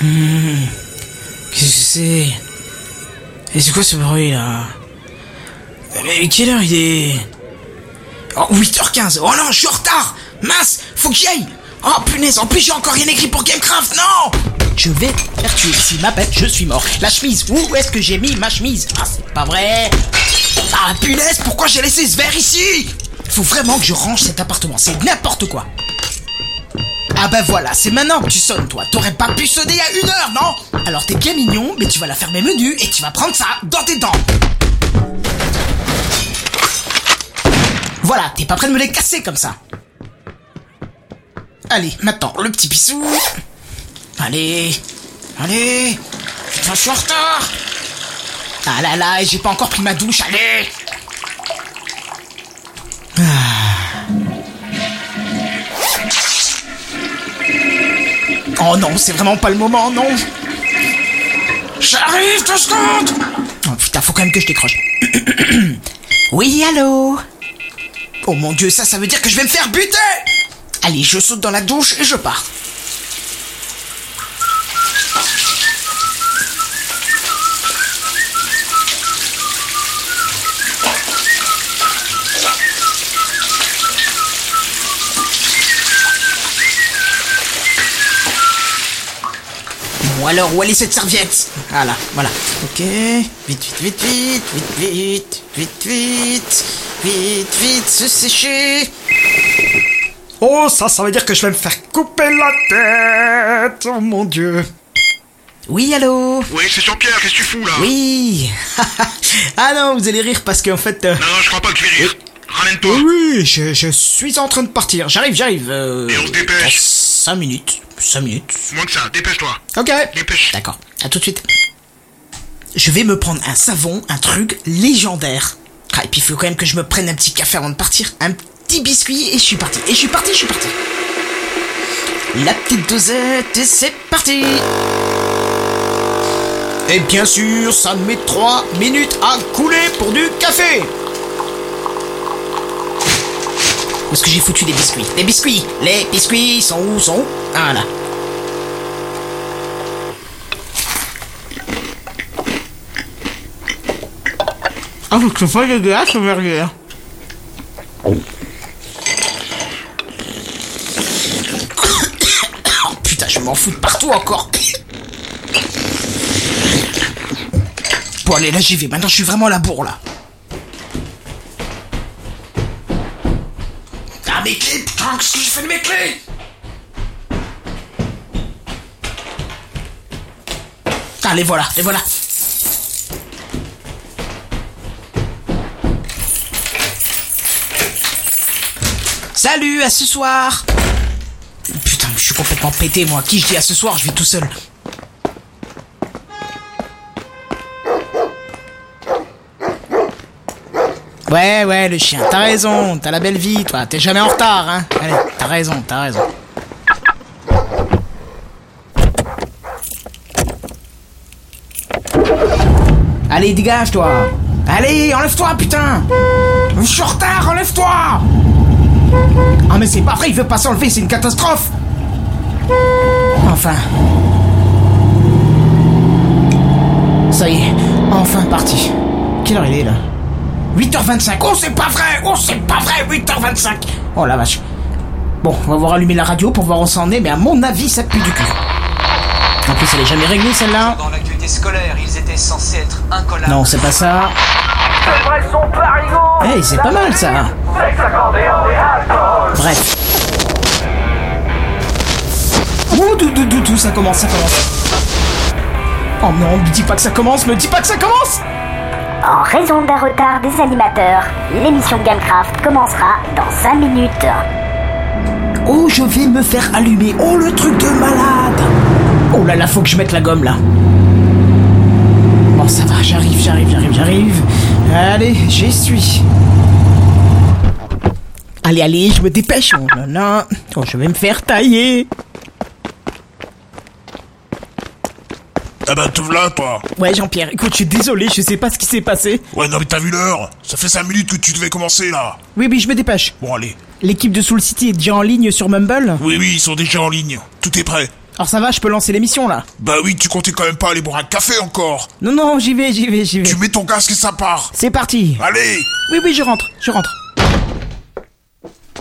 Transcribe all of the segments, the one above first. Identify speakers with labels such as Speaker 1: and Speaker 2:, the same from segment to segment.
Speaker 1: Hum, Qu'est-ce que c'est Et c'est quoi ce bruit là Mais quelle heure il est Oh, 8h15 Oh non, je suis en retard Mince Faut que j'y aille Oh punaise, en plus j'ai encore rien écrit pour Gamecraft, non
Speaker 2: Je vais te faire tuer. Si ma bête, je suis mort. La chemise, où est-ce que j'ai mis ma chemise Ah, c'est pas vrai.
Speaker 1: Ah punaise, pourquoi j'ai laissé ce verre ici
Speaker 2: Faut vraiment que je range cet appartement. C'est n'importe quoi. Ah bah voilà, c'est maintenant que tu sonnes, toi. T'aurais pas pu sonner il y a une heure, non Alors t'es bien mignon, mais tu vas la fermer menu et tu vas prendre ça dans tes dents. Voilà, t'es pas prêt de me les casser comme ça. Allez, maintenant, le petit pissou. Allez, allez. Putain, je suis en retard. Ah là là, et j'ai pas encore pris ma douche, allez. Oh non, c'est vraiment pas le moment, non.
Speaker 1: J'arrive, deux secondes
Speaker 2: Oh putain, faut quand même que je décroche. oui, allô Oh mon dieu, ça, ça veut dire que je vais me faire buter Allez, je saute dans la douche et je pars. Bon alors, où elle est cette serviette Voilà, voilà. Ok. Vite, vite, vite, vite, vite, vite, vite, vite, vite, vite, se sécher.
Speaker 3: Oh, ça, ça veut dire que je vais me faire couper la tête. Oh mon dieu.
Speaker 2: Oui, allô
Speaker 4: Ouais, c'est Jean-Pierre, qu'est-ce que tu fous là
Speaker 2: Oui Ah non, vous allez rire parce qu'en fait... euh,
Speaker 4: Non, non, je crois pas que tu vais rire. Ramène-toi.
Speaker 3: Oui, je, je suis en train de partir. J'arrive, j'arrive.
Speaker 2: euh,
Speaker 4: Et on se dépêche.
Speaker 2: 5 minutes. 5 minutes.
Speaker 4: Moins que ça, dépêche-toi.
Speaker 3: Ok.
Speaker 4: Dépêche.
Speaker 2: D'accord. À tout de suite. Je vais me prendre un savon, un truc légendaire. Ah, et puis il faut quand même que je me prenne un petit café avant de partir, un petit biscuit et je suis parti. Et je suis parti, je suis parti. La petite dosette et c'est parti. Et bien sûr, ça met 3 minutes à couler pour du café. Où est-ce que j'ai foutu les biscuits Les biscuits Les biscuits sont où Sont où Ah là.
Speaker 3: Ah, vous trouvez pas dégueulasse, le burger
Speaker 2: Oh putain, je m'en fous de partout encore. Bon allez, là j'y vais. Maintenant je suis vraiment à la bourre là.
Speaker 1: Ah mes clés, putain, qu'est-ce que j'ai fait de mes clés
Speaker 2: Ah les voilà, les voilà. Salut, à ce soir. Putain, je suis complètement pété moi. Qui je dis à ce soir, je vis tout seul. Ouais, ouais, le chien, t'as raison, t'as la belle vie, toi, t'es jamais en retard, hein. Allez, t'as raison, t'as raison. Allez, dégage, toi. Allez, enlève-toi, putain. Je suis en retard, enlève-toi. Ah, mais c'est pas vrai, il veut pas s'enlever, c'est une catastrophe. Enfin. Ça y est, enfin parti. Quelle heure il est là 8h25. Oh, c'est pas vrai, oh, c'est pas vrai, 8h25. Oh la vache. Bon, on va voir allumer la radio pour voir où ça en est, mais à mon avis, ça pue du cul. En plus, elle est jamais réglée celle-là.
Speaker 5: Dans l'actualité scolaire, ils étaient censés être incollables.
Speaker 2: Non, c'est pas ça. Hey, c'est pas mal ça. Bref. Ouh, tout, tout, tout, tout, ça commence, ça commence. Oh non, me dis pas que ça commence, me dis pas que ça commence
Speaker 6: En raison d'un retard des animateurs, l'émission Gamecraft commencera dans 5 minutes.
Speaker 2: Oh, je vais me faire allumer. Oh, le truc de malade Oh là là, faut que je mette la gomme là. Bon, ça va, j'arrive, j'arrive, j'arrive, j'arrive. Allez, j'y suis. Allez, allez, je me dépêche. Oh là là. Oh, je vais me faire tailler.
Speaker 7: Ah bah te là toi
Speaker 2: Ouais, Jean-Pierre, écoute, je suis désolé, je sais pas ce qui s'est passé.
Speaker 7: Ouais non mais t'as vu l'heure Ça fait 5 minutes que tu devais commencer là
Speaker 2: Oui, oui, je me dépêche.
Speaker 7: Bon allez.
Speaker 2: L'équipe de Soul City est déjà en ligne sur Mumble
Speaker 7: Oui oui ils sont déjà en ligne. Tout est prêt.
Speaker 2: Alors ça va, je peux lancer l'émission là
Speaker 7: Bah oui, tu comptais quand même pas aller boire un café encore.
Speaker 2: Non, non, j'y vais, j'y vais, j'y vais.
Speaker 7: Tu mets ton casque et ça part.
Speaker 2: C'est parti
Speaker 7: Allez
Speaker 2: Oui, oui, je rentre, je rentre.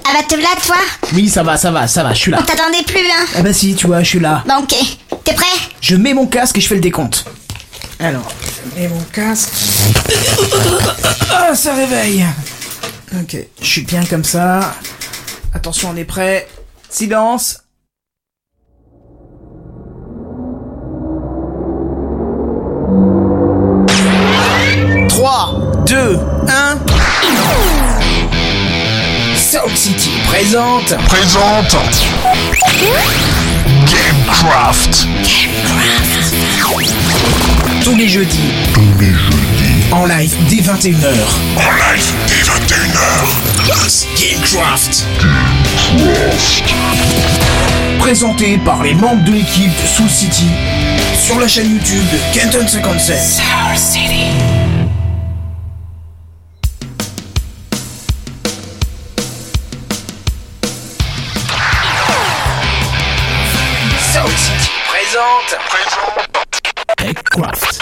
Speaker 6: Ah bah t'es là toi
Speaker 2: Oui, ça va, ça va, ça va, je suis là.
Speaker 6: On t'attendait plus hein
Speaker 2: Ah bah si, tu vois, je suis là.
Speaker 6: Bah ok. T'es prêt
Speaker 2: Je mets mon casque et je fais le décompte. Alors,
Speaker 8: Et mon casque. Ah, ça réveille.
Speaker 2: ok, je suis bien comme ça. Attention, on est prêt. Silence. Trois, deux, un.
Speaker 8: Soul City présente.
Speaker 7: Présente Gamecraft
Speaker 8: Tous les jeudis. En live dès 21h.
Speaker 7: en live dès 21h.
Speaker 8: Gamecraft. Présenté par les membres de l'équipe de Soul City. Sur la chaîne YouTube de Kenton 57. Soul City présente. Gamecraft.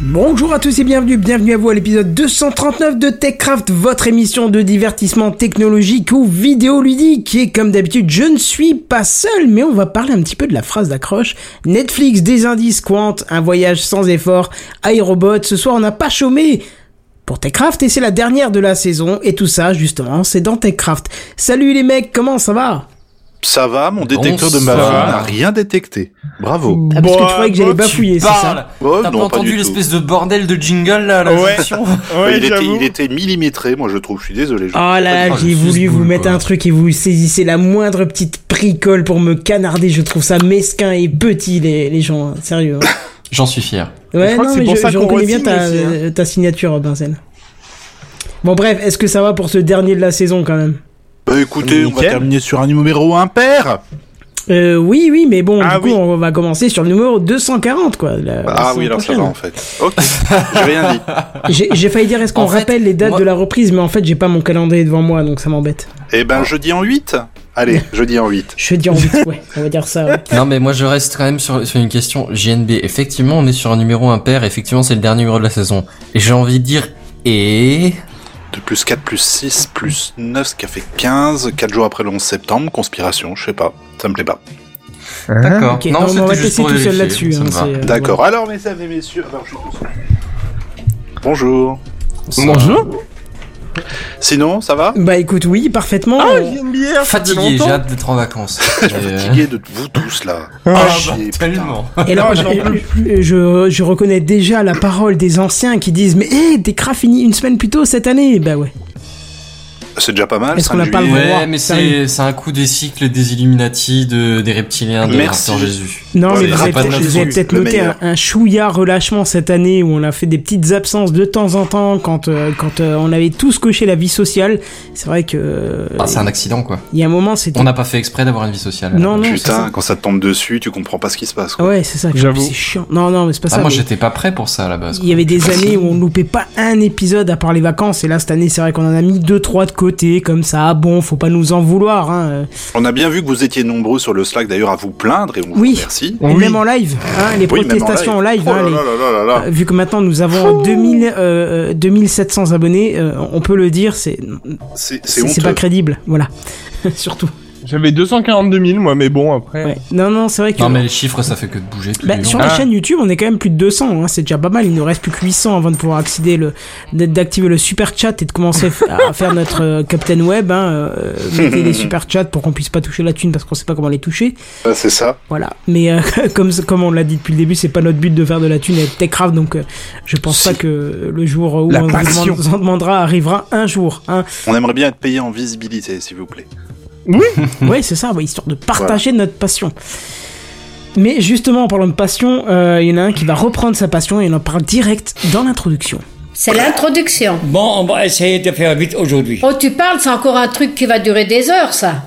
Speaker 8: Bonjour à tous et bienvenue, bienvenue à vous à l'épisode 239 de TechCraft, votre émission de divertissement technologique ou vidéoludique. Et comme d'habitude, je ne suis pas seul, mais on va parler un petit peu de la phrase d'accroche. Netflix, des indices, Quant, un voyage sans effort, iRobot, ce soir on n'a pas chômé pour TechCraft et c'est la dernière de la saison. Et tout ça, justement, c'est dans TechCraft. Salut les mecs, comment ça va
Speaker 9: Ça va, mon détecteur de ma
Speaker 10: Bonsoir.
Speaker 9: voix n'a rien détecté. Bravo.
Speaker 2: Ah, parce que
Speaker 10: Bah,
Speaker 2: tu croyais que j'allais
Speaker 10: bah, tu
Speaker 2: bafouiller, c'est
Speaker 10: parles.
Speaker 2: ça
Speaker 9: Oh,
Speaker 10: T'as pas
Speaker 9: non, pas
Speaker 10: entendu
Speaker 9: du
Speaker 10: l'espèce de bordel de jingle là à la
Speaker 7: Ouais.
Speaker 10: jonction
Speaker 9: Bah,
Speaker 7: Ouais,
Speaker 9: il, était,
Speaker 7: j'avoue.
Speaker 9: il était millimétré, moi je trouve, je suis désolé. je-
Speaker 2: Oh là,
Speaker 10: Oh,
Speaker 2: j'ai
Speaker 10: le
Speaker 2: voulu
Speaker 10: fils
Speaker 2: vous
Speaker 10: boule,
Speaker 2: mettre
Speaker 10: quoi.
Speaker 2: un truc et vous saisissez la moindre petite bricole pour me canarder. Je trouve ça mesquin et petit, les, les gens. hein. Sérieux. hein.
Speaker 10: J'en suis fier.
Speaker 2: Ouais,
Speaker 11: Je crois que
Speaker 2: non,
Speaker 11: c'est
Speaker 2: mais
Speaker 11: pour
Speaker 2: je,
Speaker 11: ça
Speaker 2: je
Speaker 11: qu'on
Speaker 2: reconnais bien
Speaker 11: re-signe
Speaker 2: ta,
Speaker 11: aussi, hein.
Speaker 2: euh, ta signature, Benzen. Bon, bref, est-ce que ça va pour ce dernier de la saison quand même
Speaker 9: Bah, écoutez, on va
Speaker 7: Nickel.
Speaker 9: terminer sur un numéro impair.
Speaker 2: euh, oui, oui, mais bon,
Speaker 7: Ah
Speaker 2: du coup,
Speaker 7: oui.
Speaker 2: on va commencer sur le numéro 240, quoi. la- Bah, la
Speaker 9: Ah
Speaker 2: saison
Speaker 9: oui, alors ça va
Speaker 2: prochaine.
Speaker 9: en fait. Ok, j'ai rien dit.
Speaker 2: J'ai j'ai failli dire, est-ce qu'on
Speaker 10: En fait,
Speaker 2: rappelle les dates
Speaker 10: moi-
Speaker 2: de la reprise, mais en fait, j'ai pas mon calendrier devant moi, donc ça m'embête.
Speaker 9: Eh ben, jeudi en 8 Allez, jeudi en 8.
Speaker 2: Je vais dire en 8, ouais, on va dire ça, ouais.
Speaker 10: Non mais moi je reste quand même sur, sur une question JNB. Effectivement on est sur un numéro impair, effectivement c'est le dernier numéro de la saison. Et j'ai envie de dire et...
Speaker 9: De plus 4, plus 6, plus 9, ce qui a fait 15. 4 jours après le 11 septembre, conspiration, je sais pas. Ça me plaît pas.
Speaker 10: D'accord.
Speaker 2: Hein Ok, non, mais on
Speaker 10: c'était
Speaker 2: va te
Speaker 10: juste
Speaker 2: laisser
Speaker 10: pour
Speaker 2: tout seul
Speaker 10: vérifier,
Speaker 2: là-dessus.
Speaker 10: ça
Speaker 2: hein,
Speaker 10: me va.
Speaker 2: c'est, euh,
Speaker 9: D'accord. Alors, mesdames et messieurs. Alors, je suis tout seul. Bonjour.
Speaker 2: euh,
Speaker 10: Ça-
Speaker 9: Sinon, ça va
Speaker 2: Bah écoute, oui, parfaitement. On-
Speaker 11: une bière, ça fait
Speaker 10: Fatigué, j'ai
Speaker 11: longtemps.
Speaker 10: hâte d'être en vacances. Et, euh,
Speaker 9: Fatigué de vous tous là.
Speaker 10: ah, bah,
Speaker 9: Chier, putain.
Speaker 10: tellement.
Speaker 2: Et là,
Speaker 11: Ah,
Speaker 2: je,
Speaker 11: j'en peux
Speaker 2: je, je reconnais déjà la parole des anciens qui disent Mais hé, hey, Décra finit une semaine plus tôt cette année Bah ouais.
Speaker 9: C'est déjà pas mal.
Speaker 2: Est-ce qu'on a
Speaker 9: 5
Speaker 2: pas le
Speaker 9: juillet.
Speaker 2: droit
Speaker 10: Ouais, mais
Speaker 2: ça arrive.
Speaker 10: c'est c'est un coup des cycles des Illuminati, de, des reptiliens, de
Speaker 9: Merci.
Speaker 10: Raptor Jésus.
Speaker 2: Non,
Speaker 9: Ouais,
Speaker 2: mais
Speaker 9: mais
Speaker 2: vous
Speaker 9: c'est
Speaker 2: avez
Speaker 9: pas de
Speaker 2: peut-être
Speaker 9: notre
Speaker 2: vous avez
Speaker 9: faute,
Speaker 2: peut-être
Speaker 9: le
Speaker 2: noté un,
Speaker 9: meilleur.
Speaker 2: un chouïa relâchement cette année où on a fait des petites absences de temps en temps quand, euh, quand euh, on avait tous coché la vie sociale. C'est vrai que. euh,
Speaker 10: Ah, c'est un accident quoi.
Speaker 2: Il y a un moment, c'était.
Speaker 10: On n'a pas fait exprès d'avoir une vie sociale.
Speaker 2: Non, non, c'est
Speaker 9: Putain,
Speaker 2: ça.
Speaker 9: quand ça te tombe dessus, tu comprends pas ce qui se passe.
Speaker 2: Ah
Speaker 9: Quoi.
Speaker 2: Ouais, c'est ça.
Speaker 11: J'avoue.
Speaker 2: C'est chiant. Non, non, mais c'est pas
Speaker 10: Ah,
Speaker 2: ça.
Speaker 10: moi
Speaker 2: mais-
Speaker 10: j'étais pas prêt pour ça à la base.
Speaker 2: Il y
Speaker 10: quoi.
Speaker 2: avait des années où on loupait pas un épisode à part les vacances et là cette année c'est vrai qu'on en a mis deux trois de côté comme ça. Ah Bon, faut pas nous en vouloir. Hein. euh.
Speaker 9: On a bien vu que vous étiez nombreux sur le Slack d'ailleurs à vous plaindre et on vous
Speaker 2: Oui.
Speaker 9: remercie.
Speaker 2: Et même en live, hein, les
Speaker 9: Oui, même en
Speaker 2: protestations en live.
Speaker 9: Oh
Speaker 2: hein,
Speaker 9: là
Speaker 2: les-
Speaker 9: là là là là là.
Speaker 2: Euh, Vu que maintenant nous avons 2000, euh, euh, 2700 abonnés, euh, on peut le dire, c'est
Speaker 9: c'est
Speaker 2: c'est pas crédible. Voilà, surtout.
Speaker 11: J'avais 242 000, moi, mais bon, après.
Speaker 2: Non, non, c'est vrai que.
Speaker 10: Non, mais les chiffres, ça fait que de bouger. tout
Speaker 2: Bah,
Speaker 10: du long.
Speaker 9: Ah.
Speaker 2: sur la chaîne YouTube, on est quand même plus de 200, hein, c'est déjà pas mal. Il nous reste plus que 800 avant de pouvoir accéder le, d'- d'activer le super chat et de commencer à f- à faire notre euh, Captain Web. Hein, euh, mettez des super chats pour qu'on puisse pas toucher la thune parce qu'on sait pas comment les toucher.
Speaker 9: Ah, c'est ça.
Speaker 2: Voilà. Mais euh, comme, comme on l'a dit depuis le début, c'est pas notre but de faire de la thune avec Techcraft, donc euh, je pense pas que le jour où
Speaker 9: La
Speaker 2: on vous en-
Speaker 9: passion.
Speaker 2: vous en demandera arrivera un jour. Hein.
Speaker 9: On aimerait bien être payé en visibilité, s'il vous plaît.
Speaker 2: Oui.
Speaker 9: Hmm.
Speaker 2: oui, c'est ça, ouais, histoire de partager notre passion. Mais justement, en parlant de passion, euh, il y en a un qui va reprendre sa passion et il en parle direct dans l'introduction.
Speaker 12: C'est l'introduction.
Speaker 13: Bon, on va essayer de faire vite aujourd'hui.
Speaker 12: Oh, tu parles, c'est encore un truc qui va durer des heures, ça.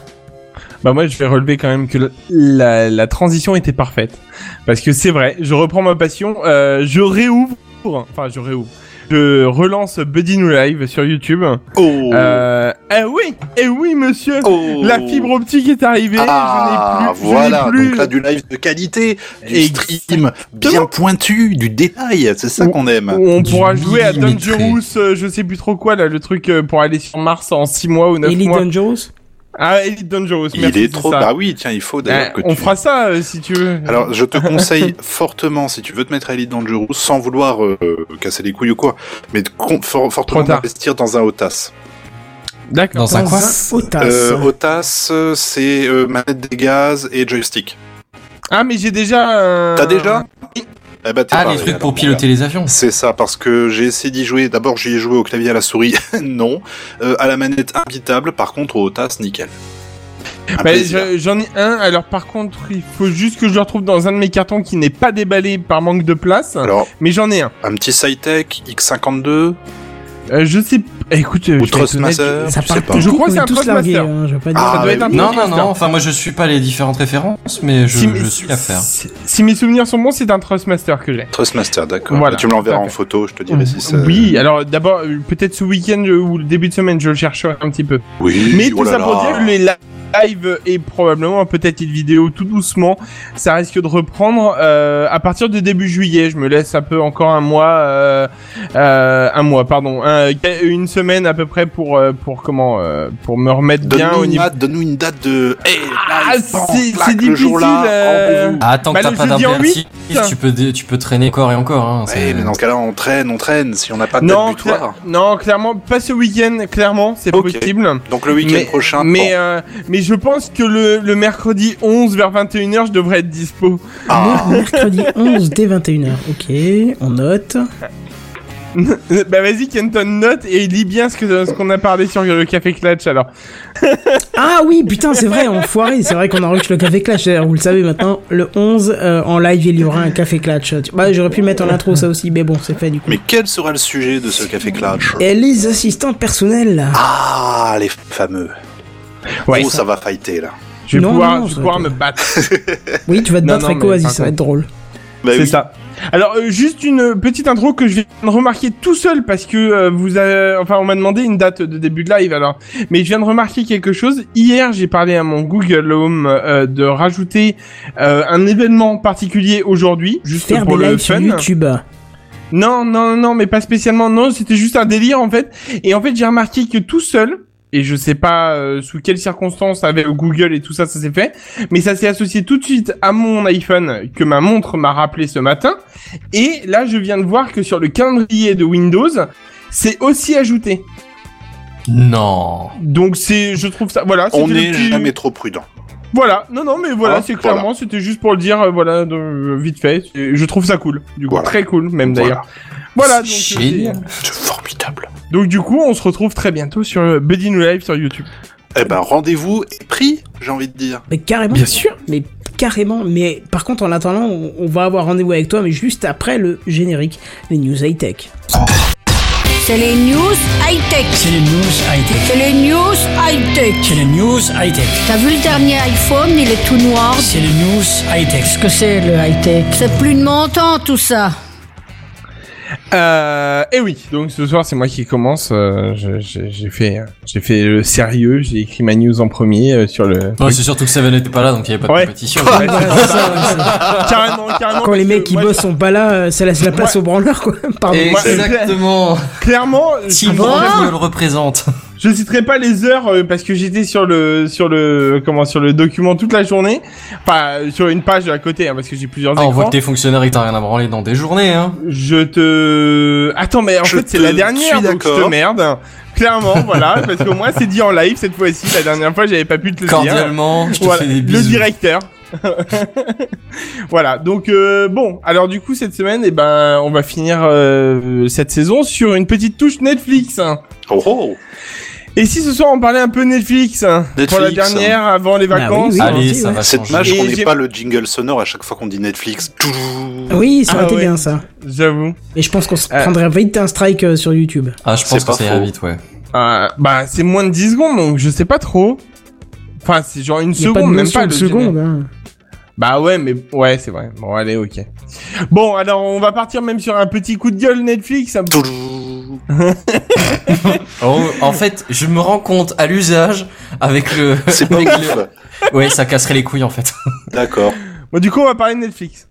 Speaker 11: Bah moi je vais relever quand même que le- la, la transition était parfaite. Parce que c'est vrai, je reprends ma passion, euh, je réouvre, enfin je réouvre, je relance Buddy New Live sur YouTube.
Speaker 9: Oh
Speaker 11: euh, Eh oui, eh oui monsieur La fibre optique est arrivée, je
Speaker 9: Ah,
Speaker 11: n'ai plus... je n'ai
Speaker 9: voilà,
Speaker 11: plus-
Speaker 9: donc là du live de qualité, du stream bien pointu, du détail, c'est ça qu'on aime.
Speaker 11: On pourra jouer à Dangerous, euh, je sais plus trop quoi là, le truc euh, pour aller sur Mars en 6 mois ou 9
Speaker 2: Elite
Speaker 11: mois.
Speaker 2: Dangerous
Speaker 11: Ah, Elite Dangerous,
Speaker 9: Il
Speaker 11: merci,
Speaker 9: est trop.
Speaker 11: c'est ça.
Speaker 9: Bah oui, tiens, il faut d'ailleurs
Speaker 11: Eh,
Speaker 2: Ben,
Speaker 9: que
Speaker 11: On
Speaker 9: tu-
Speaker 11: fera ça euh, si tu veux.
Speaker 9: Alors, je te conseille fortement, si tu veux te mettre à Elite Dangerous, sans vouloir euh, casser les couilles ou quoi, mais de con- for- fortement investir dans un OTAS.
Speaker 11: D'accord.
Speaker 10: Dans un quoi
Speaker 2: OTAS.
Speaker 9: Euh, OTAS, euh, c'est euh, manette des gaz et joystick.
Speaker 11: Ah, mais j'ai déjà. euh,
Speaker 9: T'as déjà Eh ben, t'es
Speaker 10: Ah,
Speaker 9: pareil,
Speaker 10: les trucs
Speaker 9: alors,
Speaker 10: pour piloter les avions.
Speaker 9: C'est ça, parce que j'ai essayé d'y jouer. D'abord, j'y ai joué au clavier à la souris, non. Euh, à la manette imbitable, par contre, au OTAS, nickel. Un
Speaker 11: Bah,
Speaker 9: plaisir.
Speaker 11: je- J'en ai un, alors par contre, il faut juste que je le retrouve dans un de mes cartons qui n'est pas déballé par manque de place.
Speaker 9: Alors,
Speaker 11: mais j'en ai un. Euh,
Speaker 9: Un petit Cytec, X52.
Speaker 11: je sais. Écoute, euh,
Speaker 9: Ou
Speaker 11: je vais être honnête,
Speaker 9: Trustmaster,
Speaker 11: je-
Speaker 9: je
Speaker 11: ça
Speaker 9: sais
Speaker 11: parle
Speaker 9: pas.
Speaker 11: tout Je court, crois que
Speaker 2: On
Speaker 11: c'est
Speaker 2: est
Speaker 11: un
Speaker 2: tous
Speaker 11: Trustmaster.
Speaker 2: largués, hein, je vais pas dire.
Speaker 11: Ah, Ça doit être un
Speaker 10: non, non,
Speaker 11: Trustmaster.
Speaker 10: non, enfin moi je suis pas les différentes références, mais je,
Speaker 11: Si, mais
Speaker 10: je suis l'affaire.
Speaker 11: Si mes souvenirs sont bons, c'est un Trustmaster que j'ai.
Speaker 9: Trustmaster, d'accord.
Speaker 11: Voilà,
Speaker 9: tu me l'enverras
Speaker 11: tout à
Speaker 9: en
Speaker 11: fait.
Speaker 9: photo, je te dirai
Speaker 10: Mmh.
Speaker 9: si ça.
Speaker 11: Oui, alors d'abord, euh, peut-être ce week-end euh, ou le début de semaine, je le chercherai un petit peu.
Speaker 9: Oui,
Speaker 11: Mais tout
Speaker 9: oh là
Speaker 11: ça pour
Speaker 9: là.
Speaker 11: dire que les lives et probablement peut-être une vidéo tout doucement, ça risque de reprendre euh, à partir de début juillet. Je me laisse un peu encore un mois, euh, euh, un mois, pardon, un- une semaine à peu près pour euh, pour comment euh, pour me remettre bien
Speaker 9: Donne-nous
Speaker 11: au
Speaker 9: une,
Speaker 11: niveau.
Speaker 9: date, donne-nous une date de. Eh,
Speaker 11: Ah,
Speaker 9: live, bam,
Speaker 11: c'est
Speaker 9: clac,
Speaker 11: c'est
Speaker 9: le
Speaker 11: difficile.
Speaker 9: jour-là,
Speaker 11: euh,
Speaker 9: rendez-vous.
Speaker 10: Ah, tant que
Speaker 11: bah,
Speaker 10: t'as
Speaker 11: le
Speaker 10: pas
Speaker 11: jeudi en
Speaker 10: d'impératif,
Speaker 11: huit.
Speaker 10: tu peux, dé- tu peux traîner encore et encore. Hein,
Speaker 9: Ouais, mais dans ce cas-là, on traîne, on traîne. Si on n'a pas de
Speaker 11: Non,
Speaker 9: date butoir.
Speaker 11: cla- non, clairement, pas ce week-end, clairement, c'est
Speaker 9: Ok.
Speaker 11: possible.
Speaker 9: Donc le week-end
Speaker 11: Mais-
Speaker 9: prochain,
Speaker 11: Mais,
Speaker 9: bon.
Speaker 11: euh, mais je pense que le, le mercredi 11 vers 21h, je devrais être dispo.
Speaker 9: Ah.
Speaker 2: Mercredi 11 dès 21h. Ok, on note.
Speaker 11: bah vas-y, Kenton, note et lis bien ce que ce qu'on a parlé sur le Café Clutch alors.
Speaker 2: Ah oui, putain, c'est vrai, enfoiré. C'est vrai qu'on enregistre le Café Clash. D'ailleurs, Vous le savez maintenant, le 11, euh, en live, il y aura un Café Clash. Bah, j'aurais pu le mettre en intro ça aussi, mais bon, c'est fait du coup.
Speaker 9: Mais quel sera le sujet de ce café clutch
Speaker 2: Et les assistants personnels.
Speaker 9: Ah, les fameux.
Speaker 11: Ouais.
Speaker 9: Oh, ça va fighter là.
Speaker 11: Je vais
Speaker 2: Non,
Speaker 11: pouvoir,
Speaker 2: non,
Speaker 11: je vais
Speaker 2: ça
Speaker 11: pouvoir
Speaker 2: va
Speaker 11: me battre.
Speaker 2: Oui, tu vas te
Speaker 11: Non,
Speaker 2: battre
Speaker 11: non,
Speaker 2: avec
Speaker 11: mais
Speaker 2: Oasis,
Speaker 11: par
Speaker 2: ça va être
Speaker 11: contre-
Speaker 2: drôle.
Speaker 9: Bah Ah
Speaker 11: c'est ça. Alors euh, juste une petite intro que je viens de remarquer tout seul parce que euh, vous avez, enfin on m'a demandé une date de début de live alors mais je viens de remarquer quelque chose hier j'ai parlé à mon Google Home euh, de rajouter euh, un événement particulier aujourd'hui juste
Speaker 2: Faire
Speaker 11: pour
Speaker 2: des
Speaker 11: le
Speaker 2: lives
Speaker 11: fun
Speaker 2: sur YouTube.
Speaker 11: Non, non, non, mais pas spécialement. Non, c'était juste un délire en fait. Et en fait, j'ai remarqué que tout seul, et je sais pas euh, sous quelles circonstances avec Google et tout ça, ça s'est fait, mais ça s'est associé tout de suite à mon iPhone que ma montre m'a rappelé ce matin. Et là, je viens de voir que sur le calendrier de Windows, c'est aussi ajouté.
Speaker 10: Non.
Speaker 11: Donc c'est, je trouve ça, voilà.
Speaker 9: On
Speaker 11: c'était le
Speaker 9: n'est
Speaker 11: petit-
Speaker 9: jamais trop prudent.
Speaker 11: Voilà, non, non, mais voilà,
Speaker 9: Hein,
Speaker 11: c'est clairement, c'était juste pour le dire, euh, voilà, de- euh, vite fait. Et Je trouve ça cool, du coup,
Speaker 9: Voilà.
Speaker 11: très cool
Speaker 9: Voilà.
Speaker 11: même d'ailleurs. Voilà, donc. euh,
Speaker 9: Génial.
Speaker 11: c'est-
Speaker 9: C'est formidable.
Speaker 11: donc du coup, on se retrouve très bientôt sur euh, Buddy New Live sur YouTube.
Speaker 9: Eh ben, rendez-vous est pris, j'ai envie de dire.
Speaker 2: Mais carrément.
Speaker 11: Bien sûr.
Speaker 2: Mais carrément. Mais par contre, en attendant, on, on va avoir rendez-vous avec toi, mais juste après le générique, les news high-tech.
Speaker 14: C'est les news high-tech. C'est les news high-tech. C'est les news high-tech. C'est les news high-tech.
Speaker 12: T'as vu le dernier iPhone, il est tout noir.
Speaker 14: C'est les news high-tech.
Speaker 12: Qu'est-ce que c'est le high-tech C'est plus de mon temps, tout ça.
Speaker 11: Euh, et oui, donc ce soir c'est moi qui commence. euh, je- je- j'ai fait, euh, j'ai fait le sérieux. J'ai écrit ma news en premier euh, sur le.
Speaker 10: Ouais, c'est surtout que Seven n'était pas là, donc il n'y avait pas de
Speaker 11: Ouais.
Speaker 10: compétition.
Speaker 11: Ouais,
Speaker 2: c'est Ah, ça, ouais, c'est-
Speaker 11: Carrément, carrément.
Speaker 2: Quand les mecs qui bossent sont pas là, euh, ça laisse la place aux branleurs, quoi. Pardon.
Speaker 10: Exactement.
Speaker 11: Clairement,
Speaker 10: Simon
Speaker 11: je-
Speaker 10: me le représente.
Speaker 11: Je citerai pas les heures euh, parce que j'étais sur le sur le comment sur le document toute la journée, enfin euh, sur une page à côté hein, parce que j'ai plusieurs
Speaker 10: Ah, on voit
Speaker 11: écrans.
Speaker 10: que t'es fonctionnaire et que t'as rien à branler dans des journées, hein.
Speaker 11: Je te. Attends, mais en
Speaker 10: Je
Speaker 11: fait, c'est
Speaker 10: te
Speaker 11: la
Speaker 10: suis
Speaker 11: dernière, donc je
Speaker 10: d'accord.
Speaker 11: te merde. Clairement, voilà, parce que moi, c'est dit en live cette fois-ci. La dernière fois, j'avais pas pu te le
Speaker 10: Cordialement,
Speaker 11: dire.
Speaker 10: je te fais des
Speaker 11: Le
Speaker 10: bisous.
Speaker 11: directeur. voilà, donc euh, bon, alors du coup, cette semaine, eh ben, on va finir euh, cette saison sur une petite touche Netflix.
Speaker 9: Oh oh
Speaker 11: Et si ce soir on parlait un peu Netflix, hein, pour la
Speaker 9: Netflix,
Speaker 11: dernière
Speaker 9: hein.
Speaker 11: avant les vacances
Speaker 9: C'est dommage qu'on
Speaker 11: Et
Speaker 9: n'ait
Speaker 11: j'ai-
Speaker 9: pas le jingle sonore à chaque fois qu'on dit Netflix.
Speaker 2: Oui, ça aurait
Speaker 11: Ah
Speaker 2: été
Speaker 11: ouais. Euh.
Speaker 2: bien ça.
Speaker 11: J'avoue.
Speaker 2: Et je pense qu'on se prendrait vite un strike euh, sur YouTube.
Speaker 10: Ah, je pense
Speaker 9: C'est pas
Speaker 10: que ça ira
Speaker 9: faux.
Speaker 10: vite, ouais.
Speaker 11: Euh, bah, c'est moins de 10 secondes, donc je sais pas trop. Enfin, c'est genre une
Speaker 2: Il y a pas de
Speaker 11: seconde, même
Speaker 2: notion
Speaker 11: pas
Speaker 2: de
Speaker 11: le
Speaker 2: seconde.
Speaker 11: générique.
Speaker 2: hein.
Speaker 11: Bah ouais, mais ouais, c'est vrai. Bon, allez, ok. Bon, alors on va partir même sur un petit coup de gueule Netflix. hein.
Speaker 10: Oh, en fait, je me rends compte à l'usage avec le.
Speaker 9: C'est pas
Speaker 10: avec
Speaker 9: ouf.
Speaker 10: le- Ouais, ça casserait les couilles en fait.
Speaker 9: D'accord.
Speaker 11: Bon, du coup, on va parler de Netflix.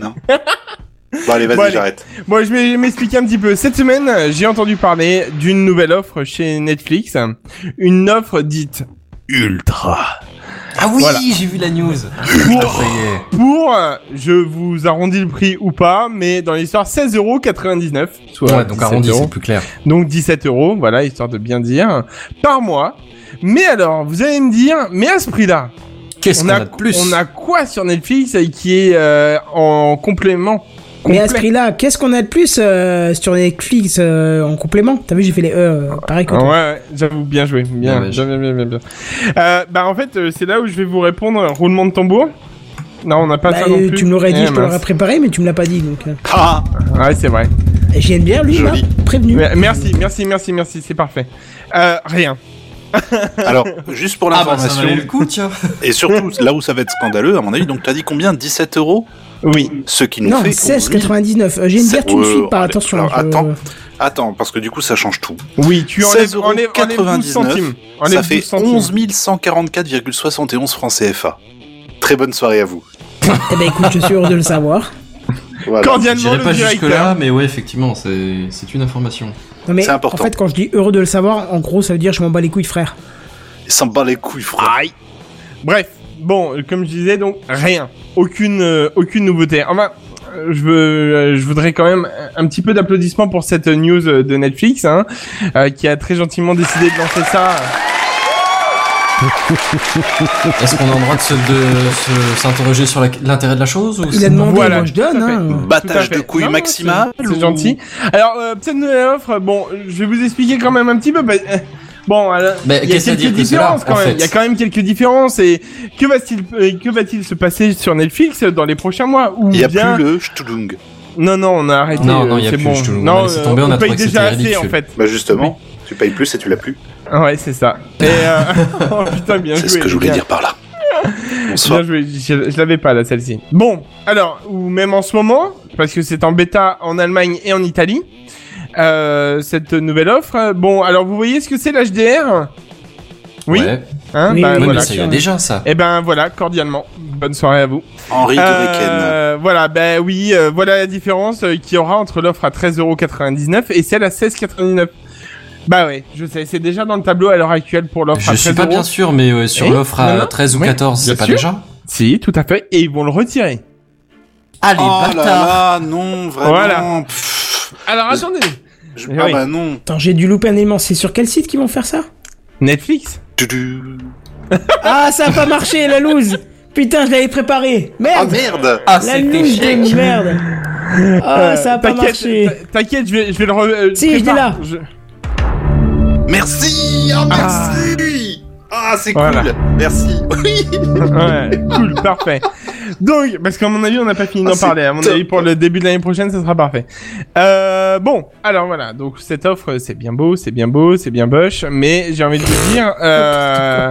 Speaker 9: non. Bon, allez, vas-y,
Speaker 11: Bon, allez.
Speaker 9: j'arrête.
Speaker 11: Bon, je vais m'expliquer un petit peu. Cette semaine, j'ai entendu parler d'une nouvelle offre chez Netflix, une offre dite Ultra.
Speaker 10: Ah oui,
Speaker 11: Voilà.
Speaker 10: j'ai vu la news.
Speaker 11: Pour, pour, euh, je vous arrondis le prix ou pas, mais dans l'histoire 16,99€, soit
Speaker 10: Ouais, donc
Speaker 11: 17
Speaker 10: arrondi,
Speaker 11: euros.
Speaker 10: c'est plus clair.
Speaker 11: Donc 17 euros, voilà, histoire de bien dire, par mois. Mais alors, vous allez me dire, mais à ce prix-là,
Speaker 10: Qu'est-ce
Speaker 11: on
Speaker 10: qu'on a de plus
Speaker 11: On a quoi sur Netflix euh, qui est euh, en complément
Speaker 2: Mais à ce
Speaker 11: complet
Speaker 2: prix-là, qu'est-ce qu'on a de plus euh, sur Netflix euh, en complément T'as vu, j'ai fait les E, euh, pareil que
Speaker 11: Ah
Speaker 2: toi.
Speaker 11: Ouais, ouais, j'avoue, bien joué, bien,
Speaker 10: Ouais, ouais,
Speaker 11: bien, bien, bien, bien, bien. Euh, bah en fait, euh, c'est là où je vais vous répondre, roulement de tambour. Non, on n'a pas
Speaker 2: Bah,
Speaker 11: ça non
Speaker 2: euh,
Speaker 11: plus.
Speaker 2: tu me l'aurais dit,
Speaker 11: Eh,
Speaker 2: je te l'aurais
Speaker 11: mince.
Speaker 2: préparé, mais tu me l'as pas dit. Donc, euh.
Speaker 9: Ah
Speaker 11: Ouais, c'est vrai.
Speaker 2: Et j'aime bien lui, là,
Speaker 11: Joli.
Speaker 2: prévenu.
Speaker 11: Mais- Merci, merci, merci, merci, c'est parfait. Euh, rien.
Speaker 9: Alors, juste pour
Speaker 10: Ah, bah, ça
Speaker 9: l'information.
Speaker 10: valait le coup, tiens.
Speaker 9: et surtout, là où ça va être scandaleux, à mon avis, donc t'as dit combien 17 euros
Speaker 11: Oui.
Speaker 9: Ce qui nous
Speaker 2: Non,
Speaker 9: fait.
Speaker 2: 16,99. Euh, J'ai une bière, tu me
Speaker 9: Ouais,
Speaker 2: suis pas,
Speaker 9: allez,
Speaker 2: attention.
Speaker 9: alors,
Speaker 2: je-
Speaker 9: attends, attends, parce que du coup, ça change tout.
Speaker 11: Oui, tu enlèves,
Speaker 9: 16,99,
Speaker 11: enlèves, enlèves 12 centimes. Enlève
Speaker 9: ça fait
Speaker 11: 12 centimes.
Speaker 9: 11 144,71 francs CFA. Très bonne soirée à vous.
Speaker 2: Eh ben écoute, je suis heureux de le savoir.
Speaker 9: Voilà.
Speaker 10: J'irai pas jusque là, mais ouais, effectivement, c'est c'est une information.
Speaker 2: Non, mais
Speaker 10: C'est important.
Speaker 2: En fait, quand je dis heureux de le savoir, en gros, ça veut dire je m'en bats les couilles, frère.
Speaker 9: Il s'en bat les couilles, frère.
Speaker 11: Aïe. Bref, bon, euh, comme je disais, donc rien, aucune, euh, aucune nouveauté. Enfin, euh, je, veux, euh, je voudrais quand même un un petit peu d'applaudissements pour cette euh, news euh, de Netflix, hein, euh, qui a très gentiment décidé de lancer ça.
Speaker 10: Est-ce qu'on a le droit de se- de se- s'interroger sur la- l'intérêt de la chose ou
Speaker 2: Il
Speaker 10: c'est-
Speaker 2: a demandé,
Speaker 11: Voilà,
Speaker 2: moi je donne. Hein.
Speaker 9: Battage de couilles
Speaker 11: Non, non,
Speaker 9: maximal.
Speaker 11: c'est- C'est
Speaker 9: ou-
Speaker 11: gentil. Alors, euh, cette nouvelle offre, bon, je vais vous expliquer quand même un petit peu. bah, euh, bon, alors,
Speaker 10: Mais
Speaker 11: il y a
Speaker 10: qu'est-ce à
Speaker 11: quelques
Speaker 10: dire que c'est là,
Speaker 11: différences quand
Speaker 10: en
Speaker 11: même.
Speaker 10: fait
Speaker 11: Il y a quand même quelques différences. Et que va-t-il, euh, que va-t-il se passer sur Netflix dans les prochains mois ou
Speaker 9: Il n'y a
Speaker 11: bien-
Speaker 9: plus le Stulung.
Speaker 11: Non, non, on a arrêté.
Speaker 10: Non,
Speaker 11: euh,
Speaker 10: non, y a
Speaker 11: c'est
Speaker 10: plus,
Speaker 11: bon.
Speaker 10: je te le-
Speaker 11: Non,
Speaker 10: on a laissé
Speaker 11: euh,
Speaker 10: tomber, on a trouvé
Speaker 11: paye
Speaker 10: que
Speaker 11: déjà assez,
Speaker 10: c'était
Speaker 11: en
Speaker 10: ridicule.
Speaker 11: fait. Ah
Speaker 9: Bah justement, tu payes plus et tu l'as plus.
Speaker 11: Ouais, c'est ça. Et euh... oh, putain, bien joué.
Speaker 9: C'est ce que je voulais
Speaker 11: bien.
Speaker 9: dire par là. Bonsoir.
Speaker 11: Bien joué, je, je l'avais pas là, celle-ci. Bon, alors, ou même en ce moment, parce que c'est en bêta en Allemagne et en Italie, euh, cette nouvelle offre. Bon, alors vous voyez ce que c'est l'HDR Oui
Speaker 10: Ouais.
Speaker 11: Hein,
Speaker 10: Oui,
Speaker 11: bah,
Speaker 10: oui,
Speaker 11: voilà.
Speaker 10: mais ça y est déjà ça.
Speaker 11: Eh ben voilà, cordialement. Bonne soirée à vous.
Speaker 9: Henri
Speaker 11: Euh, Voilà, ben oui, euh, voilà la différence euh, qu'il y aura entre l'offre à 13,99€ et celle à 16,99€. Bah ouais, je sais, c'est déjà dans le tableau à l'heure actuelle pour l'offre à
Speaker 10: Je
Speaker 11: 13€.
Speaker 10: suis pas bien sûr, mais ouais, sur
Speaker 11: Eh
Speaker 10: l'offre
Speaker 11: Non,
Speaker 10: à
Speaker 11: non.
Speaker 10: 13 ou
Speaker 11: Ouais,
Speaker 10: 14, c'est
Speaker 11: bien
Speaker 10: pas
Speaker 11: sûr.
Speaker 10: déjà
Speaker 11: Si, tout à fait, et ils vont le retirer.
Speaker 10: Allez,
Speaker 9: oh là là,
Speaker 10: bâtard
Speaker 9: non, vraiment.
Speaker 11: Voilà.
Speaker 9: Pff,
Speaker 11: Alors attendez
Speaker 9: je-
Speaker 11: Eh
Speaker 9: Ah
Speaker 11: oui.
Speaker 9: bah non.
Speaker 2: Attends, j'ai dû louper un élément. C'est sur quel site qu'ils vont faire ça
Speaker 11: Netflix
Speaker 9: Tudu.
Speaker 2: Ah, ça a pas marché, la loose Putain, je l'avais préparé
Speaker 9: Ah
Speaker 2: Merde
Speaker 9: merde
Speaker 10: Ah,
Speaker 2: La
Speaker 10: c'était
Speaker 2: loose de
Speaker 10: chic
Speaker 2: merde Ah, ça a pas
Speaker 11: Euh, t'inquiète,
Speaker 2: marché
Speaker 11: t'in- T'inquiète, je vais, je vais le re... euh,
Speaker 2: Si, je l'ai
Speaker 11: prépare.
Speaker 2: là.
Speaker 11: Je-
Speaker 9: Merci oh, Merci Ah, c'est
Speaker 11: Voilà.
Speaker 9: cool Merci
Speaker 11: Ouais, cool, parfait. Donc, parce qu'à mon avis, on n'a pas fini
Speaker 15: Ah,
Speaker 11: d'en
Speaker 15: c'est
Speaker 11: parler. À mon
Speaker 15: top.
Speaker 11: avis, pour le début de l'année prochaine, ça sera parfait. Euh, bon, alors voilà. Donc, cette offre, c'est bien beau, c'est bien beau, c'est bien boche. Mais j'ai envie de vous dire... Euh...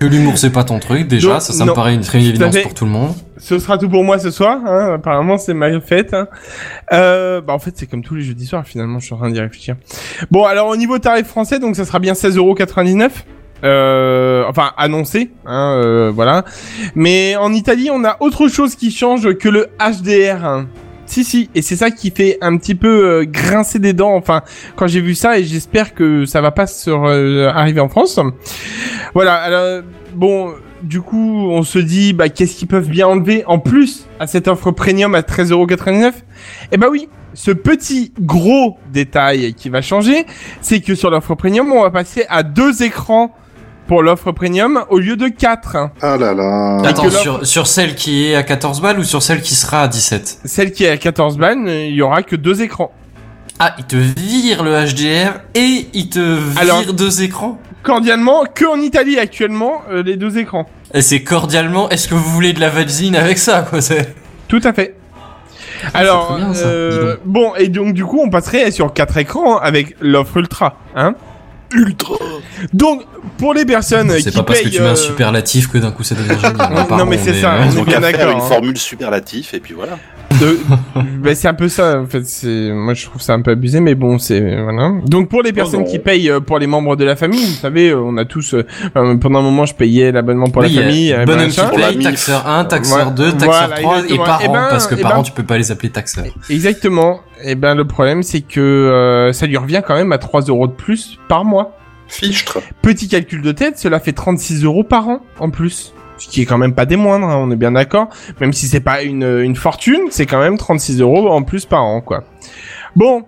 Speaker 10: Que l'humour c'est pas ton truc déjà,
Speaker 11: Non,
Speaker 10: ça, ça me
Speaker 11: non.
Speaker 10: paraît une très
Speaker 11: Tout à
Speaker 10: évidence
Speaker 11: fait.
Speaker 10: pour tout le monde.
Speaker 11: Ce sera tout pour moi ce soir. hein. Apparemment, c'est ma fête. hein. Euh, bah, en fait, c'est comme tous les jeudis soirs. Finalement, je suis en train d'y réfléchir. Bon, alors au niveau tarif français, donc ça sera bien 16,99€. Euh, enfin annoncé, hein, euh, voilà. Mais en Italie, on a autre chose qui change que le HDR. hein. Si si, et c'est ça qui fait un petit peu euh, grincer des dents. Enfin, quand j'ai vu ça, et j'espère que ça va pas sur euh, arriver en France. Voilà. Alors, bon, du coup, on se dit, bah, qu'est-ce qu'ils peuvent bien enlever en plus à cette offre premium à 13,99€ Eh bah oui, ce petit gros détail qui va changer, c'est que sur l'offre premium, on va passer à deux écrans pour l'offre premium au lieu de quatre.
Speaker 9: Ah là là.
Speaker 10: Attends, sur, sur celle qui est à 14 balles ou sur celle qui sera à 17
Speaker 11: Celle qui est à 14 balles, euh, il y aura que deux écrans.
Speaker 10: Ah, il te vire le HDR et il te vire deux écrans
Speaker 11: Cordialement, que en Italie actuellement, euh, les deux écrans.
Speaker 10: Et c'est cordialement, est-ce que vous voulez de la vaccine avec ça quoi c'est-
Speaker 11: Tout à fait. Alors,
Speaker 10: Ah, c'est trop bien, ça,
Speaker 11: euh, bon, et donc du coup, on passerait sur quatre écrans avec l'offre Ultra, hein Ultra Donc, pour les personnes qui
Speaker 10: C'est pas parce que
Speaker 11: payent,
Speaker 10: tu mets un
Speaker 11: euh,
Speaker 10: superlatif que d'un coup ça devient génial.
Speaker 11: Non,
Speaker 10: Apparemment,
Speaker 11: mais c'est ça,
Speaker 10: hein.
Speaker 11: on est bien
Speaker 9: Faire
Speaker 11: d'accord.
Speaker 9: une
Speaker 11: hein.
Speaker 9: formule superlatif et puis voilà.
Speaker 11: de- ben, c'est un peu ça en fait c'est moi je trouve ça un peu abusé mais bon c'est voilà donc pour les personnes
Speaker 9: non.
Speaker 11: qui payent euh, pour les membres de la famille vous savez euh, on a tous euh, euh, pendant un moment je payais l'abonnement pour
Speaker 10: Oui, il y
Speaker 11: la
Speaker 10: a
Speaker 11: famille euh,
Speaker 10: bonhomme
Speaker 11: machin.
Speaker 10: qui paye, taxeur 1, taxeur
Speaker 11: Ouais,
Speaker 10: 2, taxeur 3
Speaker 11: voilà,
Speaker 10: et
Speaker 11: exactement.
Speaker 10: parents,
Speaker 11: ben,
Speaker 10: parce que
Speaker 11: eh
Speaker 10: parents
Speaker 11: ben,
Speaker 10: tu peux pas les appeler taxeurs.
Speaker 11: exactement et ben le problème c'est que euh, ça lui revient quand même à 3 euros de plus par mois
Speaker 9: fichtre
Speaker 11: petit calcul de tête cela fait 36 euros par an en plus ce qui est quand même pas des moindres, hein, on est bien d'accord. Même si c'est pas une, une fortune, c'est quand même 36 euros en plus par an, quoi. Bon,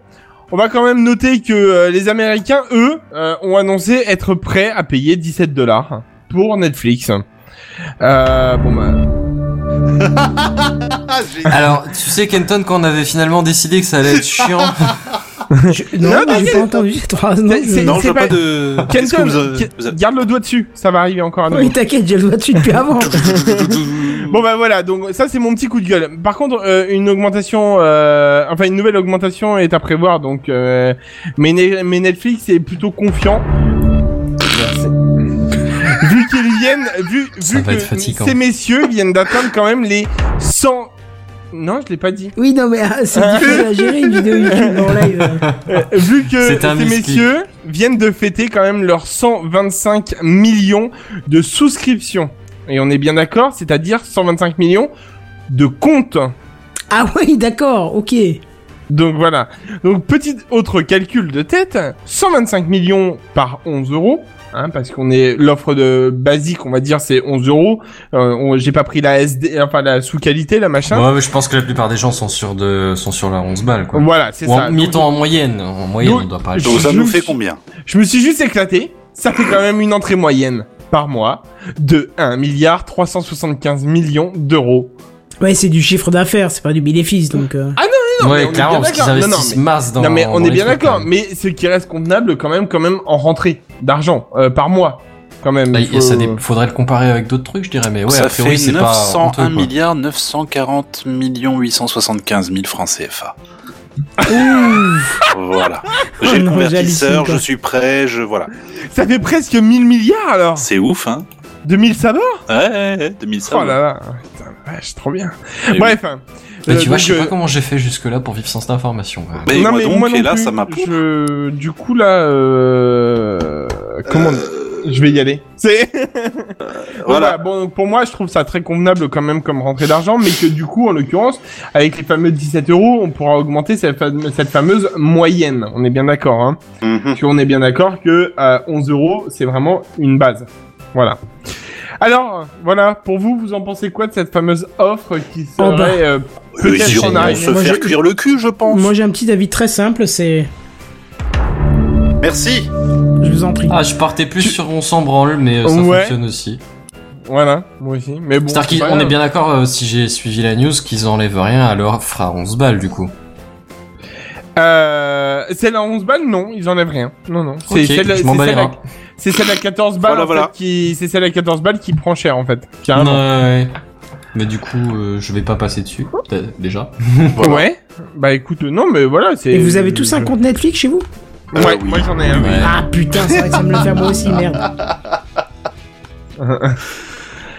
Speaker 11: on va quand même noter que euh, les Américains, eux, euh, ont annoncé être prêts à payer 17 dollars pour Netflix. Euh, bon bah...
Speaker 10: Alors, tu sais, Kenton, quand on avait finalement décidé que ça allait être chiant.
Speaker 2: Non,
Speaker 11: Non,
Speaker 2: mais
Speaker 11: mais
Speaker 2: j'ai
Speaker 11: c'est-
Speaker 2: pas entendu cette phrase. Non,
Speaker 11: C'est-
Speaker 2: je-
Speaker 11: c'est- c'est Kenton, Ken- garde le doigt dessus, ça va arriver encore à nous.
Speaker 2: Oui, t'inquiète, j'ai le doigt dessus depuis avant.
Speaker 11: bon bah voilà, donc ça c'est mon petit coup de gueule. Par contre, euh, une augmentation, euh, enfin une nouvelle augmentation est à prévoir, donc euh, mais, Ne- mais Netflix est plutôt confiant. Merci. vu qu'ils viennent, vu, vu
Speaker 10: va
Speaker 11: que
Speaker 10: être fatigant.
Speaker 11: ces messieurs viennent d'atteindre quand même les 100. Non, je l'ai pas dit.
Speaker 2: Oui, non, mais ah, c'est difficile à gérer une vidéo YouTube en live.
Speaker 11: Euh, vu que
Speaker 10: C'est un
Speaker 11: ces
Speaker 10: muscle.
Speaker 11: messieurs viennent de fêter quand même leurs 125 millions de souscriptions. Et on est bien d'accord, c'est-à-dire 125 millions de comptes.
Speaker 2: Ah oui, d'accord, ok.
Speaker 11: Donc voilà. Donc petit autre calcul de tête, 125 millions par 11 euros. Hein, parce qu'on est l'offre de basique, on va dire c'est 11 euros. Euh, on- J'ai pas pris la SD, enfin la sous qualité, la machin.
Speaker 10: Ouais, mais je pense que la plupart des gens sont sur de sont sur la 11 balles quoi.
Speaker 11: Voilà, c'est
Speaker 10: Ou en-
Speaker 11: ça.
Speaker 10: mettons en moyenne, en moyenne
Speaker 11: Donc,
Speaker 10: on doit pas.
Speaker 11: Donc, ça nous fait
Speaker 9: combien
Speaker 11: Je me suis juste éclaté. Ça fait quand même une entrée moyenne par mois de 1 milliard 375 millions d'euros.
Speaker 2: Ouais, c'est du chiffre d'affaires, c'est pas du bénéfice, donc. euh.
Speaker 11: Ah non, non, non,
Speaker 10: Ouais,
Speaker 11: mais on est
Speaker 10: clairement,
Speaker 11: bien
Speaker 10: parce qu'ils
Speaker 11: d'accord. Non, non,
Speaker 10: investissent
Speaker 11: mais-
Speaker 10: masse dans-
Speaker 11: Non, mais
Speaker 10: dans
Speaker 11: on
Speaker 10: les
Speaker 11: est bien
Speaker 10: trucs,
Speaker 11: d'accord, mais ce qui reste convenable quand même, quand même, en rentrée d'argent, euh, par mois, quand même.
Speaker 10: Bah,
Speaker 11: il
Speaker 10: et ça
Speaker 11: faut-
Speaker 10: dé- faudrait le comparer avec d'autres trucs, je dirais, mais ouais,
Speaker 9: ça
Speaker 10: a priori,
Speaker 9: fait
Speaker 10: c'est pas.
Speaker 9: 901
Speaker 10: honteux, quoi.
Speaker 9: milliards 940 millions 875 000 francs CFA. voilà. J'ai le
Speaker 11: Oh non, j'hallucine,
Speaker 9: convertisseur,
Speaker 11: quoi.
Speaker 9: je suis prêt, je voilà.
Speaker 11: Ça fait presque 1000 milliards alors
Speaker 9: C'est ouf hein.
Speaker 11: 2000 sabords
Speaker 9: Ouais, ouais, ouais, 2005.
Speaker 11: Oh là là, putain, la vache, trop bien.
Speaker 9: Et
Speaker 11: Bref.
Speaker 9: Eh oui. Eh,
Speaker 11: hein.
Speaker 10: Mais
Speaker 11: Euh,
Speaker 10: tu vois,
Speaker 11: donc,
Speaker 10: je sais
Speaker 11: euh,
Speaker 10: pas comment j'ai fait jusque là pour vivre sans cette information. quoi.
Speaker 9: Mais
Speaker 11: non,
Speaker 9: moi
Speaker 11: mais
Speaker 9: donc,
Speaker 11: moi
Speaker 9: et
Speaker 11: non
Speaker 9: là,
Speaker 11: plus,
Speaker 9: ça m'a
Speaker 11: je... Du coup, là, euh... comment je vais y aller C'est voilà. bah, Bon, pour moi, je trouve ça très convenable quand même comme rentrée d'argent, mais que du coup, en l'occurrence, avec les fameux 17 euros, on pourra augmenter cette, fame- cette fameuse moyenne. On est bien d'accord, hein
Speaker 9: Mhm.
Speaker 11: Parce qu'on est bien d'accord que euh, 11 euros, c'est vraiment une base. Voilà. Alors, voilà, pour vous, vous en pensez quoi de cette fameuse offre qui serait
Speaker 2: Oh bah.
Speaker 11: euh,
Speaker 9: Eux, ils
Speaker 11: peut-être
Speaker 9: iront
Speaker 11: en arrière
Speaker 9: se faire cuire le cul, je pense.
Speaker 2: Moi, j'ai un petit avis très simple, c'est.
Speaker 9: Merci.
Speaker 2: Je vous en prie.
Speaker 10: Ah, je partais plus sur on s'en branle, mais euh, ça
Speaker 11: Ouais.
Speaker 10: fonctionne aussi.
Speaker 11: Voilà, moi aussi. Mais bon,
Speaker 10: C'est-à-dire
Speaker 11: c'est pas
Speaker 10: qu'on est
Speaker 11: grave.
Speaker 10: bien d'accord, euh, si j'ai suivi la news, qu'ils enlèvent rien à leur fera 11 balles du coup.
Speaker 11: Euh, celle à 11 balles, non, ils enlèvent rien. Non, non. C'est
Speaker 10: Ok,
Speaker 11: celle,
Speaker 10: je
Speaker 11: c'est
Speaker 10: m'en bats les
Speaker 11: celle à,
Speaker 10: reins.
Speaker 11: c'est celle à 14 balles,
Speaker 10: Voilà,
Speaker 11: en
Speaker 10: voilà.
Speaker 11: fait, qui, c'est celle à 14 balles qui prend cher, en fait. Carrément.
Speaker 10: Ouais. Mais du coup, euh, je vais pas passer dessus, peut-être, déjà.
Speaker 11: Ouais. Bah écoute, non mais voilà, c'est.
Speaker 2: Et vous avez tous un compte Netflix chez vous
Speaker 11: Ouais, moi j'en ai un.
Speaker 10: euh, Ouais.
Speaker 2: Ah putain, c'est vrai que ça me le fait à moi aussi, merde.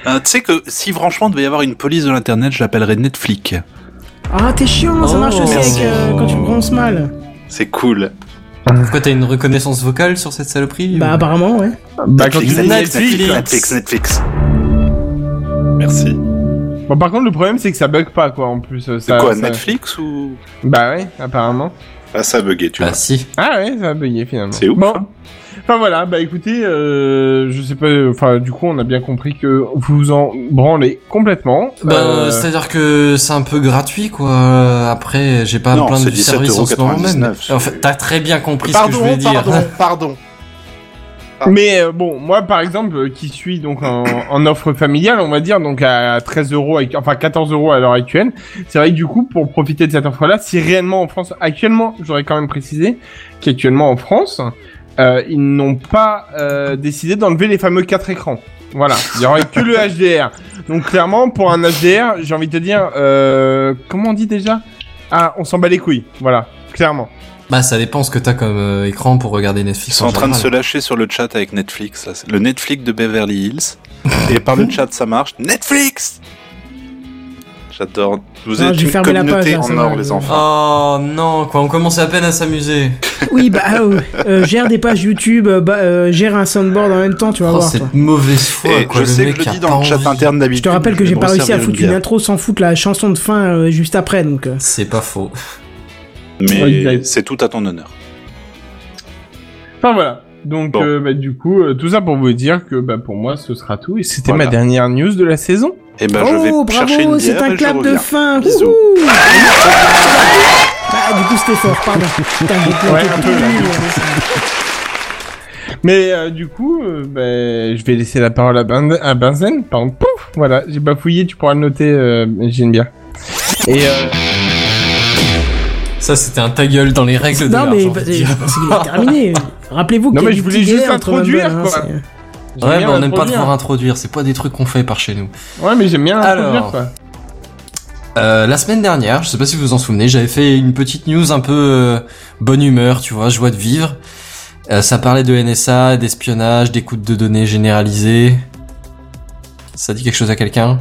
Speaker 9: Euh, tu sais que si franchement devait y avoir une police de l'internet, je l'appellerais Netflix.
Speaker 2: Ah, t'es chiant, ça
Speaker 10: Oh,
Speaker 2: marche aussi
Speaker 9: Merci.
Speaker 2: avec, euh, quand tu bronzes mal.
Speaker 9: C'est cool.
Speaker 10: Pourquoi t'as une reconnaissance vocale sur cette saloperie
Speaker 2: Bah, apparemment, ouais.
Speaker 11: Bah, quand tu dis
Speaker 9: Netflix, Netflix, Netflix. Merci.
Speaker 11: Bon, par contre, le problème c'est que ça bug pas quoi en plus. euh, Ça,
Speaker 9: quoi,
Speaker 11: ça-
Speaker 9: Netflix ou
Speaker 11: Bah ouais, apparemment.
Speaker 9: Ah, ça a bugué, tu vois.
Speaker 10: Bah, si.
Speaker 11: Ah ouais, ça a bugué finalement.
Speaker 9: C'est ouf. hein.
Speaker 11: Bon. Enfin voilà, bah écoutez, euh, je sais pas, enfin du coup on a bien compris que vous vous en branlez complètement.
Speaker 10: Bah,
Speaker 11: Euh,
Speaker 10: c'est-à-dire que c'est un peu gratuit, quoi. Après, j'ai pas à me
Speaker 11: Non,
Speaker 10: plaindre
Speaker 11: c'est
Speaker 10: du service en ce moment même.
Speaker 11: 17,99,
Speaker 10: En fait, t'as très bien compris ce que je
Speaker 11: Pardon,
Speaker 10: voulais dire.
Speaker 11: pardon, pardon. Mais euh, bon, moi par exemple, euh, qui suis donc en, en offre familiale, on va dire donc à 13 euros, act- enfin 14 euros à l'heure actuelle, c'est vrai que du coup pour profiter de cette offre-là, si réellement en France, actuellement, j'aurais quand même précisé qu'actuellement en France, euh, ils n'ont pas euh, décidé d'enlever les fameux quatre écrans. Voilà, il y aurait que le HDR. Donc clairement pour un HDR, j'ai envie de te dire, euh, comment on dit déjà Ah, on s'en bat les couilles. Voilà, clairement.
Speaker 10: Bah, ça dépend ce que t'as comme euh, écran pour regarder
Speaker 9: Ils
Speaker 10: Netflix.
Speaker 9: sont en train de se
Speaker 10: général.
Speaker 9: lâcher sur le chat avec Netflix. là. C'est Le Netflix de Beverly Hills. Et par le chat, ça marche. Netflix J'adore. Vous
Speaker 2: Ah,
Speaker 9: êtes
Speaker 2: j'ai
Speaker 9: une
Speaker 2: fermé la page,
Speaker 9: communauté
Speaker 2: là, ça
Speaker 9: en
Speaker 2: va,
Speaker 9: or,
Speaker 2: je-
Speaker 9: les enfants.
Speaker 10: Oh non, quoi, on commence à peine à s'amuser.
Speaker 2: Oui, bah, euh, euh, gère des pages YouTube, euh, bah, euh, gère un soundboard en même temps, tu vas
Speaker 10: Oh,
Speaker 2: voir.
Speaker 10: cette
Speaker 2: toi.
Speaker 10: mauvaise foi,
Speaker 9: Et
Speaker 10: quoi.
Speaker 9: je
Speaker 10: le
Speaker 9: sais
Speaker 10: mec
Speaker 9: que je
Speaker 10: a
Speaker 9: le dis dans le
Speaker 10: pas
Speaker 9: chat
Speaker 10: envie.
Speaker 9: interne d'habitude.
Speaker 2: Je te rappelle que j'ai pas réussi à foutre une
Speaker 9: bière.
Speaker 2: intro sans foutre la chanson de fin euh, juste après, donc. euh.
Speaker 10: C'est pas faux.
Speaker 9: Mais c'est tout à ton honneur.
Speaker 11: Enfin voilà. Donc euh, bah, du coup, euh, tout ça pour vous dire que bah, pour moi, ce sera tout. Et c'était
Speaker 9: Voilà.
Speaker 11: ma dernière news de la saison.
Speaker 9: Et ben, je vais
Speaker 2: oh,
Speaker 9: chercher une
Speaker 2: bravo, c'est
Speaker 9: bière et
Speaker 2: un
Speaker 9: je
Speaker 2: clap de
Speaker 9: reviens.
Speaker 2: fin.
Speaker 9: Bisous.
Speaker 2: wouhou. Ah, du coup, c'était fort, pardon. Putain, j'ai planté
Speaker 11: Ouais, un
Speaker 2: tout
Speaker 11: peu, là,
Speaker 2: le
Speaker 11: du
Speaker 2: monde.
Speaker 11: Mais euh, du coup, euh, bah, je vais laisser la parole à, ben à Benzen. Pardon. Pouf voilà, j'ai bafouillé, tu pourras le noter, euh, j'aime bien. Et euh,
Speaker 10: Ça, c'était un ta gueule dans les règles de
Speaker 2: Non,
Speaker 10: l'art,
Speaker 2: mais
Speaker 10: j'ai envie
Speaker 2: bah,
Speaker 10: de
Speaker 2: c'est
Speaker 10: dire.
Speaker 2: c'est terminé. Rappelez-vous que
Speaker 11: Non, mais je voulais juste introduire, quoi. J'aime
Speaker 10: Ouais, mais
Speaker 11: bien
Speaker 10: on n'aime pas
Speaker 11: introduire.
Speaker 10: devoir introduire, c'est pas des trucs qu'on fait par chez nous.
Speaker 11: Ouais, mais j'aime bien
Speaker 10: Alors.
Speaker 11: introduire, quoi.
Speaker 10: Euh, la semaine dernière, je sais pas si vous vous en souvenez, j'avais fait une petite news un peu euh, bonne humeur, tu vois, joie de vivre. Euh, ça parlait de NSA, d'espionnage, d'écoute de données généralisée. Ça dit quelque chose à quelqu'un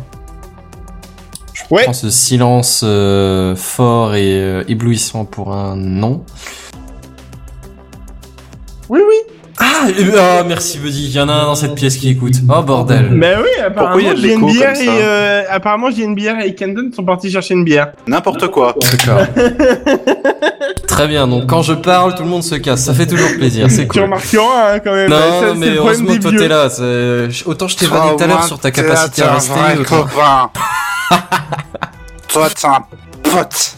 Speaker 10: Je prends ce silence euh, fort et euh, éblouissant pour un non.
Speaker 11: Oui, oui.
Speaker 10: Ah, euh, oh, merci Buddy, il y en a un dans cette pièce qui écoute. Oh bordel.
Speaker 11: Mais Bah oui, apparemment,
Speaker 10: il y a de l'écho comme
Speaker 11: JNBR
Speaker 10: ça
Speaker 11: et, euh, apparemment, JNBR et Camden sont partis chercher une bière.
Speaker 9: N'importe quoi.
Speaker 10: D'accord. Très bien, donc quand je parle, tout le monde se casse, ça fait toujours plaisir, c'est
Speaker 11: Tu
Speaker 10: cool.
Speaker 11: remarqueras, hein, quand même.
Speaker 9: bah,
Speaker 10: Non,
Speaker 11: Ça, c'est
Speaker 10: mais
Speaker 11: le problème
Speaker 10: heureusement
Speaker 11: des
Speaker 10: toi
Speaker 11: vieux.
Speaker 10: t'es là. c'est- je- Autant je t'ai vanné tout à l'heure sur ta capacité à rester. autant-
Speaker 7: Toi, t'es un pote.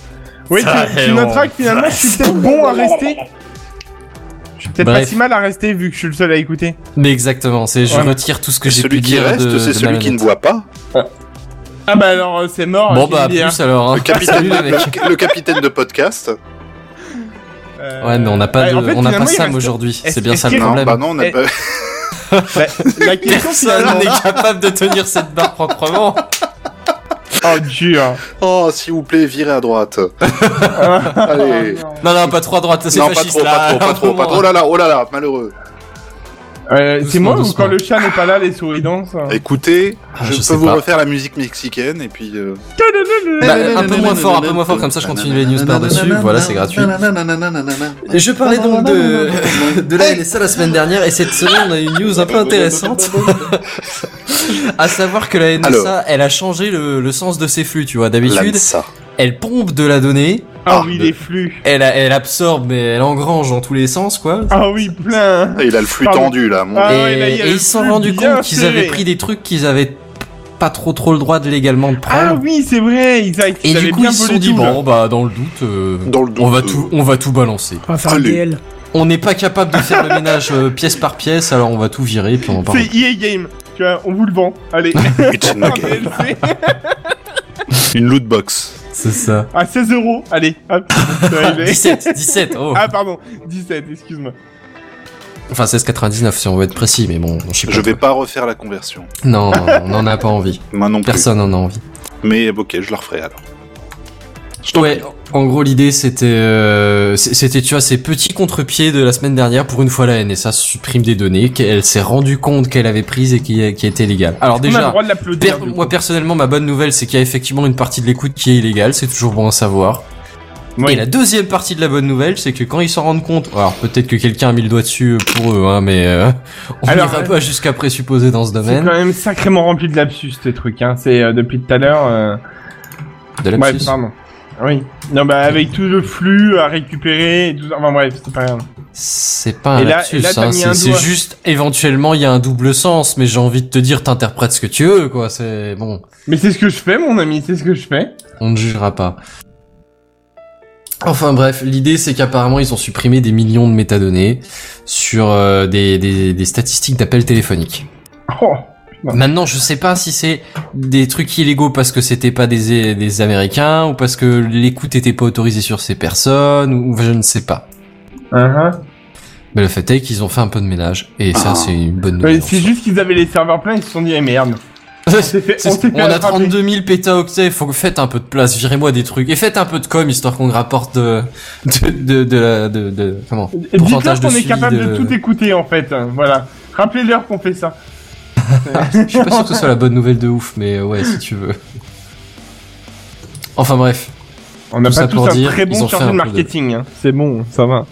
Speaker 11: Oui, tu, tu noteras que finalement, je suis peut-être bon à rester. Je suis peut-être pas
Speaker 10: Bref.
Speaker 11: si mal à rester vu que je suis le seul à écouter.
Speaker 10: Mais exactement, c'est je
Speaker 11: Ouais.
Speaker 10: retire tout ce que
Speaker 9: Et
Speaker 10: j'ai
Speaker 9: celui
Speaker 10: pu
Speaker 9: qui
Speaker 10: dire
Speaker 9: reste,
Speaker 10: de-
Speaker 9: c'est
Speaker 10: de
Speaker 9: celui qui ne
Speaker 10: malhonnête.
Speaker 9: boit pas.
Speaker 11: Ah bah alors euh, c'est mort.
Speaker 10: Bon
Speaker 9: Oh,
Speaker 11: j'ai
Speaker 10: bah à
Speaker 11: une bière.
Speaker 10: plus alors. hein.
Speaker 9: Le capitaine,
Speaker 10: Salut, les mecs.
Speaker 9: le- le capitaine de podcast.
Speaker 11: Euh,
Speaker 10: Ouais, mais on n'a pas,
Speaker 9: Ouais,
Speaker 10: de-
Speaker 9: en fait,
Speaker 10: on n'a pas
Speaker 9: finalement, il
Speaker 10: Sam
Speaker 9: reste-
Speaker 10: aujourd'hui.
Speaker 9: est-ce-
Speaker 10: C'est bien
Speaker 9: est-ce
Speaker 10: ça le
Speaker 9: qu'il- Non,
Speaker 10: problème.
Speaker 9: bah non, on n'a Eh, pas-
Speaker 11: Bah, la question
Speaker 10: Personne
Speaker 11: finalement-
Speaker 10: n'est capable de tenir cette barre proprement.
Speaker 11: Oh dur.
Speaker 9: Oh s'il vous plaît, virez à droite. Allez.
Speaker 10: Non non pas trop à droite, c'est
Speaker 9: Non, pas
Speaker 10: fasciste
Speaker 9: trop,
Speaker 10: là.
Speaker 9: pas trop, pas trop, pas trop. Oh là là, oh là là, malheureux.
Speaker 11: Euh, c'est moi ou
Speaker 9: doucement.
Speaker 11: quand le chat n'est pas là les souris dansent. hein.
Speaker 9: Écoutez,
Speaker 10: Ah,
Speaker 9: je,
Speaker 10: je sais
Speaker 9: peux vous
Speaker 10: pas.
Speaker 9: refaire la musique mexicaine et puis. euh,
Speaker 10: Bah, un peu moins fort, un peu moins fort, comme ça je continue les news par-dessus. Voilà, c'est gratuit. Je parlais donc de, de la NSA la semaine dernière et cette semaine on a une news un peu intéressante. à savoir que la NSA,
Speaker 9: Alors.
Speaker 10: elle a changé le, le sens de ses flux, tu vois. D'habitude,
Speaker 9: L'ANSA.
Speaker 10: elle pompe de la donnée.
Speaker 11: Ah oui les flux.
Speaker 10: Elle, a- elle absorbe, mais elle engrange dans tous les sens, quoi.
Speaker 11: Ah oui plein.
Speaker 9: Il a le flux
Speaker 11: Pardon.
Speaker 9: tendu là. Mon...
Speaker 11: Ah
Speaker 10: et,
Speaker 11: ouais, là, il y a
Speaker 10: et
Speaker 11: le
Speaker 10: ils se sont
Speaker 11: flux
Speaker 10: rendus
Speaker 11: bien
Speaker 10: compte qu'ils
Speaker 11: serré.
Speaker 10: avaient pris des trucs qu'ils avaient pas trop trop le droit de légalement de prendre.
Speaker 11: Ah oui c'est vrai exact.
Speaker 10: Et du
Speaker 11: avaient
Speaker 10: coup,
Speaker 11: bien
Speaker 10: ils se
Speaker 11: volé
Speaker 10: sont dit,
Speaker 11: tout, là.
Speaker 10: bon, bah, dans le doute, euh, on, va tout, on va tout balancer.
Speaker 2: On va faire un Ah, DL.
Speaker 10: On n'est pas capable de faire le ménage euh, pièce par pièce, alors on va tout virer et puis on en parle.
Speaker 11: C'est EA Game. Tu vois on vous le vend. Allez.
Speaker 9: Une Une loot box.
Speaker 10: C'est ça.
Speaker 11: à 16 euros. Allez. Hop. c'est arrivé.
Speaker 10: 17, 17, oh.
Speaker 11: Ah pardon 17 excuse-moi.
Speaker 10: Enfin, 16,99 si on veut être précis, mais bon, je sais pas.
Speaker 9: Je vais pas refaire la conversion.
Speaker 10: Non, on n'en a pas envie.
Speaker 9: Moi non
Speaker 10: Personne n'en a envie.
Speaker 9: Mais ok, je la referai alors.
Speaker 10: Ouais, en gros l'idée c'était euh, c- c'était tu vois ces petits contre-pieds de la semaine dernière pour une fois la NSA supprime des données qu'elle s'est rendue compte qu'elle avait prises et qui, qui étaient illégales. Alors
Speaker 11: On a le
Speaker 10: déjà
Speaker 11: droit de l'applaudir.
Speaker 10: per- moi personnellement ma bonne nouvelle c'est qu'il y a effectivement une partie de l'écoute qui est illégale, c'est toujours bon à savoir. Et la deuxième partie de la bonne nouvelle, c'est que quand ils s'en rendent compte, alors peut-être que quelqu'un a mis le doigt dessus euh, pour eux, hein, mais euh, on
Speaker 11: Alors,
Speaker 10: n'ira
Speaker 11: euh,
Speaker 10: pas jusqu'à présupposer dans ce
Speaker 11: C'est
Speaker 10: domaine.
Speaker 11: quand même sacrément rempli de lapsus, ces trucs. Hein. C'est euh, depuis tout à l'heure. euh,
Speaker 10: De lapsus.
Speaker 11: Ouais, pardon. Oui. Non, bah avec tout le flux à récupérer et tout ça. Enfin bref, c'est pas grave.
Speaker 10: C'est pas un
Speaker 11: Et là-
Speaker 10: lapsus,
Speaker 11: et là, t'as
Speaker 10: hein,
Speaker 11: mis un
Speaker 10: c'est c'est
Speaker 11: doigt.
Speaker 10: juste éventuellement il y a un double sens, mais j'ai envie de te dire t'interprètes ce que tu veux, quoi. C'est bon,
Speaker 11: Mais c'est ce que je fais, mon ami, c'est ce que je fais.
Speaker 10: on ne jugera pas. Enfin bref, l'idée c'est qu'apparemment ils ont supprimé des millions de métadonnées sur euh, des, des, des statistiques d'appels téléphoniques.
Speaker 11: Oh.
Speaker 10: Maintenant, je sais pas si c'est des trucs illégaux parce que c'était pas des, des Américains ou parce que l'écoute était pas autorisée sur ces personnes ou je ne sais pas.
Speaker 11: Uh-huh.
Speaker 10: Mais le fait est qu'ils ont fait un peu de ménage et ça c'est une bonne nouvelle.
Speaker 11: Ouais, c'est juste qu'ils avaient les serveurs pleins, ils se sont dit, eh merde.
Speaker 10: On,
Speaker 11: s'est fait-
Speaker 10: C'est-
Speaker 11: on s'est fait
Speaker 10: on a
Speaker 11: attraper.
Speaker 10: 32 000 pétaoctets, faut que faites un peu de place, virez-moi des trucs, et faites un peu de com, histoire qu'on rapporte de, de, de, de, la- de- de- comment,
Speaker 11: Dites-leur qu'on est
Speaker 10: suivi
Speaker 11: capable de... tout écouter en fait. hein, Voilà. Rappelez-leur qu'on fait ça.
Speaker 10: Je suis pas sûr que ce soit la bonne nouvelle de ouf, mais euh, ouais, si tu veux. Enfin bref.
Speaker 11: On n'a
Speaker 10: Tout
Speaker 11: pas
Speaker 10: ça
Speaker 11: tous
Speaker 10: pour
Speaker 11: un
Speaker 10: dire,
Speaker 11: très
Speaker 10: ils
Speaker 11: bon
Speaker 10: ont fait
Speaker 11: chargé
Speaker 10: un
Speaker 11: de
Speaker 10: peu
Speaker 11: marketing. hein. C'est bon, ça va.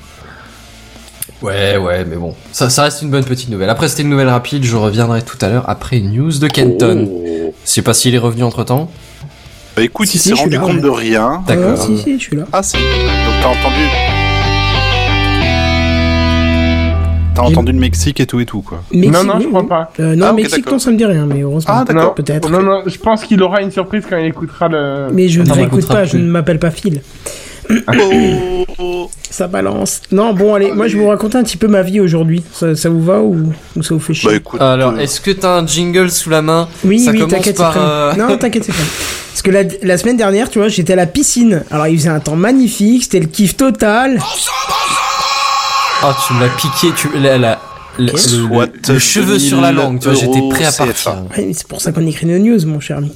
Speaker 10: Ouais, ouais, mais bon. Ça, ça reste une bonne petite nouvelle. Après, c'était une nouvelle rapide, je reviendrai tout à l'heure après une news de Kenton. Je sais pas s'il est revenu entre temps.
Speaker 9: Oh. Bah écoute,
Speaker 10: Si,
Speaker 9: il
Speaker 10: si,
Speaker 9: s'est
Speaker 10: je suis
Speaker 9: rendu
Speaker 10: là,
Speaker 9: compte
Speaker 10: ouais.
Speaker 9: de rien.
Speaker 10: D'accord.
Speaker 9: Euh,
Speaker 10: Si, si,
Speaker 2: je suis là.
Speaker 9: Ah si. Donc t'as entendu. T'as entendu le Mexique et tout et tout quoi.
Speaker 2: Mexique,
Speaker 11: non, non, je
Speaker 2: oui,
Speaker 11: crois
Speaker 2: oui.
Speaker 11: pas.
Speaker 2: Euh, non,
Speaker 11: Ah, ok,
Speaker 2: Mexique,
Speaker 11: d'accord. Ah,
Speaker 2: non, ça me dit rien, mais heureusement.
Speaker 11: Non,
Speaker 2: Ah, peut-être.
Speaker 11: Non, non, je pense qu'il aura une surprise quand il écoutera le.
Speaker 2: Mais je ne
Speaker 11: Attends,
Speaker 2: réécoute
Speaker 11: écoutera
Speaker 2: pas, je
Speaker 11: plus.
Speaker 2: ne m'appelle pas Phil.
Speaker 11: Oh.
Speaker 2: ça balance. Non, bon, allez, moi je vais vous raconter un petit peu ma vie aujourd'hui. Ça, ça vous va ou, ou ça vous fait
Speaker 9: Bah,
Speaker 2: chier
Speaker 9: euh,
Speaker 10: Alors, est-ce que t'as un jingle sous la main
Speaker 2: Oui,
Speaker 10: ça
Speaker 2: oui,
Speaker 10: commence
Speaker 2: t'inquiète, c'est
Speaker 10: par.
Speaker 2: prêt.
Speaker 10: euh,
Speaker 2: Non, t'inquiète, c'est prêt. Parce que la, la semaine dernière, tu vois, j'étais à la piscine. Alors, il faisait un temps magnifique, c'était le kiff total.
Speaker 10: Ah, tu me l'as piqué, tu la, la, la- le, le- le cheveu sur la langue, tu vois, j'étais prêt à partir.
Speaker 2: Ouais, mais c'est pour ça qu'on écrit nos news, mon cher ami.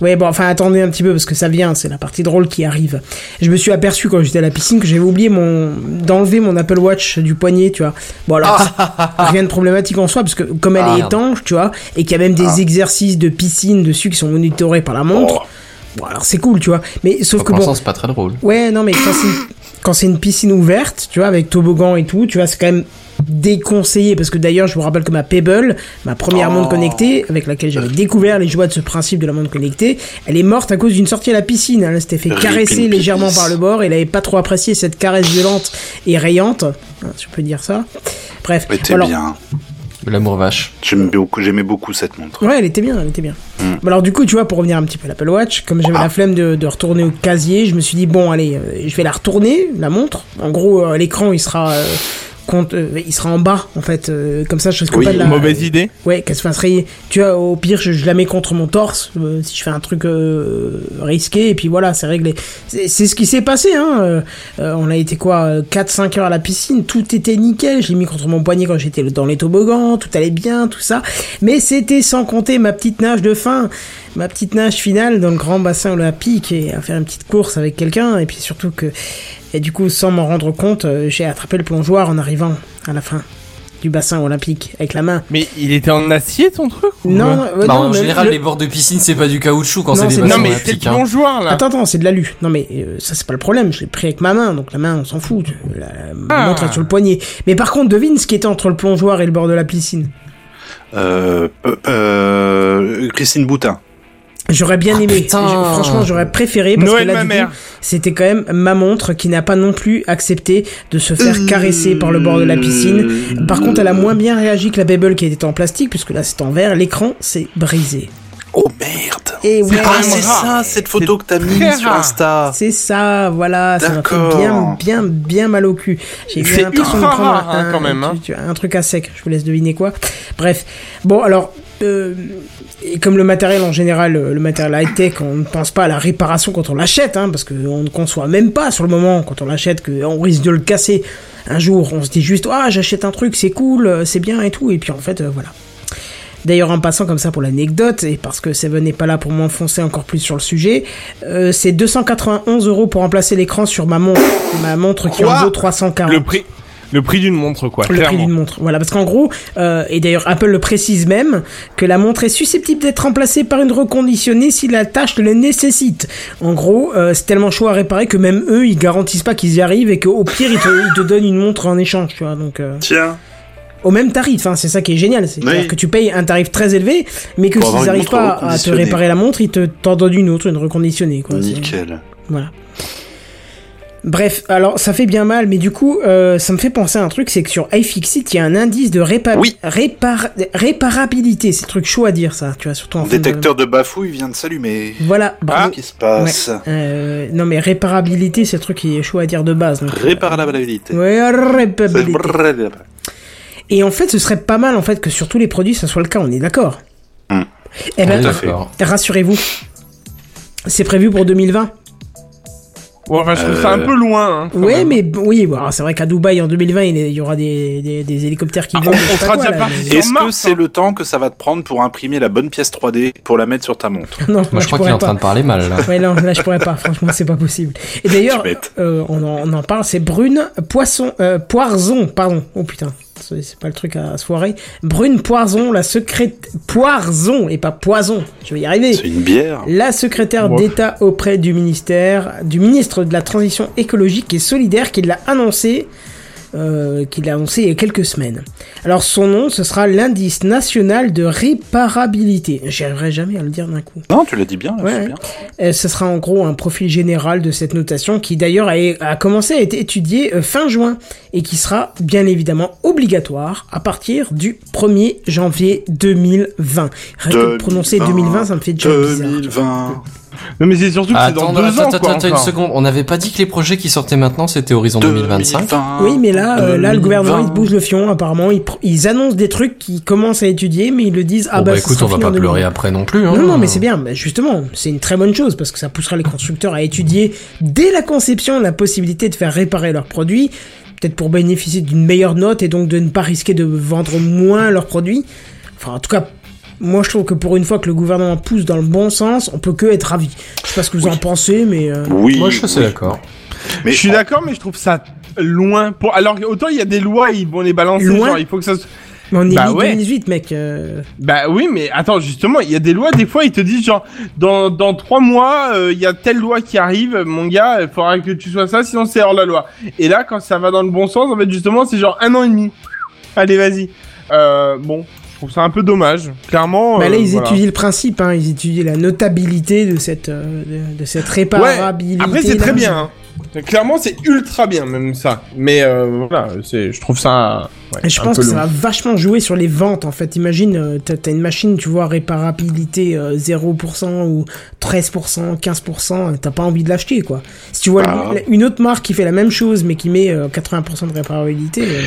Speaker 2: Ouais, bon, enfin, attendez un petit peu parce que ça vient, c'est la partie drôle qui arrive. Je me suis aperçu quand j'étais à la piscine que j'avais oublié mon d'enlever mon Apple Watch du poignet, tu vois. Bon, alors,
Speaker 10: Ah.
Speaker 2: rien de problématique en soi parce que comme elle
Speaker 16: Ah,
Speaker 2: est
Speaker 16: merde.
Speaker 2: étanche, tu vois, et qu'il y a même des
Speaker 10: Ah.
Speaker 2: exercices de piscine dessus qui sont monitorés par la montre. Bon, alors c'est cool, tu vois. Mais sauf que
Speaker 10: Pour
Speaker 2: bon,
Speaker 10: l'instant, c'est Oh. pas très drôle.
Speaker 2: Ouais, non, mais quand c'est, quand c'est une piscine ouverte, tu vois, avec toboggan et tout, tu vois, c'est quand même déconseillé. Parce que d'ailleurs, je vous rappelle que ma Pebble, ma première montre
Speaker 16: Oh.
Speaker 2: connectée, avec laquelle j'avais découvert les joies de ce principe de la montre connectée, elle est morte à cause d'une sortie à la piscine. hein. Elle s'était fait
Speaker 16: Rip
Speaker 2: caresser
Speaker 16: in
Speaker 2: légèrement
Speaker 16: peace.
Speaker 2: par le bord. et Elle avait pas trop apprécié cette caresse violente et rayante. hein, si on peut dire ça. Bref.
Speaker 9: Mais t'es
Speaker 2: alors-
Speaker 9: bien.
Speaker 10: L'amour vache.
Speaker 9: J'aimais beaucoup, j'aimais beaucoup cette montre.
Speaker 2: Ouais, elle était bien, elle était bien.
Speaker 9: Mm.
Speaker 2: Bah alors du coup, tu vois, pour revenir un petit peu à l'Apple Watch, comme j'avais la flemme de, de retourner au casier, je me suis dit bon, allez, euh, je vais la retourner, la montre. En gros, euh, l'écran, il sera, euh, compte- euh, il sera en bas, en fait. euh, comme ça, je risque pas de la.
Speaker 11: mauvaise idée.
Speaker 10: Bah,
Speaker 2: Ouais, qu'elle se fasse rayer. Tu vois, au pire, je, je la mets contre mon torse euh, si je fais un truc euh, risqué, et puis voilà, c'est réglé. C'est c'est ce qui s'est passé, hein. euh, euh, on a été quoi, euh, 4-5 heures à la piscine, tout était nickel. Je l'ai mis contre mon poignet quand j'étais dans les toboggans, tout allait bien, tout ça. Mais c'était sans compter ma petite nage de fin, ma petite nage finale dans le grand bassin olympique et à faire une petite course avec quelqu'un, et puis surtout que. Et du coup, sans m'en rendre compte, euh, j'ai attrapé le plongeoir en arrivant à la fin du bassin olympique avec la main.
Speaker 11: Mais il était en acier ton truc ou
Speaker 2: Non, euh,
Speaker 11: quoi
Speaker 2: non, ouais,
Speaker 10: Bah,
Speaker 2: non,
Speaker 10: en
Speaker 2: mais
Speaker 10: général,
Speaker 2: le-
Speaker 10: les bords de piscine, c'est pas du caoutchouc quand c'est des
Speaker 2: de
Speaker 10: bassins
Speaker 2: la-
Speaker 10: olympiques, hein.
Speaker 2: Attends, attends, c'est de l'alu. Non, mais euh, ça, c'est pas le problème. Je l'ai pris avec ma main, donc la main, on s'en fout. La
Speaker 9: Ah.
Speaker 2: montre est sur le poignet. Mais par contre, devine ce qui était entre le plongeoir et le bord de la piscine.
Speaker 9: Euh, euh, euh, Christine Boutin.
Speaker 2: J'aurais bien aimé.
Speaker 9: putain.
Speaker 2: Je- franchement, j'aurais préféré parce
Speaker 9: Noël,
Speaker 2: que là,
Speaker 9: ma
Speaker 2: du coup,
Speaker 9: mère.
Speaker 2: c'était quand même ma montre qui n'a pas non plus accepté de se faire
Speaker 9: Euh.
Speaker 2: caresser par le bord de la piscine. Par contre, elle a moins bien réagi que la Pebble qui était en plastique, puisque là, c'est en verre. L'écran s'est brisé.
Speaker 9: Oh merde.
Speaker 2: Et
Speaker 9: C'est
Speaker 2: ouais.
Speaker 9: ah, c'est ça, cette photo que t'as
Speaker 2: Très
Speaker 9: mise sur
Speaker 2: rare.
Speaker 9: Insta.
Speaker 2: C'est ça, voilà, ça m'a fait
Speaker 9: D'accord.
Speaker 2: bien, bien, bien mal au cul. J'ai eu
Speaker 11: C'est
Speaker 2: l'impression de
Speaker 11: ultra
Speaker 2: prendre
Speaker 11: rare, hein,
Speaker 2: un,
Speaker 11: quand même, hein.
Speaker 2: tu- tu- un truc à sec. Je vous laisse deviner quoi. Bref, bon alors, euh, et comme le matériel en général, euh, le matériel high tech, on ne pense pas à la réparation quand on l'achète, hein, parce qu'on ne conçoit même pas sur le moment quand on l'achète qu'on risque de le casser. Un jour, on se dit juste ah j'achète un truc, c'est cool, euh, c'est bien et tout, et puis en fait euh, voilà. D'ailleurs, en passant comme ça pour l'anecdote, et parce que Seven n'est pas là pour m'enfoncer encore plus sur le sujet, euh, c'est 291 euros pour remplacer l'écran sur ma montre. ma montre qui en
Speaker 11: Quoi
Speaker 2: vaut 340.
Speaker 11: Le prix, le prix d'une montre, quoi.
Speaker 2: Le prix
Speaker 11: clairement.
Speaker 2: d'une montre. Voilà, parce qu'en gros, euh, et d'ailleurs Apple le précise même, que la montre est susceptible d'être remplacée par une reconditionnée si la tâche le nécessite. En gros, euh, c'est tellement chaud à réparer que même eux, ils garantissent pas qu'ils y arrivent et qu'au pire, ils te, ils te donnent une montre en échange, tu vois. Donc, euh,
Speaker 9: Tiens.
Speaker 2: au même tarif, hein, c'est ça qui est génial. C'est
Speaker 9: Oui.
Speaker 2: que tu payes un tarif très élevé, mais que
Speaker 9: Pour avoir
Speaker 2: s'ils
Speaker 9: une
Speaker 2: n'arrivent
Speaker 9: montre
Speaker 2: pas à te
Speaker 9: reconditionnée.
Speaker 2: réparer la montre, ils te t'en donnent une autre, une reconditionnée. Quoi. C'est-
Speaker 9: Nickel.
Speaker 2: voilà. Bref, alors ça fait bien mal, mais du coup, euh, ça me fait penser à un truc, c'est que sur iFixit, il y a un indice de répa- répar- réparabilité. C'est un truc chaud à dire, ça, tu vois, surtout en
Speaker 9: Mon
Speaker 2: fin de-
Speaker 9: détecteur de bafouille vient de s'allumer.
Speaker 2: Voilà, bravo.
Speaker 9: Qu'est-ce qui se passe
Speaker 2: Ah. Ouais, euh, non, mais réparabilité, c'est un truc qui est chaud à dire de base. donc.
Speaker 9: Répare la valabilité.
Speaker 2: Ouais,
Speaker 9: C'est
Speaker 2: réparabilité.
Speaker 9: brrr.
Speaker 2: Et en fait, ce serait pas mal en fait que sur tous les produits, ça soit le cas. On est d'accord.
Speaker 9: Hmm.
Speaker 2: Eh
Speaker 9: On
Speaker 2: ben,
Speaker 9: est d'accord.
Speaker 2: rassurez-vous, c'est prévu pour 2020.
Speaker 11: Ouais, enfin, je trouve ça un
Speaker 2: Euh,
Speaker 11: peu loin. hein, quand
Speaker 2: Ouais,
Speaker 11: même.
Speaker 2: mais b- oui, bon, alors, c'est vrai qu'à Dubaï en 2020, il y- il y aura des, des, des hélicoptères
Speaker 11: Ah,
Speaker 2: qui volent. je sais pas quoi, là, mais-
Speaker 9: Est-ce que c'est le temps que ça va te prendre pour imprimer la bonne pièce 3D pour la mettre sur ta montre
Speaker 2: Non, là, pourrais pas.
Speaker 10: mal, là.
Speaker 2: Ouais, non, là je pourrais pas, franchement, c'est pas possible. Et d'ailleurs, euh, on, en, on en parle, c'est Brune Poisson, euh, Poirzon, pardon. Oh putain, c'est c'est pas le truc à soirée. Brune Poirzon, la secrétaire. Poirzon et pas poison, je vais y arriver. C'est
Speaker 9: une bière.
Speaker 2: La secrétaire
Speaker 9: Wow.
Speaker 2: d'État auprès du ministère, du ministre de la Transition écologique et solidaire qui l'a annoncé. euh, qui l'a annoncé il y a quelques semaines. Alors son nom, ce sera l'indice national de réparabilité. J'arriverai jamais à le dire d'un coup.
Speaker 9: Non, tu l'as dit bien, là,
Speaker 2: Ouais,
Speaker 9: c'est
Speaker 2: ouais.
Speaker 9: bien.
Speaker 2: Euh, ce sera en gros un profil général de cette notation qui d'ailleurs a, a commencé à être étudiée euh, fin juin et qui sera bien évidemment obligatoire à partir du 1er janvier 2020. Rien que de prononcer 2020, ça me fait déjà bizarre.
Speaker 9: 2020.
Speaker 11: Non, mais c'est surtout que c'est dans
Speaker 10: Attends,
Speaker 11: deux
Speaker 10: attends,
Speaker 11: ans.
Speaker 10: attends,
Speaker 11: quoi,
Speaker 10: attends une
Speaker 11: encore.
Speaker 10: seconde. On n'avait pas dit que les projets qui sortaient maintenant c'était Horizon 2025.
Speaker 2: Oui, mais là, euh, là, le gouvernement, il bouge le fion, apparemment. Ils, pr- ils annoncent des trucs qu'ils commencent à étudier, mais ils le disent. Ah,
Speaker 10: Bon,
Speaker 2: bah,
Speaker 10: bah,
Speaker 2: ça
Speaker 10: écoute,
Speaker 2: sera
Speaker 10: on va
Speaker 2: fini
Speaker 10: pas
Speaker 2: en
Speaker 10: pleurer
Speaker 2: 2020.
Speaker 10: après non plus. Hein.
Speaker 2: Non, non, mais c'est bien. Bah, justement, c'est une très bonne chose parce que ça poussera les constructeurs à étudier dès la conception la possibilité de faire réparer leurs produits, peut-être pour bénéficier d'une meilleure note et donc de ne pas risquer de vendre moins leurs produits. Enfin, en tout cas, moi je trouve que pour une fois que le gouvernement pousse dans le bon sens, on peut que être ravi. Je sais pas ce que vous en pensez, mais. euh,
Speaker 11: je suis d'accord, mais je trouve ça loin. Pour... Alors, autant il y a des lois, ils vont les balancer.
Speaker 2: Loin.
Speaker 11: genre, il faut que ça. se-
Speaker 2: Mais on est
Speaker 11: bah, ouais.
Speaker 2: 2018, mec. euh.
Speaker 11: Bah oui, mais attends, justement, il y a des lois, des fois, ils te disent, genre, dans, dans trois mois, euh, il y a telle loi qui arrive, mon gars, il faudra que tu sois ça, sinon c'est hors la loi. Et là, quand ça va dans le bon sens, en fait, justement, c'est genre un an et demi. Allez, vas-y. Euh, bon, je trouve ça un peu dommage. Clairement.
Speaker 2: Bah là,
Speaker 11: euh,
Speaker 2: ils
Speaker 11: voilà.
Speaker 2: étudient le principe, hein, ils étudient la notabilité de cette, euh, de, de cette réparabilité.
Speaker 11: Ouais, après, c'est
Speaker 2: là.
Speaker 11: très bien. hein. Clairement, c'est ultra bien, même ça. Mais euh, voilà, c'est, je trouve ça. ouais,
Speaker 2: Et je
Speaker 11: un
Speaker 2: pense
Speaker 11: peu
Speaker 2: que ça
Speaker 11: long.
Speaker 2: va vachement jouer sur les ventes en fait. Imagine, euh, t'as t'as une machine, tu vois, réparabilité euh, 0% ou 13%, 15%, euh, t'as pas envie de l'acheter quoi. Si tu vois
Speaker 11: Bah.
Speaker 2: le- une autre marque qui fait la même chose mais qui met euh, 80% de réparabilité. euh,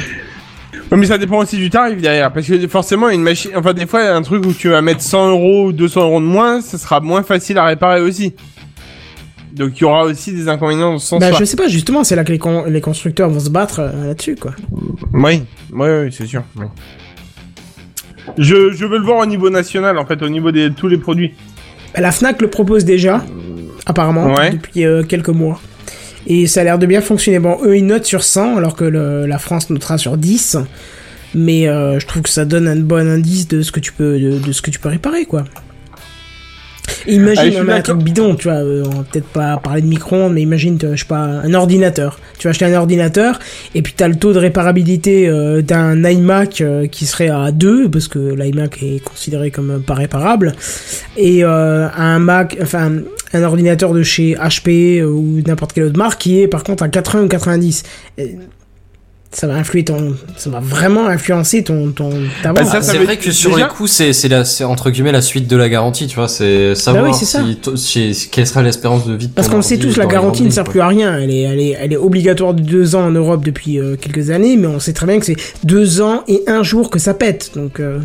Speaker 11: Ouais, mais ça dépend aussi du tarif derrière. Parce que forcément, une machine. Enfin, des fois, un truc où tu vas mettre 100 euros ou 200 euros de moins, ça sera moins facile à réparer aussi. Donc, il y aura aussi des inconvénients dans ce sens-là.
Speaker 2: Bah, je sais pas, justement, c'est là que les, con- les constructeurs vont se battre euh, là-dessus quoi.
Speaker 11: Oui, oui, oui, c'est sûr. oui. Je, je veux le voir au niveau national, en fait, au niveau de tous les produits.
Speaker 2: Bah, La Fnac le propose déjà, apparemment,
Speaker 11: Ouais.
Speaker 2: depuis euh, quelques mois. Et ça a l'air de bien fonctionner. Bon, eux, ils notent sur 100, alors que le- la France notera sur 10. Mais euh, je trouve que ça donne un bon indice de ce que tu peux, de, de ce que tu peux réparer, quoi. Et imagine
Speaker 11: Allez, je suis
Speaker 2: un, un
Speaker 11: d'accord.
Speaker 2: truc bidon, tu vois, euh, on va peut-être pas parler de micro-ondes, mais imagine, euh, je sais pas, un ordinateur. Tu vas acheter un ordinateur, et puis t'as le taux de réparabilité euh, d'un iMac euh, qui serait à 2, parce que l'iMac est considéré comme euh, pas réparable, et euh, un Mac, enfin, un ordinateur de chez HP euh, ou n'importe quelle autre marque qui est par contre à 80 ou 90. Euh, Ça va influer ton, ça va vraiment influencer ton, ton, ta
Speaker 11: Bah,
Speaker 2: vente, quoi.
Speaker 10: Ah, c'est vrai que sur les coups, c'est c'est la- c'est entre guillemets la suite de la garantie, tu vois. C'est savoir
Speaker 2: oui, c'est ça.
Speaker 10: si to- si- quelle sera l'espérance de vie. de
Speaker 2: Parce
Speaker 10: ton
Speaker 2: qu'on le sait
Speaker 10: ordi
Speaker 2: tous, la
Speaker 10: dans les
Speaker 2: garantie
Speaker 10: grandes
Speaker 2: ne sert
Speaker 10: lignes,
Speaker 2: plus à rien. Elle est, elle est, elle est obligatoire de deux ans en Europe depuis euh, quelques années, mais on sait très bien que c'est deux ans et un jour que ça pète. Donc, euh,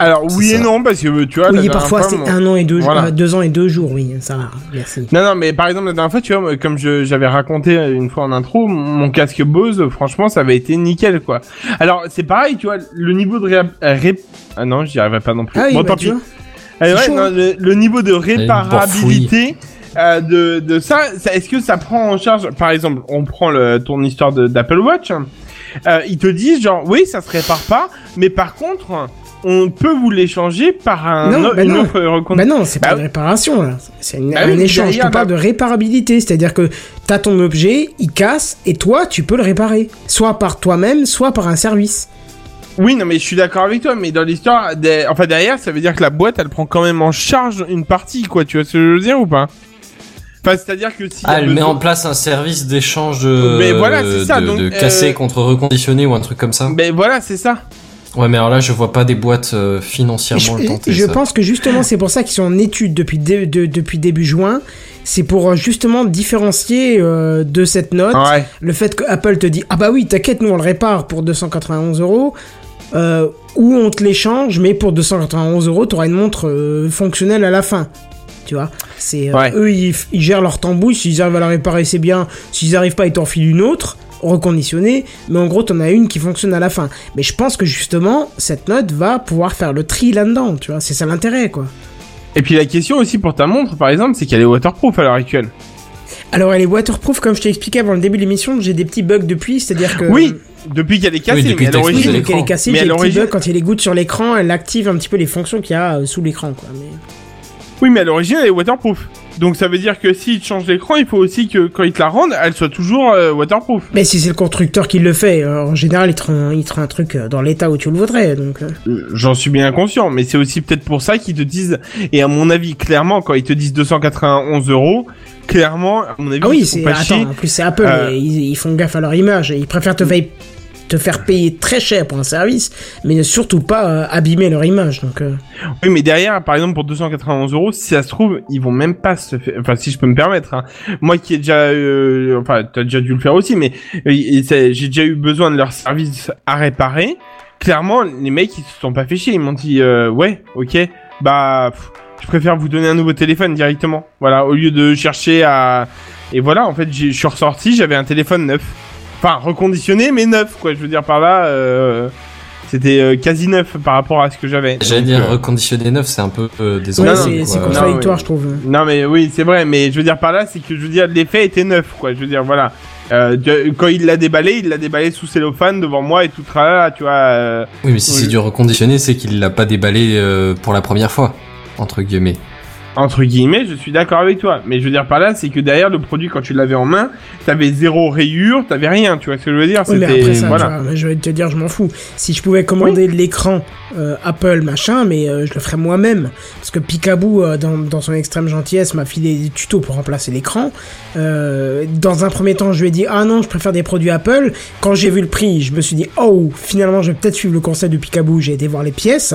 Speaker 11: Alors oui et non parce que euh, tu vois. la
Speaker 2: oui, et
Speaker 11: dernière
Speaker 2: parfois
Speaker 11: fois,
Speaker 2: c'est
Speaker 11: moi-
Speaker 2: un an et deux,
Speaker 11: Voilà.
Speaker 2: euh, deux ans et deux jours, oui, ça va, merci.
Speaker 11: Non, non, mais par exemple, la dernière fois, tu vois, moi, comme je- j'avais raconté une fois en intro, mon casque Bose, franchement, ça avait été nickel, quoi. Alors, c'est pareil, tu vois, le niveau de réa- euh, ré... Ah non, j'y arriverai pas non plus.
Speaker 2: Ah oui,
Speaker 11: bon,
Speaker 2: bah,
Speaker 11: tant
Speaker 2: tu
Speaker 11: pis.
Speaker 2: vois.
Speaker 11: Eh
Speaker 2: C'est
Speaker 11: ouais,
Speaker 2: chaud,
Speaker 11: non,
Speaker 2: hein.
Speaker 11: le, le niveau de réparabilité
Speaker 2: bafouille.
Speaker 11: euh, de, de ça, ça- est-ce que ça prend en charge... Par exemple, on prend le, ton histoire de- d'Apple Watch. hein. Euh, ils te disent, genre, oui, ça se répare pas, mais par contre... On peut vous l'échanger par un
Speaker 2: non,
Speaker 11: o-
Speaker 2: bah
Speaker 11: une
Speaker 2: non.
Speaker 11: offre recond-
Speaker 2: Bah non, c'est pas
Speaker 11: Bah
Speaker 2: une réparation, là. C'est une-
Speaker 11: Bah
Speaker 2: un
Speaker 11: oui,
Speaker 2: échange.
Speaker 11: derrière,
Speaker 2: Tu parles de réparabilité, c'est-à-dire que t'as ton objet, il casse, et toi, tu peux le réparer. Soit par toi-même, soit par un service.
Speaker 11: Oui, non, mais je suis d'accord avec toi, mais dans l'histoire, des- enfin derrière, ça veut dire que la boîte, elle prend quand même en charge une partie, quoi. Tu vois ce que je veux dire ou pas Enfin, c'est-à-dire que si.
Speaker 10: Ah, elle met en
Speaker 11: place.
Speaker 10: place un service d'échange de,
Speaker 11: Mais voilà, c'est ça,
Speaker 10: de,
Speaker 11: donc,
Speaker 10: de
Speaker 11: euh,
Speaker 10: cassé contre reconditionné ou un truc comme ça.
Speaker 11: Mais Ben, voilà, c'est ça.
Speaker 10: Ouais, mais alors là, je vois pas des boîtes euh, financièrement le
Speaker 2: je,
Speaker 10: tenter.
Speaker 2: je
Speaker 10: ça.
Speaker 2: pense que justement c'est pour ça qu'ils sont en étude depuis, dé- de- depuis début juin. C'est pour euh, justement différencier euh, de cette note
Speaker 11: Ouais.
Speaker 2: le fait que Apple te dit ah bah oui t'inquiète nous on le répare pour 291 euros euh, ou on te l'échange mais pour 291 euros t'auras une montre euh, fonctionnelle à la fin. Tu vois, c'est euh,
Speaker 11: Ouais.
Speaker 2: eux ils, f- ils gèrent leur tambouille. S'ils arrivent à la réparer c'est bien. S'ils arrivent pas ils t'en filent une autre reconditionnée. Mais en gros t'en as une qui fonctionne à la fin. Mais je pense que justement cette note va pouvoir faire le tri là-dedans. Tu vois, c'est ça l'intérêt quoi.
Speaker 11: Et puis la question aussi pour ta montre, par exemple, c'est qu'elle est waterproof à l'heure actuelle.
Speaker 2: Alors elle est waterproof comme je t'ai expliqué avant le début de l'émission. J'ai des petits bugs depuis, c'est-à-dire que
Speaker 11: Oui, depuis qu'elle est cassée,
Speaker 10: Oui, depuis
Speaker 11: mais à
Speaker 10: que t'as
Speaker 2: Oui,
Speaker 11: l'origine.
Speaker 10: explosé
Speaker 2: donc elle est cassée,
Speaker 11: Mais
Speaker 2: j'ai
Speaker 11: à
Speaker 2: des petits
Speaker 11: l'origine,
Speaker 2: bugs quand il y a les gouttes sur l'écran, elle active un petit peu les fonctions qu'il y a euh, sous l'écran quoi. Mais...
Speaker 11: oui, mais à l'origine, elle est waterproof. Donc ça veut dire que s'ils te changent l'écran, il faut aussi que quand ils te la rendent, elle soit toujours euh, waterproof.
Speaker 2: Mais si c'est le constructeur qui le fait, euh, en général, il te rend, il te rend un truc euh, dans l'état où tu le voudrais. Donc, euh.
Speaker 11: J'en suis bien conscient, mais c'est aussi peut-être pour ça qu'ils te disent, et à mon avis, clairement, quand ils te disent 291 euros, clairement, à mon avis,
Speaker 2: Ah
Speaker 11: ils
Speaker 2: oui,
Speaker 11: se font
Speaker 2: c'est
Speaker 11: pas
Speaker 2: attends,
Speaker 11: chier.
Speaker 2: en plus c'est Apple,
Speaker 11: Euh, Mm.
Speaker 2: et ils, ils font gaffe à leur image, et ils préfèrent te, fa- te faire payer très cher pour un service, mais ne surtout pas euh, abîmer leur image. Donc, euh.
Speaker 11: Oui, mais derrière, par exemple, pour 291 euros, si ça se trouve, ils vont même pas se faire, enfin, si je peux me permettre, hein. Moi qui ai déjà, euh, enfin, t'as déjà dû le faire aussi, mais euh, et ça- j'ai déjà eu besoin de leur service à réparer. Clairement, les mecs, ils se sont pas fait chier. Ils m'ont dit, euh, ouais, ok, bah, pff, je préfère vous donner un nouveau téléphone directement. Voilà, au lieu de chercher à, et voilà, en fait, j'ai- je suis ressorti, j'avais un téléphone neuf. Enfin, reconditionné, mais neuf, quoi. Je veux dire par là, euh, c'était euh, quasi neuf par rapport à ce que j'avais.
Speaker 10: J'allais
Speaker 11: Donc,
Speaker 10: dire
Speaker 11: euh,
Speaker 10: reconditionner neuf, c'est un peu euh,
Speaker 2: Ouais,
Speaker 10: désolant.
Speaker 2: c'est-
Speaker 10: quoi.
Speaker 2: c'est contradictoire, je trouve. hein.
Speaker 11: Non mais oui c'est vrai mais je veux dire par là c'est que je veux dire l'effet était neuf quoi je veux dire voilà Euh, de- quand il l'a déballé il l'a déballé sous cellophane devant moi et tout tralala tu vois euh,
Speaker 10: Oui, mais si c'est du reconditionné, c'est qu'il l'a pas déballé euh, pour la première fois, entre guillemets.
Speaker 11: entre guillemets je suis d'accord avec toi mais je veux dire par là c'est que derrière le produit quand tu l'avais en main t'avais zéro rayure t'avais rien tu vois ce que je veux dire
Speaker 2: Oui, mais après ça,
Speaker 11: voilà
Speaker 2: tu vois, je vais te dire, je m'en fous. Si je pouvais commander l'écran euh, Apple, machin, mais euh, je le ferais moi-même. Parce que Picaboo, euh, dans, dans son extrême gentillesse, m'a filé des tutos pour remplacer l'écran. Euh, dans un premier temps, je lui ai dit, ah non, je préfère des produits Apple. Quand j'ai vu le prix, je me suis dit, oh, finalement, je vais peut-être suivre le conseil de Picaboo. J'ai été voir les pièces,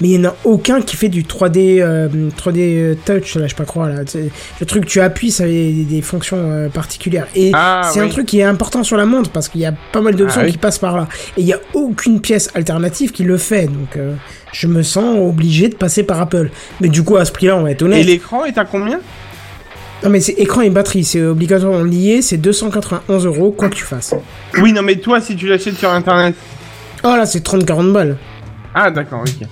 Speaker 2: mais il n'y en a aucun qui fait du 3D, euh, 3D touch, là, je sais pas quoi, là. Tu sais, Le truc, tu appuies, ça a des, des fonctions euh, particulières. Et
Speaker 11: Ah,
Speaker 2: c'est un
Speaker 11: oui.
Speaker 2: truc qui est important sur la montre parce qu'il y a pas mal d'options
Speaker 11: Ah oui.
Speaker 2: qui passent par là. Et il n'y a aucune pièce alternative qui le fait. Donc euh, je me sens obligé de passer par Apple. Mais du coup, à ce prix-là, on va être
Speaker 11: et
Speaker 2: honnête.
Speaker 11: l'écran est à combien
Speaker 2: Non, mais c'est écran et batterie, c'est obligatoirement lié, c'est 291 euros, quoi que tu fasses.
Speaker 11: oui non mais toi si tu l'achètes sur internet
Speaker 2: Oh là, c'est 30-40 balles.
Speaker 11: ah d'accord ok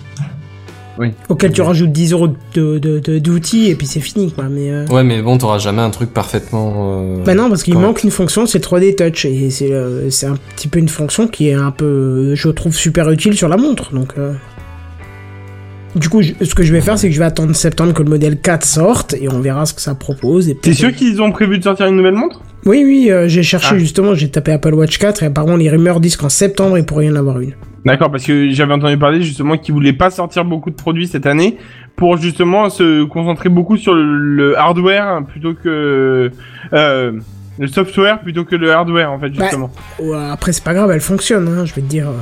Speaker 2: Auquel tu rajoutes 10 euros de- de- de- d'outils et puis c'est fini, quoi. Mais, euh,
Speaker 10: Ouais, mais bon, t'auras jamais un truc parfaitement. euh,
Speaker 2: Bah non, parce qu'il
Speaker 10: quand-
Speaker 2: manque une fonction, c'est 3D Touch. Et c'est euh, c'est un petit peu une fonction qui est un peu, euh, je trouve, super utile sur la montre. Donc, euh. Du coup, je- ce que je vais faire, c'est que je vais attendre septembre que le modèle 4 sorte et on verra ce que ça propose. et
Speaker 11: t'es
Speaker 2: peut-être-
Speaker 11: sûr qu'ils ont prévu de sortir une nouvelle montre
Speaker 2: Oui, oui, euh, j'ai cherché
Speaker 11: Ah.
Speaker 2: justement, j'ai tapé Apple Watch 4 et apparemment les rumeurs disent qu'en septembre il pourrait y en avoir une.
Speaker 11: D'accord, parce que j'avais entendu parler justement qu'ils voulaient pas sortir beaucoup de produits cette année pour justement se concentrer beaucoup sur le, le hardware plutôt que euh, le software plutôt que le hardware en fait
Speaker 2: Bah,
Speaker 11: justement.
Speaker 2: ouais, après, c'est pas grave, elle fonctionne, hein, je vais te dire. euh.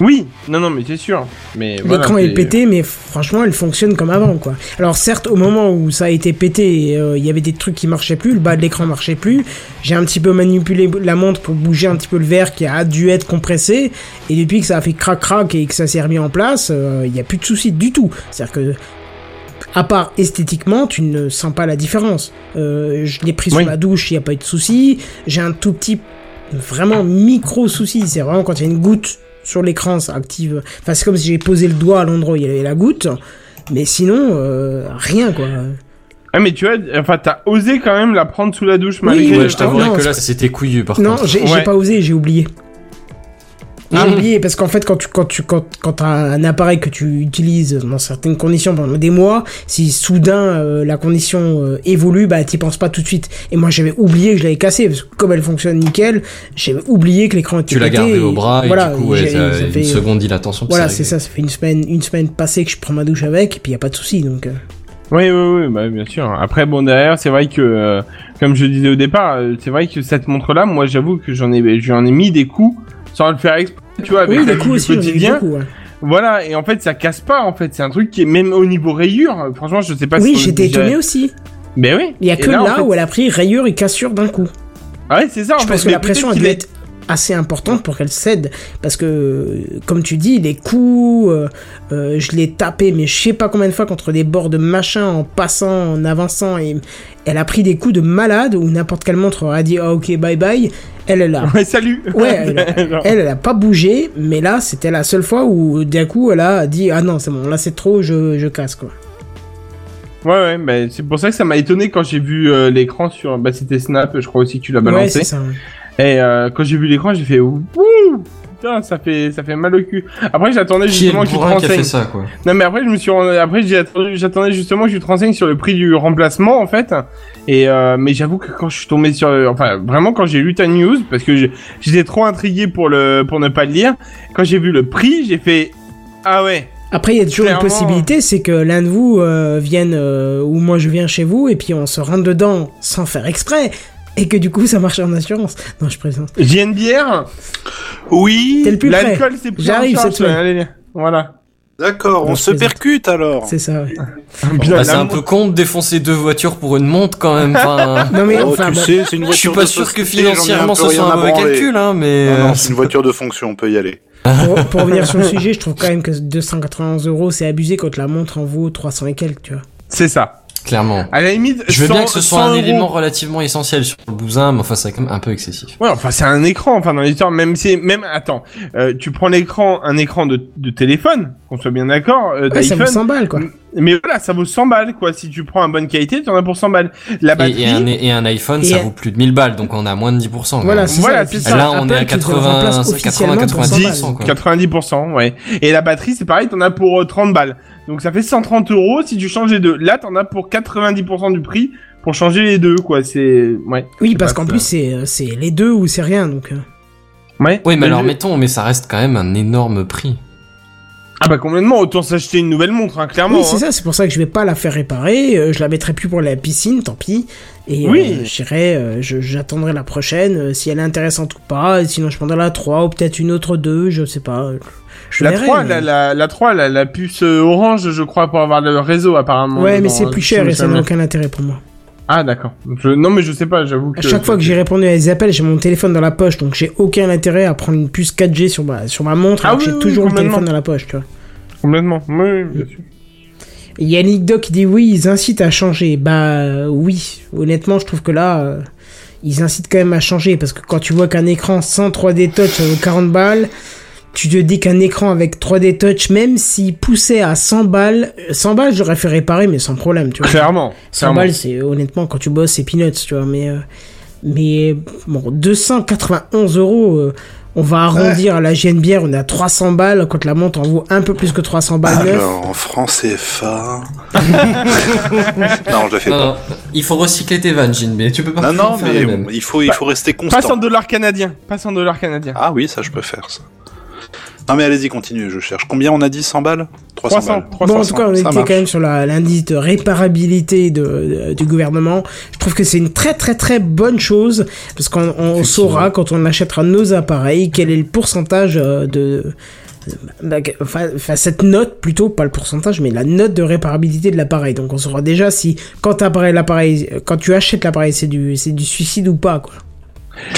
Speaker 11: Oui, non, non, mais c'est sûr. Mais voilà,
Speaker 2: L'écran est
Speaker 11: c'est-
Speaker 2: pété, mais franchement, elle fonctionne comme avant, quoi. Alors certes, au moment où ça a été pété, euh, il y avait des trucs qui marchaient plus, le bas de l'écran marchait plus. J'ai un petit peu manipulé la montre pour bouger un petit peu le verre qui a dû être compressé. Et depuis que ça a fait crac crac et que ça s'est remis en place, euh, il n'y a plus de soucis du tout. C'est-à-dire que à part esthétiquement, tu ne sens pas la différence. Euh, je l'ai pris sous
Speaker 11: Oui.
Speaker 2: la douche, il n'y a pas eu de souci. J'ai un tout petit, vraiment micro souci. C'est vraiment quand il y a une goutte sur l'écran, ça active. Enfin, c'est comme si j'ai posé le doigt à l'endroit où il y avait la goutte. Mais sinon, euh, rien quoi.
Speaker 11: Ah, mais tu vois, enfin, t'as osé quand même la prendre sous la douche, malgré
Speaker 10: ouais,
Speaker 11: le-
Speaker 10: je t'avouerais
Speaker 2: non,
Speaker 10: que là,
Speaker 2: c'est-
Speaker 10: c'était couillu, par
Speaker 2: non,
Speaker 10: contre.
Speaker 2: j'ai j'ai
Speaker 10: Ouais.
Speaker 2: pas osé, j'ai oublié. J'ai
Speaker 10: Ah.
Speaker 2: oublié parce qu'en fait quand tu quand tu quand quand t'as un appareil que tu utilises dans certaines conditions pendant des mois, si soudain euh, la condition euh, évolue, bah t'y penses pas tout de suite. Et moi j'avais oublié que je l'avais cassé parce que comme elle fonctionne nickel, j'avais oublié que l'écran était
Speaker 10: Tu l'as
Speaker 2: pété
Speaker 10: gardé
Speaker 2: et
Speaker 10: au bras et
Speaker 2: voilà,
Speaker 10: du coup, ouais,
Speaker 2: j'ai-
Speaker 10: t'as
Speaker 2: ça fait,
Speaker 10: une
Speaker 2: euh,
Speaker 10: seconde dilatation. puis
Speaker 2: Voilà,
Speaker 10: c'est
Speaker 2: c'est
Speaker 10: réglé.
Speaker 2: ça, ça fait une semaine une semaine passée que je prends ma douche avec et puis y a pas de souci donc. euh.
Speaker 11: Oui, oui, oui, bah, bien sûr. Après, bon, derrière, c'est vrai que, euh, comme je disais au départ, euh, c'est vrai que cette montre-là, moi, j'avoue que j'en ai, j'en ai mis des coups sans le faire exprès, tu vois, avec
Speaker 2: Oui, des
Speaker 11: la vie
Speaker 2: coups
Speaker 11: du
Speaker 2: aussi, j'en ai eu
Speaker 11: quotidien.
Speaker 2: beaucoup, ouais.
Speaker 11: Voilà, et en fait, ça casse pas, en fait. C'est un truc qui est même au niveau rayure. euh, Franchement, je sais pas
Speaker 2: Oui,
Speaker 11: si on est
Speaker 2: j'étais
Speaker 11: déjà-
Speaker 2: étonné aussi.
Speaker 11: Mais oui.
Speaker 2: Il y a
Speaker 11: Et
Speaker 2: que là,
Speaker 11: en fait-
Speaker 2: où elle a pris rayure et cassure d'un coup.
Speaker 11: Ah ouais, c'est ça, en
Speaker 2: Je
Speaker 11: fait,
Speaker 2: pense que
Speaker 11: mais
Speaker 2: la pression a
Speaker 11: peut-être
Speaker 2: dû
Speaker 11: qu'il
Speaker 2: être assez importante pour qu'elle cède. Parce que, euh, comme tu dis, les coups, euh, euh, je l'ai tapé, mais je sais pas combien de fois contre des bords de machin en passant, en avançant. Et elle a pris des coups de malade où n'importe quelle montre aurait dit Ah, ok, bye bye. Elle est là.
Speaker 11: Ouais, salut
Speaker 2: Ouais, elle,
Speaker 11: Non.
Speaker 2: elle, elle a pas bougé, mais là, c'était la seule fois où d'un coup, elle a dit Ah non, c'est bon, là c'est trop, je, je casse quoi.
Speaker 11: Ouais, ouais, bah, c'est pour ça que ça m'a étonné quand j'ai vu euh, l'écran sur. Bah, c'était Snap, je crois aussi que tu l'as
Speaker 2: Ouais,
Speaker 11: balancé.
Speaker 2: c'est ça. ouais.
Speaker 11: Et euh, quand j'ai vu l'écran, j'ai fait Wouh Putain, ça fait, ça fait mal au cul. Après, j'attendais
Speaker 10: Qui est
Speaker 11: justement
Speaker 10: le
Speaker 11: que tu te
Speaker 10: bourrin qui a fait
Speaker 11: renseignes.
Speaker 10: ça, quoi
Speaker 11: Non, mais après, je me suis rendu- après j'ai attendu- j'attendais justement que tu te renseignes sur le prix du remplacement, en fait. Et euh, mais j'avoue que quand je suis tombé sur. le- Enfin, vraiment, quand j'ai lu ta news, parce que j'ai- j'étais trop intrigué pour, le... pour ne pas le lire, quand j'ai vu le prix, j'ai fait Ah ouais
Speaker 2: Après, il y a toujours
Speaker 11: Clairement.
Speaker 2: une possibilité, c'est que l'un de vous euh, vienne euh, ou moi je viens chez vous et puis on se rentre dedans sans faire exprès et que du coup ça marche en assurance. Non, je présente.
Speaker 11: J'ai une bière
Speaker 9: Oui
Speaker 2: T'es le plus près.
Speaker 11: L'alcool, c'est plus
Speaker 2: J'arrive
Speaker 11: en charge,
Speaker 2: cette semaine.
Speaker 11: allez, viens. Voilà.
Speaker 9: D'accord, on se percute alors.
Speaker 2: C'est ça.
Speaker 10: Bah, c'est un peu con de défoncer deux voitures pour une montre quand même. Enfin,
Speaker 2: Non, mais Oh, enfin, tu bon. sais,
Speaker 9: c'est une
Speaker 10: Je suis
Speaker 9: voiture
Speaker 10: pas
Speaker 9: de
Speaker 10: sûr que
Speaker 9: société, j'en ai un
Speaker 10: financièrement
Speaker 9: peu
Speaker 10: ce
Speaker 9: rien
Speaker 10: soit
Speaker 9: à
Speaker 10: un mauvais
Speaker 9: branler.
Speaker 10: calcul, hein, mais.
Speaker 9: Non,
Speaker 10: euh,
Speaker 9: non, c'est une voiture de fonction, on peut y aller.
Speaker 2: Pour, pour revenir sur le sujet, je trouve quand même que 291 euros c'est abusé quand la montre en vaut 300 et quelques, tu vois.
Speaker 11: C'est ça.
Speaker 10: Clairement.
Speaker 11: À la limite,
Speaker 10: Je veux
Speaker 11: 100
Speaker 10: bien que ce soit
Speaker 11: 100
Speaker 10: un
Speaker 11: euros.
Speaker 10: élément relativement essentiel sur le bousin, mais enfin, c'est quand même un peu excessif.
Speaker 11: Ouais, enfin c'est un écran, enfin dans l'histoire, même si, même attends, euh, tu prends l'écran, un écran de, de téléphone, qu'on soit bien d'accord, euh,
Speaker 2: Ouais, ça vaut
Speaker 11: d'iPhone.
Speaker 2: 100 balles quoi.
Speaker 11: Mais voilà, ça vaut 100 balles quoi. Si tu prends un bonne qualité, t'en as pour 100 balles. La
Speaker 10: Et,
Speaker 11: batterie.
Speaker 10: et un, et un iPhone,
Speaker 11: Et-
Speaker 10: ça vaut plus de 1000 balles, donc on a moins de 10%. quand
Speaker 11: Voilà,
Speaker 10: même.
Speaker 11: c'est Voilà, ça. c'est ça.
Speaker 10: Là, on est à
Speaker 11: Apple qui te
Speaker 10: 80,
Speaker 11: remplace
Speaker 10: 80, 90%. quoi.
Speaker 11: 90%, ouais. Et la batterie, c'est pareil, t'en as pour euh, 30 balles. Donc ça fait 130 euros si tu changes les deux. Là, t'en as pour 90% du prix pour changer les deux, quoi. C'est, ouais.
Speaker 2: Oui,
Speaker 11: C'est
Speaker 2: parce
Speaker 11: pas
Speaker 2: qu'en
Speaker 11: ça.
Speaker 2: plus c'est euh, c'est les deux ou c'est rien donc. euh.
Speaker 11: Ouais.
Speaker 10: Oui, mais
Speaker 11: Mais
Speaker 10: alors
Speaker 11: je-
Speaker 10: mettons, mais ça reste quand même un énorme prix.
Speaker 11: Ah bah complètement, autant s'acheter une nouvelle montre, hein, clairement.
Speaker 2: oui, c'est
Speaker 11: hein.
Speaker 2: ça, c'est pour ça que je vais pas la faire réparer, euh, je la mettrai plus pour la piscine, tant pis. Et
Speaker 11: Oui.
Speaker 2: euh, j'irai, euh, je- j'attendrai la prochaine, euh, si elle est intéressante ou pas, et sinon je prendrai la 3 ou peut-être une autre 2, je sais pas. euh, Je
Speaker 11: La
Speaker 2: verrai,
Speaker 11: 3,
Speaker 2: mais-
Speaker 11: la, la, la 3, la, la puce euh, orange, je crois, pour avoir le réseau, apparemment.
Speaker 2: Ouais, mais
Speaker 11: dans-
Speaker 2: c'est plus
Speaker 11: si
Speaker 2: cher et
Speaker 11: je me
Speaker 2: ça
Speaker 11: souviens
Speaker 2: n'a
Speaker 11: bien.
Speaker 2: aucun intérêt pour moi.
Speaker 11: Ah, d'accord. Je- Non, mais je sais pas, j'avoue que.
Speaker 2: À chaque fois que j'ai répondu à des appels, j'ai mon téléphone dans la poche, donc j'ai aucun intérêt à prendre une puce 4G sur ma, sur ma montre,
Speaker 11: Ah
Speaker 2: alors que
Speaker 11: oui,
Speaker 2: j'ai
Speaker 11: oui,
Speaker 2: toujours le
Speaker 11: complètement.
Speaker 2: téléphone dans la poche, tu vois.
Speaker 11: Complètement. Oui, oui, bien sûr.
Speaker 2: Et Yannick Doc dit oui, ils incitent à changer. Bah euh, oui, honnêtement, je trouve que là, euh, ils incitent quand même à changer parce que quand tu vois qu'un écran sans 3D Touch ça vaut 40 balles, tu te dis qu'un écran avec 3D Touch, même s'il poussait à 100 balles, euh, 100 balles, j'aurais fait réparer, mais sans problème, tu vois.
Speaker 11: Clairement,
Speaker 2: 100
Speaker 11: clairement.
Speaker 2: balles, c'est honnêtement, quand tu bosses, c'est peanuts, tu vois, mais. euh, mais bon, 291 euros. euh, on va arrondir à la GNBR, on est à 300 balles, quand la montre en vaut un peu plus que 300 balles neuves.
Speaker 9: Alors, en francs CFA. non, je la fais
Speaker 10: Non,
Speaker 9: pas.
Speaker 10: non, il faut recycler tes vannes, Jin, mais tu peux pas
Speaker 9: Non,
Speaker 10: toujours
Speaker 9: non,
Speaker 10: faire
Speaker 9: mais
Speaker 10: les
Speaker 9: bon,
Speaker 10: mêmes.
Speaker 9: il faut, il faut rester constant.
Speaker 11: Passe en dollars canadiens. Passe en dollars canadiens.
Speaker 9: Ah oui, ça, je peux faire ça. Non, mais allez-y, continue, je cherche. Combien on a dit 100 balles 300,
Speaker 11: 300,
Speaker 9: balles.
Speaker 2: Bon, en tout cas, on
Speaker 9: ça
Speaker 2: était
Speaker 9: marche.
Speaker 2: quand même sur la- l'indice de réparabilité de, de- du gouvernement. Je trouve que c'est une très très très bonne chose parce qu'on on saura quand on achètera nos appareils quel est le pourcentage euh, de la- enfin, enfin, cette note plutôt, pas le pourcentage, mais la note de réparabilité de l'appareil. Donc on saura déjà si quand, t'apparais l'appareil, quand tu achètes l'appareil, c'est du, c'est du suicide ou pas. Quoi.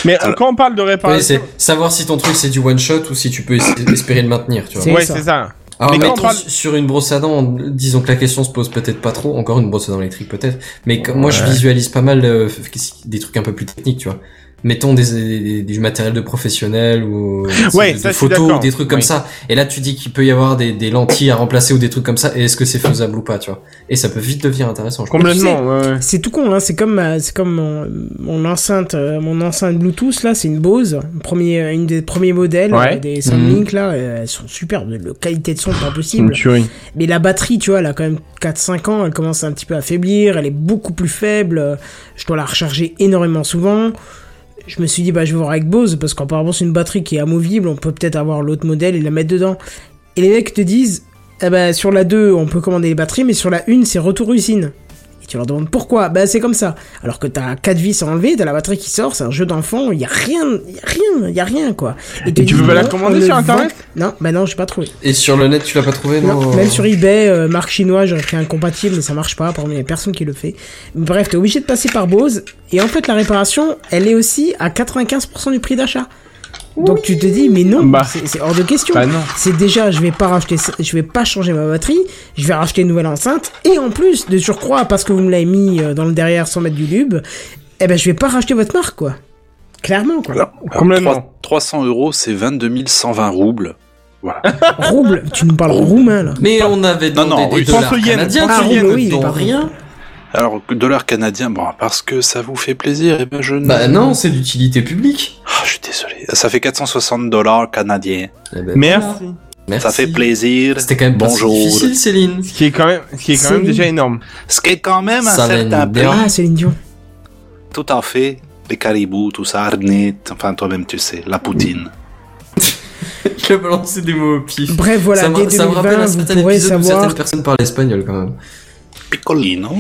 Speaker 11: Mais euh, quand on parle de
Speaker 10: Oui,
Speaker 11: réparation.
Speaker 10: c'est savoir si ton truc c'est du one shot ou si tu peux es- espérer le maintenir, tu vois.
Speaker 11: C'est Ouais, ça. c'est ça.
Speaker 10: Alors,
Speaker 11: Mais quand
Speaker 10: mettons
Speaker 11: on parle-
Speaker 10: sur une brosse à dents, disons que la question se pose peut-être pas trop, encore une brosse à dents électrique peut-être, mais quand- moi je
Speaker 11: Ouais.
Speaker 10: visualise pas mal euh, des trucs un peu plus techniques, tu vois. Mettons des, des- du matériel de professionnel ou
Speaker 11: Ouais,
Speaker 10: de,
Speaker 11: ça,
Speaker 10: de
Speaker 11: je suis
Speaker 10: photos ou
Speaker 11: d'accord.
Speaker 10: des trucs comme
Speaker 11: Oui.
Speaker 10: ça. Et là tu dis qu'il peut y avoir des, des lentilles à remplacer ou des trucs comme ça, et est-ce que c'est faisable ou pas, tu vois. Et ça peut vite devenir intéressant. je pense.
Speaker 2: Tu sais, C'est tout con, hein. c'est comme, euh, c'est comme mon, mon enceinte, euh, mon enceinte Bluetooth là, c'est une Bose, premier, euh, une des premiers modèles
Speaker 11: Ouais.
Speaker 2: euh, des Soundlink là, euh, elles sont superbes, la qualité de son pas
Speaker 11: Une
Speaker 2: possible.
Speaker 11: tuerie.
Speaker 2: Mais la batterie, tu vois, elle a quand même 4-5 ans, elle commence un petit peu à faiblir, elle est beaucoup plus faible, euh, je dois la recharger énormément souvent. Je me suis dit, bah, je vais voir avec Bose, parce qu'apparemment, c'est une batterie qui est amovible, on peut peut-être avoir l'autre modèle et la mettre dedans. Et les mecs te disent, eh ben, sur la 2, on peut commander les batteries, mais sur la 1, c'est retour usine. Et tu leur demandes pourquoi Bah, c'est comme ça. Alors que t'as 4 vis à enlever, t'as la batterie qui sort, c'est un jeu d'enfant, y a rien, y a rien, y a rien, quoi. te
Speaker 10: tu
Speaker 2: disent,
Speaker 10: peux pas la
Speaker 2: non, on
Speaker 10: commander
Speaker 2: le
Speaker 10: sur
Speaker 2: vend-
Speaker 10: Internet
Speaker 2: Non, bah non, j'ai pas trouvé.
Speaker 10: Et sur le net tu l'as pas trouvé, non,
Speaker 11: Oh.
Speaker 2: Non, même sur eBay, euh, marque chinoise, j'aurais pris un compatible, mais ça marche pas, parmi les personnes qui le fait. Bref, t'es obligé de passer par Bose, et en fait, la réparation, elle est aussi à 95% du prix d'achat. Donc tu te dis, mais non, c'est c'est hors de question.
Speaker 11: bah non.
Speaker 2: C'est déjà, je vais pas racheter, ça- je vais pas changer ma batterie, je vais racheter une nouvelle enceinte, et en plus, de surcroît, parce que vous me l'avez mis euh, dans le derrière sans mettre du lube, eh ben je vais pas racheter votre marque, quoi. Clairement, quoi.
Speaker 9: Alors, trois- 300 euros, c'est 22 120 roubles. Voilà.
Speaker 2: Rouble, tu nous parles roumain, là.
Speaker 10: Mais on avait
Speaker 9: Non, non,
Speaker 10: demandé
Speaker 9: oui.
Speaker 10: des dollars
Speaker 9: Pense au yen,
Speaker 10: canadiens,
Speaker 2: pense au
Speaker 10: tu
Speaker 2: yen,
Speaker 10: vois,
Speaker 2: Ah, oui,
Speaker 10: dont
Speaker 2: pardon.
Speaker 10: rien.
Speaker 9: Alors, dollar canadien, bon, parce que ça vous fait plaisir, et ben je ne.
Speaker 10: Bah non, c'est d'utilité publique.
Speaker 9: Ah, je suis désolé. Ça fait 460 dollars canadiens.
Speaker 10: Eh
Speaker 11: Merci.
Speaker 9: Ça fait plaisir.
Speaker 10: ben, C'était quand même pas si
Speaker 9: Bonjour.
Speaker 10: difficile, Céline.
Speaker 11: Ce qui est quand même, ce qui est quand même
Speaker 9: Céline.
Speaker 11: déjà énorme.
Speaker 9: Ce qui est quand même
Speaker 10: Ça
Speaker 9: un
Speaker 10: va
Speaker 9: certain
Speaker 10: nous
Speaker 9: prix.
Speaker 10: déranger.
Speaker 2: Ah, Céline Dion.
Speaker 9: Tout à fait. Les caribous, tout ça, Arnett, enfin toi-même tu sais, la poutine.
Speaker 10: Je vais balancer des mots au pif.
Speaker 2: Bref, voilà,
Speaker 10: ça me,
Speaker 2: dès
Speaker 10: ça me
Speaker 2: 2020,
Speaker 10: rappelle un
Speaker 2: vous
Speaker 10: certain
Speaker 2: pourrez
Speaker 10: épisode où
Speaker 2: savoir-
Speaker 10: certaines personnes parlent espagnol quand même.
Speaker 9: Piccolino.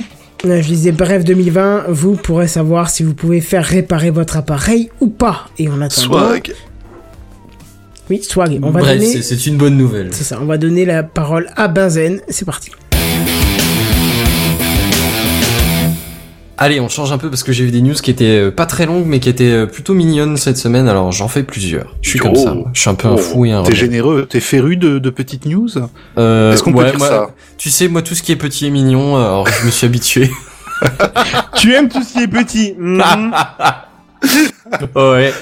Speaker 2: Euh, Je disais, bref, 2020, vous pourrez savoir si vous pouvez faire réparer votre appareil ou pas. Et on attend.
Speaker 10: Swag.
Speaker 2: Oui, swag. On va
Speaker 10: Bref,
Speaker 2: donner.
Speaker 10: c'est- c'est une bonne nouvelle.
Speaker 2: C'est ça, on va donner la parole à Benzen. C'est parti.
Speaker 10: Allez, on change un peu parce que j'ai vu des news qui étaient euh, pas très longues mais qui étaient euh, plutôt mignonnes cette semaine, alors j'en fais plusieurs. Je suis comme
Speaker 9: Oh.
Speaker 10: ça. moi. Je suis un peu un
Speaker 9: Oh.
Speaker 10: fou et un
Speaker 9: T'es
Speaker 10: rebelle.
Speaker 9: généreux, t'es féru de, de petites news
Speaker 10: Euh,
Speaker 9: Est-ce qu'on peut
Speaker 10: ouais,
Speaker 9: dire
Speaker 10: moi,
Speaker 9: ça
Speaker 10: Tu sais, moi tout ce qui est petit et mignon, euh, alors je me suis habitué.
Speaker 11: tu aimes tout ce qui est petit. Mhm.
Speaker 10: ouais.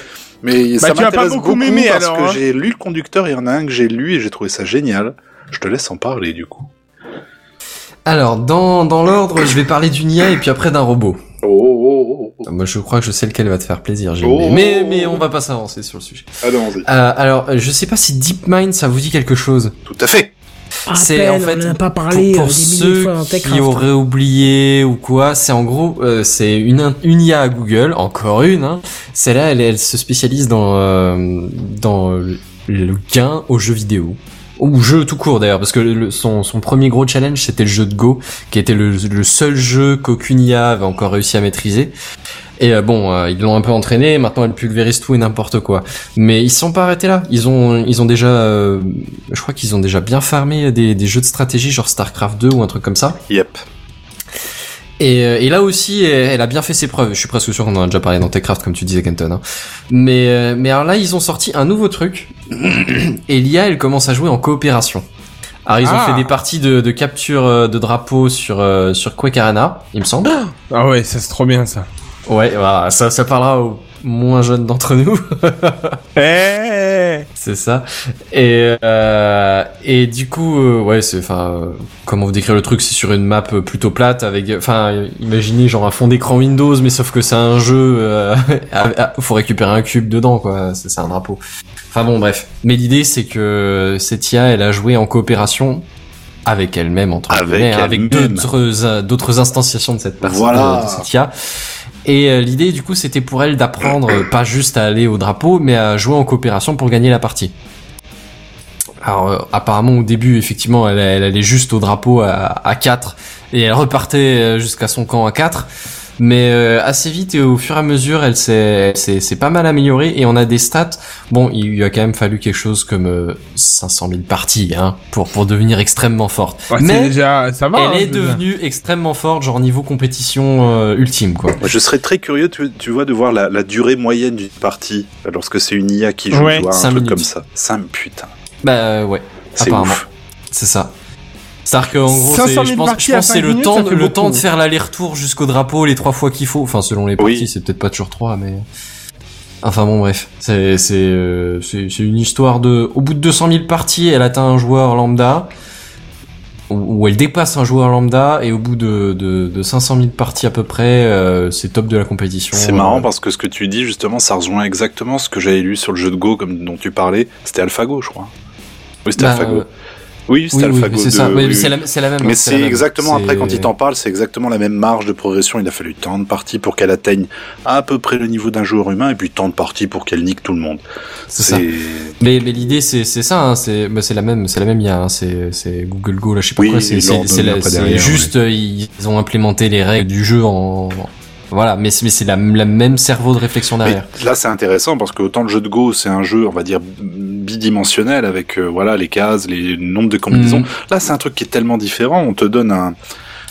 Speaker 9: Mais
Speaker 11: Bah,
Speaker 9: ça
Speaker 11: tu vas pas
Speaker 9: m'intéresse
Speaker 11: beaucoup
Speaker 9: beaucoup
Speaker 11: m'aimer,
Speaker 9: parce
Speaker 11: alors,
Speaker 9: que
Speaker 11: hein.
Speaker 9: j'ai lu le conducteur, il y en a un que j'ai lu et j'ai trouvé ça génial. Je te laisse en parler du coup.
Speaker 10: Alors, dans, dans l'ordre, je vais parler d'une IA et puis après d'un robot. Ah, Moi, je crois que je sais lequel va te faire plaisir, j'ai aimé. Mais, mais on va pas s'avancer sur le sujet.
Speaker 9: Allons-y.
Speaker 10: Euh, alors, euh, je sais pas si DeepMind, ça vous dit quelque chose.
Speaker 9: Tout à fait.
Speaker 2: À
Speaker 10: C'est en
Speaker 2: peine,
Speaker 10: fait
Speaker 2: on en a pas parlé
Speaker 10: pour, pour
Speaker 2: euh, des milliers de
Speaker 10: ceux
Speaker 2: fois dans
Speaker 10: qui
Speaker 2: TechCraft.
Speaker 10: auraient oublié ou quoi, c'est en gros, euh, c'est une, in- une IA à Google, encore une. Hein. Celle-là, elle, elle se spécialise dans euh, dans le- le gain aux jeux vidéo. Ou jeu tout court d'ailleurs, parce que le- son, son premier gros challenge c'était le jeu de Go, qui était le, le seul jeu qu'aucune IA avait encore réussi à maîtriser. Et euh, bon, euh, ils l'ont un peu entraîné, maintenant elle pulvérise tout et n'importe quoi. Mais ils se sont pas arrêtés là. Ils ont, ils ont déjà, euh, je crois qu'ils ont déjà bien farmé des, des jeux de stratégie genre Starcraft 2 ou un truc comme ça.
Speaker 9: Yep.
Speaker 10: Et, euh, et là aussi, elle, elle a bien fait ses preuves. Je suis presque sûr qu'on en a déjà parlé dans TechCraft, comme tu disais, Kenton. hein. Mais, euh, mais alors là, ils ont sorti un nouveau truc. et l'IA, elle commence à jouer en coopération. Alors, ils
Speaker 11: Ah.
Speaker 10: ont fait des parties de, de capture euh, de drapeaux sur, euh, sur Quake Arena, il me semble.
Speaker 11: Ah ouais, ça c'est trop bien ça.
Speaker 10: Ouais, bah, ça, ça parlera aux moins jeunes d'entre nous.
Speaker 11: Eh,
Speaker 10: C'est ça. Et, euh, et du coup, euh, ouais, c'est, enfin, euh, comment vous décrire le truc C'est sur une map euh, plutôt plate avec, enfin, euh, imaginez genre un fond d'écran Windows, mais sauf que c'est un jeu, euh, ah, ah, faut récupérer un cube dedans, quoi. C'est c'est un drapeau. Enfin bon, bref. Mais l'idée, c'est que cette IA, elle a joué en coopération avec elle-même entre guillemets, hein, avec
Speaker 9: elle-même.
Speaker 10: d'autres euh, d'autres instanciations de cette personne
Speaker 9: Voilà.
Speaker 10: de cette IA. Et euh, l'idée du coup c'était pour elle d'apprendre euh, pas juste à aller au drapeau mais à jouer en coopération pour gagner la partie. Alors euh, apparemment au début effectivement elle, elle allait juste au drapeau à, à 4 et elle repartait euh, jusqu'à son camp à 4. Mais euh, assez vite et au fur et à mesure, elle s'est s'est- s'est pas mal améliorée et on a des stats. Bon, il lui a quand même fallu quelque chose comme euh, 500 000 parties hein, pour pour devenir extrêmement forte.
Speaker 11: Ouais, c'est
Speaker 10: Mais
Speaker 11: déjà, ça va.
Speaker 10: elle
Speaker 11: hein,
Speaker 10: est
Speaker 11: je veux dire.
Speaker 10: devenue extrêmement forte, genre niveau compétition euh, ultime quoi.
Speaker 9: Je serais très curieux, tu, tu vois, de voir la, la durée moyenne d'une partie lorsque c'est une IA qui joue,
Speaker 10: Ouais.
Speaker 9: tu vois, un
Speaker 10: Cinq
Speaker 9: truc
Speaker 10: minutes.
Speaker 9: comme ça. 5 putain.
Speaker 10: Bah euh, ouais,
Speaker 9: C'est
Speaker 10: apparemment.
Speaker 9: ouf.
Speaker 10: C'est ça. C'est-à-dire qu'en gros,
Speaker 11: 500
Speaker 10: c'est-
Speaker 11: 000
Speaker 10: je pense,
Speaker 11: parties
Speaker 10: je
Speaker 11: à
Speaker 10: pense que c'est
Speaker 11: cinq
Speaker 10: le
Speaker 11: minutes,
Speaker 10: temps,
Speaker 11: ça
Speaker 10: de,
Speaker 11: fait
Speaker 10: le temps
Speaker 11: beaucoup.
Speaker 10: de faire l'aller-retour jusqu'au drapeau les trois fois qu'il faut. Enfin, selon les parties, c'est peut-être pas toujours trois, mais. Enfin bon, bref. C'est c'est euh, c'est- c'est une histoire de. Au bout de 200 000 parties, elle atteint un joueur lambda. Ou ou elle dépasse un joueur lambda et au bout de, de, de 500 000 parties à peu près, euh, c'est top de la compétition. Euh,
Speaker 9: C'est marrant parce que ce que tu dis, justement, ça rejoint exactement ce que j'avais lu sur le jeu de Go comme, dont tu parlais. C'était AlphaGo, je crois. Oui, c'était
Speaker 10: Bah,
Speaker 9: AlphaGo.
Speaker 10: euh,
Speaker 9: Oui, c'était
Speaker 10: oui, oui,
Speaker 9: AlphaGo.
Speaker 10: c'est ça.
Speaker 9: de-
Speaker 10: Oui, mais c'est la- c'est la même, hein,
Speaker 9: Mais
Speaker 10: c'est la
Speaker 9: c'est
Speaker 10: même.
Speaker 9: exactement, après,
Speaker 10: C'est-
Speaker 9: quand il t'en parle, c'est exactement la même marge de progression. Il a fallu tant de parties pour qu'elle atteigne à peu près le niveau d'un joueur humain et puis tant de parties pour qu'elle nique tout le monde.
Speaker 10: C'est ça. Mais, mais l'idée c'est c'est ça, hein, c'est bah, c'est la même, c'est la même IA, hein, c'est c'est Google Go là, je sais pas
Speaker 9: Oui,
Speaker 10: quoi, c'est
Speaker 9: ils
Speaker 10: c'est-
Speaker 9: l'ont
Speaker 10: c'est
Speaker 9: donné
Speaker 10: la-
Speaker 9: après
Speaker 10: c'est
Speaker 9: derrière,
Speaker 10: juste euh, ils ont implémenté les règles du jeu en voilà, mais c'est mais c'est la, la même cerveau de réflexion
Speaker 9: Mais
Speaker 10: derrière.
Speaker 9: là, c'est intéressant parce que autant le jeu de Go, c'est un jeu, on va dire, bidimensionnel avec euh, voilà les cases, les nombres de combinaisons.
Speaker 10: Mhm.
Speaker 9: Là, c'est un truc qui est tellement différent. On te donne un.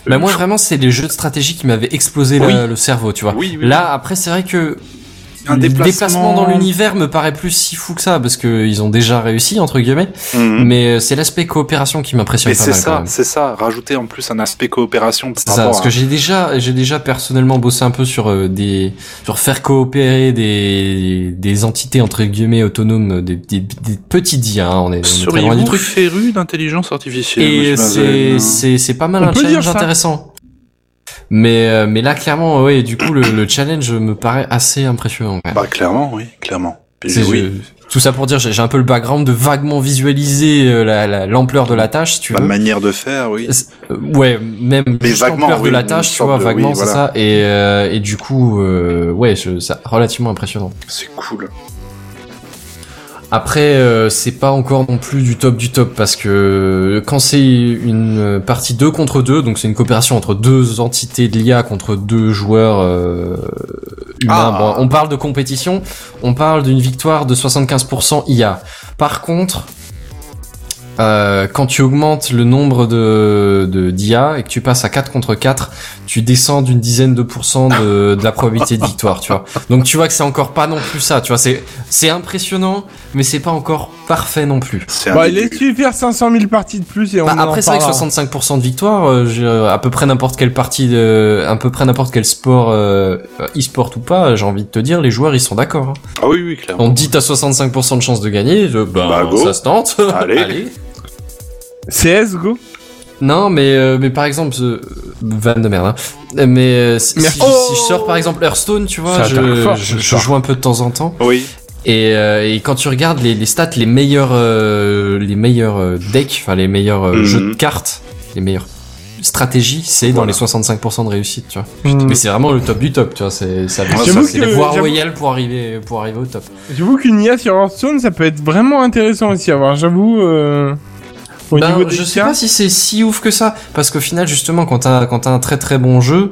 Speaker 10: Bah moi vraiment c'est les jeux de stratégie qui m'avaient explosé la-
Speaker 9: euh, Oui.
Speaker 10: le cerveau, tu vois.
Speaker 9: Oui, oui,
Speaker 10: Là après c'est vrai que
Speaker 9: Un
Speaker 10: le
Speaker 9: déplacement-
Speaker 10: dans l'univers me paraît plus si fou que ça parce que ils ont déjà réussi entre guillemets, mais euh, c'est l'aspect coopération qui m'impressionne
Speaker 9: Hmm. Mais
Speaker 10: pas
Speaker 9: Mmh. c'est
Speaker 10: mal quand
Speaker 9: ça,
Speaker 10: même.
Speaker 9: c'est ça. Rajouter en plus un aspect coopération. par
Speaker 10: C'est ça,
Speaker 9: rapport
Speaker 10: parce
Speaker 9: à-
Speaker 10: que j'ai déjà, j'ai déjà personnellement bossé un peu sur euh, des, sur faire coopérer des, des entités entre guillemets autonomes, des, des, des petites IA. hein, on est, on est très loin
Speaker 9: Seriez-vous
Speaker 10: du truc.
Speaker 9: féru d'intelligence artificielle
Speaker 10: Et
Speaker 9: monsieur
Speaker 10: c'est,
Speaker 9: Mazel
Speaker 10: c'est, c'est pas mal
Speaker 9: On
Speaker 10: un
Speaker 9: peut dire
Speaker 10: challenge
Speaker 9: ça.
Speaker 10: intéressant. Mais, euh, mais là clairement, ouais, du coup le, le challenge me paraît assez impressionnant. quand même.
Speaker 9: Bah clairement, oui, clairement. Puis
Speaker 10: C'est-
Speaker 9: oui.
Speaker 10: je- tout ça pour dire, j'ai, j'ai un peu le background de vaguement visualiser euh, la, la- l'ampleur de la tâche, si tu
Speaker 9: La
Speaker 10: veux.
Speaker 9: manière de faire, oui.
Speaker 10: Euh, Ouais, même
Speaker 9: Mais
Speaker 10: juste
Speaker 9: vaguement,
Speaker 10: l'ampleur de
Speaker 9: oui,
Speaker 10: la
Speaker 9: une
Speaker 10: tâche, tu
Speaker 9: sorte
Speaker 10: vois,
Speaker 9: de-
Speaker 10: vaguement,
Speaker 9: oui,
Speaker 10: c'est
Speaker 9: voilà.
Speaker 10: ça. Et, euh, et du coup, euh, ouais, je, ça, relativement impressionnant.
Speaker 9: C'est cool.
Speaker 10: Après, euh, c'est pas encore non plus du top du top parce que quand c'est une partie 2 contre 2, donc c'est une coopération entre deux entités de l'IA contre deux joueurs euh, humains. Bon, on parle de compétition, on parle d'une victoire de 75% IA. Par contre, euh, quand tu augmentes le nombre de de- d'IA et que tu passes à 4 contre 4, tu descends d'une dizaine de pourcents de, de la probabilité de victoire, tu vois. Donc tu vois que c'est encore pas non plus ça, tu vois. C'est c'est impressionnant, mais c'est pas encore parfait non plus.
Speaker 11: Bah, laisse-lui faire 500 000 parties de plus et on
Speaker 10: Bah,
Speaker 11: en
Speaker 10: après c'est vrai que
Speaker 11: parlera.
Speaker 10: 65% de victoire, euh, j'ai, euh, à peu près n'importe quelle partie de, à peu près n'importe quel sport, euh, e-sport ou pas, j'ai envie de te dire, les joueurs ils sont d'accord. hein.
Speaker 9: Ah oui, oui, clairement.
Speaker 10: On te dit t'as 65% de chance de gagner, je- ben,
Speaker 9: Bah, go.
Speaker 10: ça se tente.
Speaker 9: Allez.
Speaker 11: CS go.
Speaker 10: Non, mais euh, mais par exemple, euh, vanne de merde. hein. Mais euh, si,
Speaker 11: Merci.
Speaker 10: si- si je sors par exemple Hearthstone, tu vois,
Speaker 11: oh Ça
Speaker 10: je,
Speaker 11: attaque fort,
Speaker 10: je-
Speaker 11: ce
Speaker 10: je
Speaker 11: soir.
Speaker 10: joue un peu de temps en temps.
Speaker 9: Oui.
Speaker 10: Et, euh, et quand tu regardes les, les stats, les meilleurs euh, les meilleurs euh, decks, enfin les meilleurs euh,
Speaker 9: Mhm.
Speaker 10: jeux de cartes, les meilleures stratégies, c'est dans les 65% de réussite, tu vois.
Speaker 11: Mhm.
Speaker 10: Mais c'est vraiment le top du top, tu vois. C'est ça,
Speaker 11: Ah, J'avoue
Speaker 10: ça, c'est
Speaker 11: que-
Speaker 10: la voie
Speaker 11: j'avoue-
Speaker 10: royale pour arriver pour arriver au top.
Speaker 11: J'avoue qu'une IA sur Hearthstone, ça peut être vraiment intéressant aussi à voir. J'avoue. euh, Au
Speaker 10: Ben,
Speaker 11: niveau des
Speaker 10: je sais
Speaker 11: IA.
Speaker 10: pas si c'est si ouf que ça, parce qu'au final, justement, quand t'as quand t'as un très très bon jeu,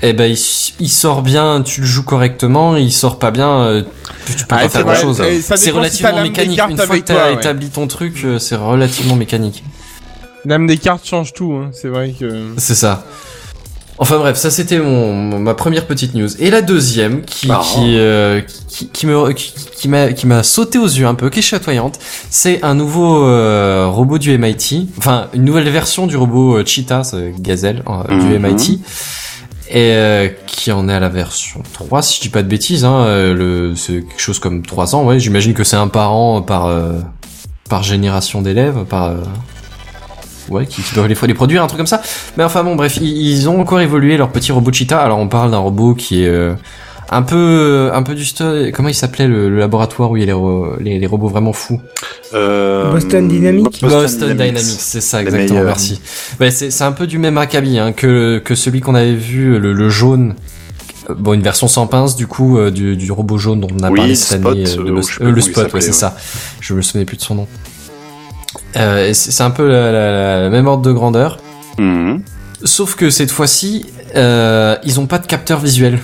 Speaker 10: eh ben il, s- il sort bien, tu le joues correctement, il sort pas bien, euh, tu tu peux
Speaker 11: Ah,
Speaker 10: pas
Speaker 11: c'est
Speaker 10: faire
Speaker 11: vrai,
Speaker 10: grand chose.
Speaker 11: et ça
Speaker 10: c'est
Speaker 11: dépend si
Speaker 10: relativement
Speaker 11: t'as l'âme des
Speaker 10: mécanique.
Speaker 11: cartes
Speaker 10: Une fois
Speaker 11: avec
Speaker 10: que t'as
Speaker 11: toi, ouais.
Speaker 10: établi ton truc, euh, c'est relativement mécanique.
Speaker 11: L'âme des cartes change tout. hein. C'est vrai que.
Speaker 10: C'est ça. Enfin bref, ça c'était mon, mon- ma première petite news. Et la deuxième qui
Speaker 11: Marrant.
Speaker 10: qui, euh, qui qui me qui qui m'a qui m'a sauté aux yeux un peu, qui est chatoyante, c'est un nouveau euh, robot du MIT, enfin une nouvelle version du robot euh, Cheetah, c'est gazelle euh, du
Speaker 9: Mhm.
Speaker 10: MIT. Et euh, qui en est à la version 3, si je dis pas de bêtises, hein, euh, le, c'est quelque chose comme 3 ans, ouais, j'imagine que c'est un parent par, euh, par génération d'élèves, par, euh, ouais, qui, qui doivent les, les produire, un truc comme ça. Mais enfin bon, bref, ils, ils ont encore évolué leur petit robot Cheetah. Alors on parle d'un robot qui est euh, un peu, un peu du style. Comment il s'appelait le, le laboratoire où il y a les, ro- les, les robots vraiment fous
Speaker 9: Euh,
Speaker 2: Boston Dynamics
Speaker 10: Boston, Dynamics, c'est ça
Speaker 9: Les
Speaker 10: exactement.
Speaker 9: meilleurs.
Speaker 10: Merci. Bah, c'est c'est un peu du même acabit hein, que que celui qu'on avait vu, le, le jaune. Euh, Bon, une version sans pince du coup euh, du, du robot jaune dont on a
Speaker 9: Oui,
Speaker 10: parlé
Speaker 9: le
Speaker 10: cette
Speaker 9: Spot,
Speaker 10: année. euh,
Speaker 9: euh,
Speaker 10: de
Speaker 9: ou
Speaker 10: le,
Speaker 9: je sais
Speaker 10: euh,
Speaker 9: pas
Speaker 10: le
Speaker 9: comment il
Speaker 10: spot, ouais,
Speaker 9: s'appelait,
Speaker 10: c'est
Speaker 9: ouais.
Speaker 10: ça. Je me souvenais plus de son
Speaker 9: Mmh.
Speaker 10: nom. Euh, et c'est c'est un peu la, la- la même ordre de grandeur. Sauf que cette fois-ci, euh, ils ont pas de capteur visuel.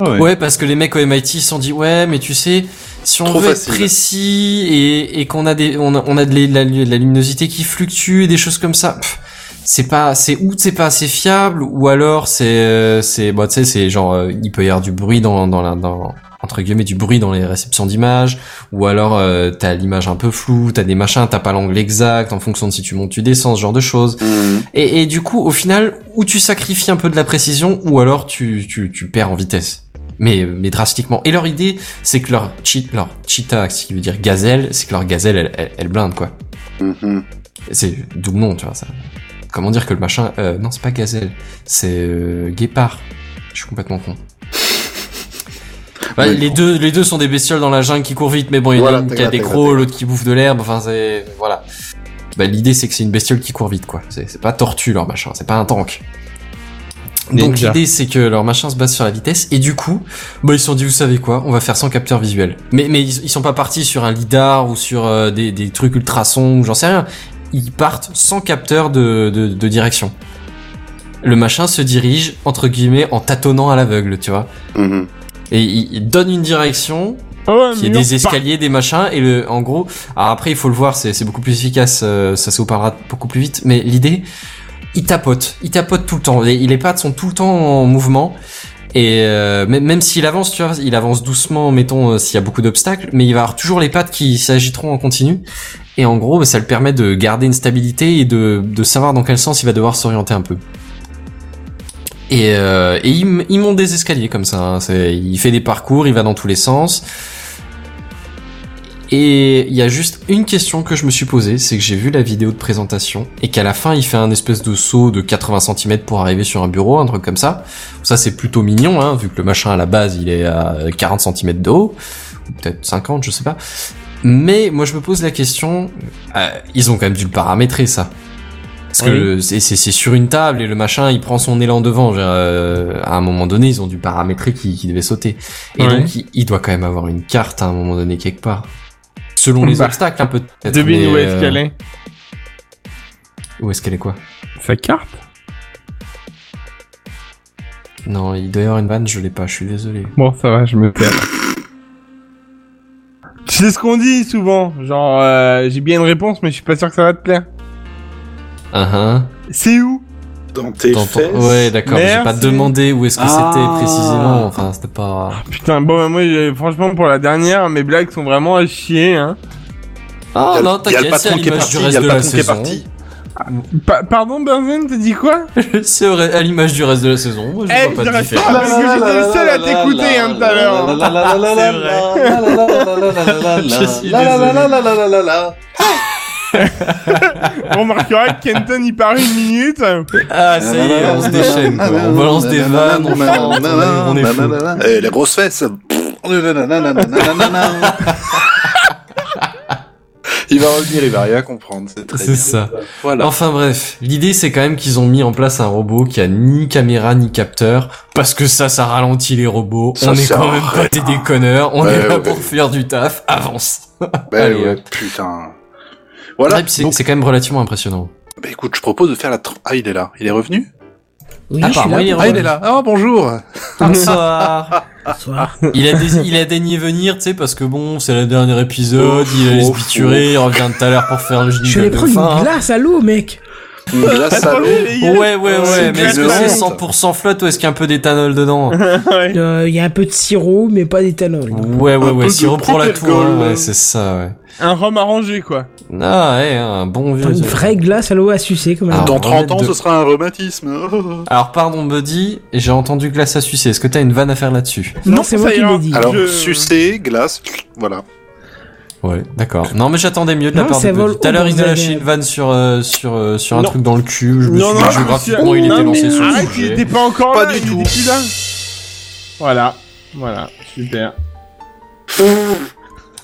Speaker 10: ouais. parce que les mecs au MIT ils se sont dit ouais, mais tu sais, si on
Speaker 9: Trop
Speaker 10: veut
Speaker 9: facile.
Speaker 10: être précis et, et qu'on a des, on a, on a de la, la- la luminosité qui fluctue et des choses comme ça. pff, c'est pas, c'est ou c'est pas assez fiable ou alors c'est, euh, c'est, bah, tu sais, c'est genre euh, il peut y avoir du bruit dans, dans la, dans entre guillemets du bruit dans les réceptions d'images ou alors euh, t'as l'image un peu floue, t'as des machins, t'as pas l'angle exact en fonction de si tu montes, tu descends, ce genre de choses.
Speaker 9: Mmh.
Speaker 10: Et, et du coup, au final, ou tu sacrifies un peu de la précision, ou alors tu, tu, tu perds en vitesse. Mais, mais drastiquement. Et leur idée, c'est que leur, chi- leur cheetah, ce qui veut dire gazelle, c'est que leur gazelle, elle, elle, elle blinde, quoi.
Speaker 9: Mm-hmm.
Speaker 10: C'est d'où le nom, tu vois, ça. Comment dire que le machin... euh, non, c'est pas gazelle, c'est euh, guépard. Je suis complètement con. Ouais,
Speaker 9: Oui,
Speaker 10: les, deux, les deux sont des bestioles dans la jungle qui courent vite, mais bon, il y en a
Speaker 9: Voilà,
Speaker 10: une
Speaker 9: t'as
Speaker 10: qui a
Speaker 9: gratté,
Speaker 10: des crocs, l'autre qui bouffe de l'herbe, enfin c'est... Voilà. Bah, l'idée c'est que c'est une bestiole qui court vite quoi. C'est c'est pas tortue leur machin, c'est pas un tank. Donc
Speaker 11: Ninja.
Speaker 10: l'idée c'est que leur machin se base sur la vitesse et du coup, bah ils se sont dit vous savez quoi, on va faire sans capteur visuel. Mais mais ils, ils sont pas partis sur un lidar ou sur euh, des, des trucs ultrasons ou j'en sais rien. Ils partent sans capteur de, de, de direction. Le machin se dirige entre guillemets en tâtonnant à l'aveugle, tu vois. Et il, il donne une direction
Speaker 11: Ah
Speaker 10: il y a des
Speaker 11: mais non, pas-
Speaker 10: escaliers, des machins, et le, en gros, alors après il faut le voir, c'est c'est beaucoup plus efficace, euh, ça se vous parlera beaucoup plus vite, mais l'idée, il tapote, il tapote tout le temps, les, les pattes sont tout le temps en mouvement, et euh, même, même s'il avance, tu vois, il avance doucement, mettons euh, s'il y a beaucoup d'obstacles, mais il va avoir toujours les pattes qui s'agiteront en continu, et en gros, bah, ça le permet de garder une stabilité et de, de savoir dans quel sens il va devoir s'orienter un peu. Et, euh, et il, m- il monte des escaliers comme ça. hein. C'est- Il fait des parcours, il va dans tous les sens. Et il y a juste une question que je me suis posée, c'est que j'ai vu la vidéo de présentation et qu'à la fin il fait un espèce de saut de 80 cm pour arriver sur un bureau, un truc comme ça. Ça c'est plutôt mignon, hein, vu que le machin à la base il est à 40 cm de haut, ou peut-être 50, je sais pas. Mais moi je me pose la question, euh, ils ont quand même dû le paramétrer ça. Parce que
Speaker 11: Oui.
Speaker 10: le- c'est c'est- c'est sur une table et le machin il prend son élan devant. Je veux dire, euh, à un moment donné ils ont dû paramétrer qui, qui devait sauter. Et
Speaker 11: Ouais.
Speaker 10: donc il, il doit quand même avoir une carte à un moment donné quelque part. Selon les
Speaker 11: Bah,
Speaker 10: obstacles un peu peut-être. mais,
Speaker 11: Devine où est-ce
Speaker 10: euh,
Speaker 11: qu'elle est.
Speaker 10: Où est-ce qu'elle est quoi
Speaker 11: Sa carte
Speaker 10: Non, il doit y avoir une vanne, je l'ai pas, je suis désolé.
Speaker 11: Bon, ça va, je me perds. C'est ce qu'on dit souvent. Genre, euh, j'ai bien une réponse, mais je suis pas sûr que ça va te plaire. C'est où
Speaker 9: Dans tes
Speaker 10: Dans ton- Ouais, d'accord, j'ai pas demandé où est-ce que c'était précisément, enfin, c'était pas...
Speaker 11: Putain, bon, bah, moi, j'ai- franchement, pour la dernière, mes blagues sont vraiment à chier, hein.
Speaker 10: Ah non, t'inquiète, c'est à l'image du reste de la saison.
Speaker 11: Pa- pardon, Benzen, t'as dit quoi
Speaker 10: C'est au re- à l'image du reste de la saison, moi je
Speaker 11: Eh,
Speaker 10: vois pas
Speaker 11: je
Speaker 10: de
Speaker 11: dirais
Speaker 10: différence.
Speaker 11: pas, parce
Speaker 2: Ah
Speaker 11: que j'étais le seul à t'écouter, hein, tout à l'heure. C'est vrai. Je suis désolé. On remarquera que Kenton y parle une minute.
Speaker 10: Ah, ça y est, on se déchaîne,
Speaker 9: ah,
Speaker 10: quoi. On balance des vannes, on fait- on est fou.
Speaker 9: Eh, la grosse fesse. Il va revenir, il va rien comprendre. C'est très
Speaker 10: C'est
Speaker 9: bien.
Speaker 10: ça.
Speaker 9: Voilà.
Speaker 10: Enfin bref, l'idée c'est quand même qu'ils ont mis en place un robot qui a ni caméra ni capteur, parce que ça, ça ralentit les robots.
Speaker 9: Ça
Speaker 10: on est
Speaker 9: sert
Speaker 10: quand
Speaker 9: à
Speaker 10: même pas
Speaker 9: rien.
Speaker 10: des déconneurs, on
Speaker 9: Ouais,
Speaker 10: est là
Speaker 9: ouais.
Speaker 10: pour faire du taf, avance.
Speaker 9: Ben
Speaker 10: Allez,
Speaker 9: ouais,
Speaker 10: hop.
Speaker 9: putain. Voilà.
Speaker 10: Ouais, puis c'est c'est quand même relativement impressionnant.
Speaker 9: Bah écoute, je propose de faire la. tra- Ah, il est là. Il est revenu
Speaker 10: Oui, Ah, je suis pardon, là. il est
Speaker 9: Ah, il
Speaker 10: revenu.
Speaker 9: est là. Ah, bonjour.
Speaker 10: Bonsoir. Il a, dé- il a daigné venir, tu sais, parce que bon, c'est le dernier épisode, il
Speaker 9: Oh,
Speaker 10: allait se biturer, il revient tout à l'heure pour faire le
Speaker 2: Je
Speaker 10: jingle
Speaker 2: vais
Speaker 10: de
Speaker 2: prendre
Speaker 10: fin.
Speaker 2: une glace à l'eau, mec.
Speaker 9: Une glace à l'eau.
Speaker 10: Ouais, ouais, ouais,
Speaker 2: C'est
Speaker 10: mais est-ce que
Speaker 2: clair.
Speaker 10: c'est 100% flotte ou est-ce qu'il y a un peu d'éthanol dedans
Speaker 2: Euh, Il y a un peu de sirop, mais pas
Speaker 10: Ah,
Speaker 2: d'éthanol.
Speaker 10: Ouais, ouais, ouais,
Speaker 11: peu
Speaker 10: si
Speaker 11: de
Speaker 10: on reprend la
Speaker 11: propylgol.
Speaker 10: tour, hein, ouais, c'est ça, ouais.
Speaker 11: Un rhum arrangé, quoi.
Speaker 10: Ah, ouais, un bon vieux.
Speaker 2: Une vraie glace à l'eau à sucer, comme
Speaker 10: Ah,
Speaker 2: un
Speaker 10: Dans 30 ans, ce
Speaker 9: sera un rhumatisme.
Speaker 10: Alors, pardon, Buddy, j'ai entendu glace à sucer. Est-ce que t'as une vanne à faire là-dessus
Speaker 2: Non, c'est moi qui l'ai dit.
Speaker 9: Alors, sucé, glace, voilà.
Speaker 10: Ouais, d'accord. Non, mais j'attendais mieux de la
Speaker 9: Non,
Speaker 10: part de
Speaker 9: ça vole
Speaker 10: Buddy. Tout à
Speaker 9: au
Speaker 10: l'heure, il a
Speaker 9: bordel.
Speaker 10: lâché une vanne sur, euh, sur, euh, sur un
Speaker 11: Non.
Speaker 10: truc dans le cul. Je me
Speaker 11: Non,
Speaker 10: suis dit
Speaker 11: non,
Speaker 10: que
Speaker 11: je me suis-
Speaker 10: géographiquement, il
Speaker 11: Non,
Speaker 10: était
Speaker 11: mais
Speaker 10: lancé sur le
Speaker 11: arrête, il
Speaker 10: sujet.
Speaker 11: était pas encore
Speaker 9: Pas
Speaker 11: là,
Speaker 9: du
Speaker 11: il
Speaker 9: tout.
Speaker 11: était plus là. Voilà, voilà, super.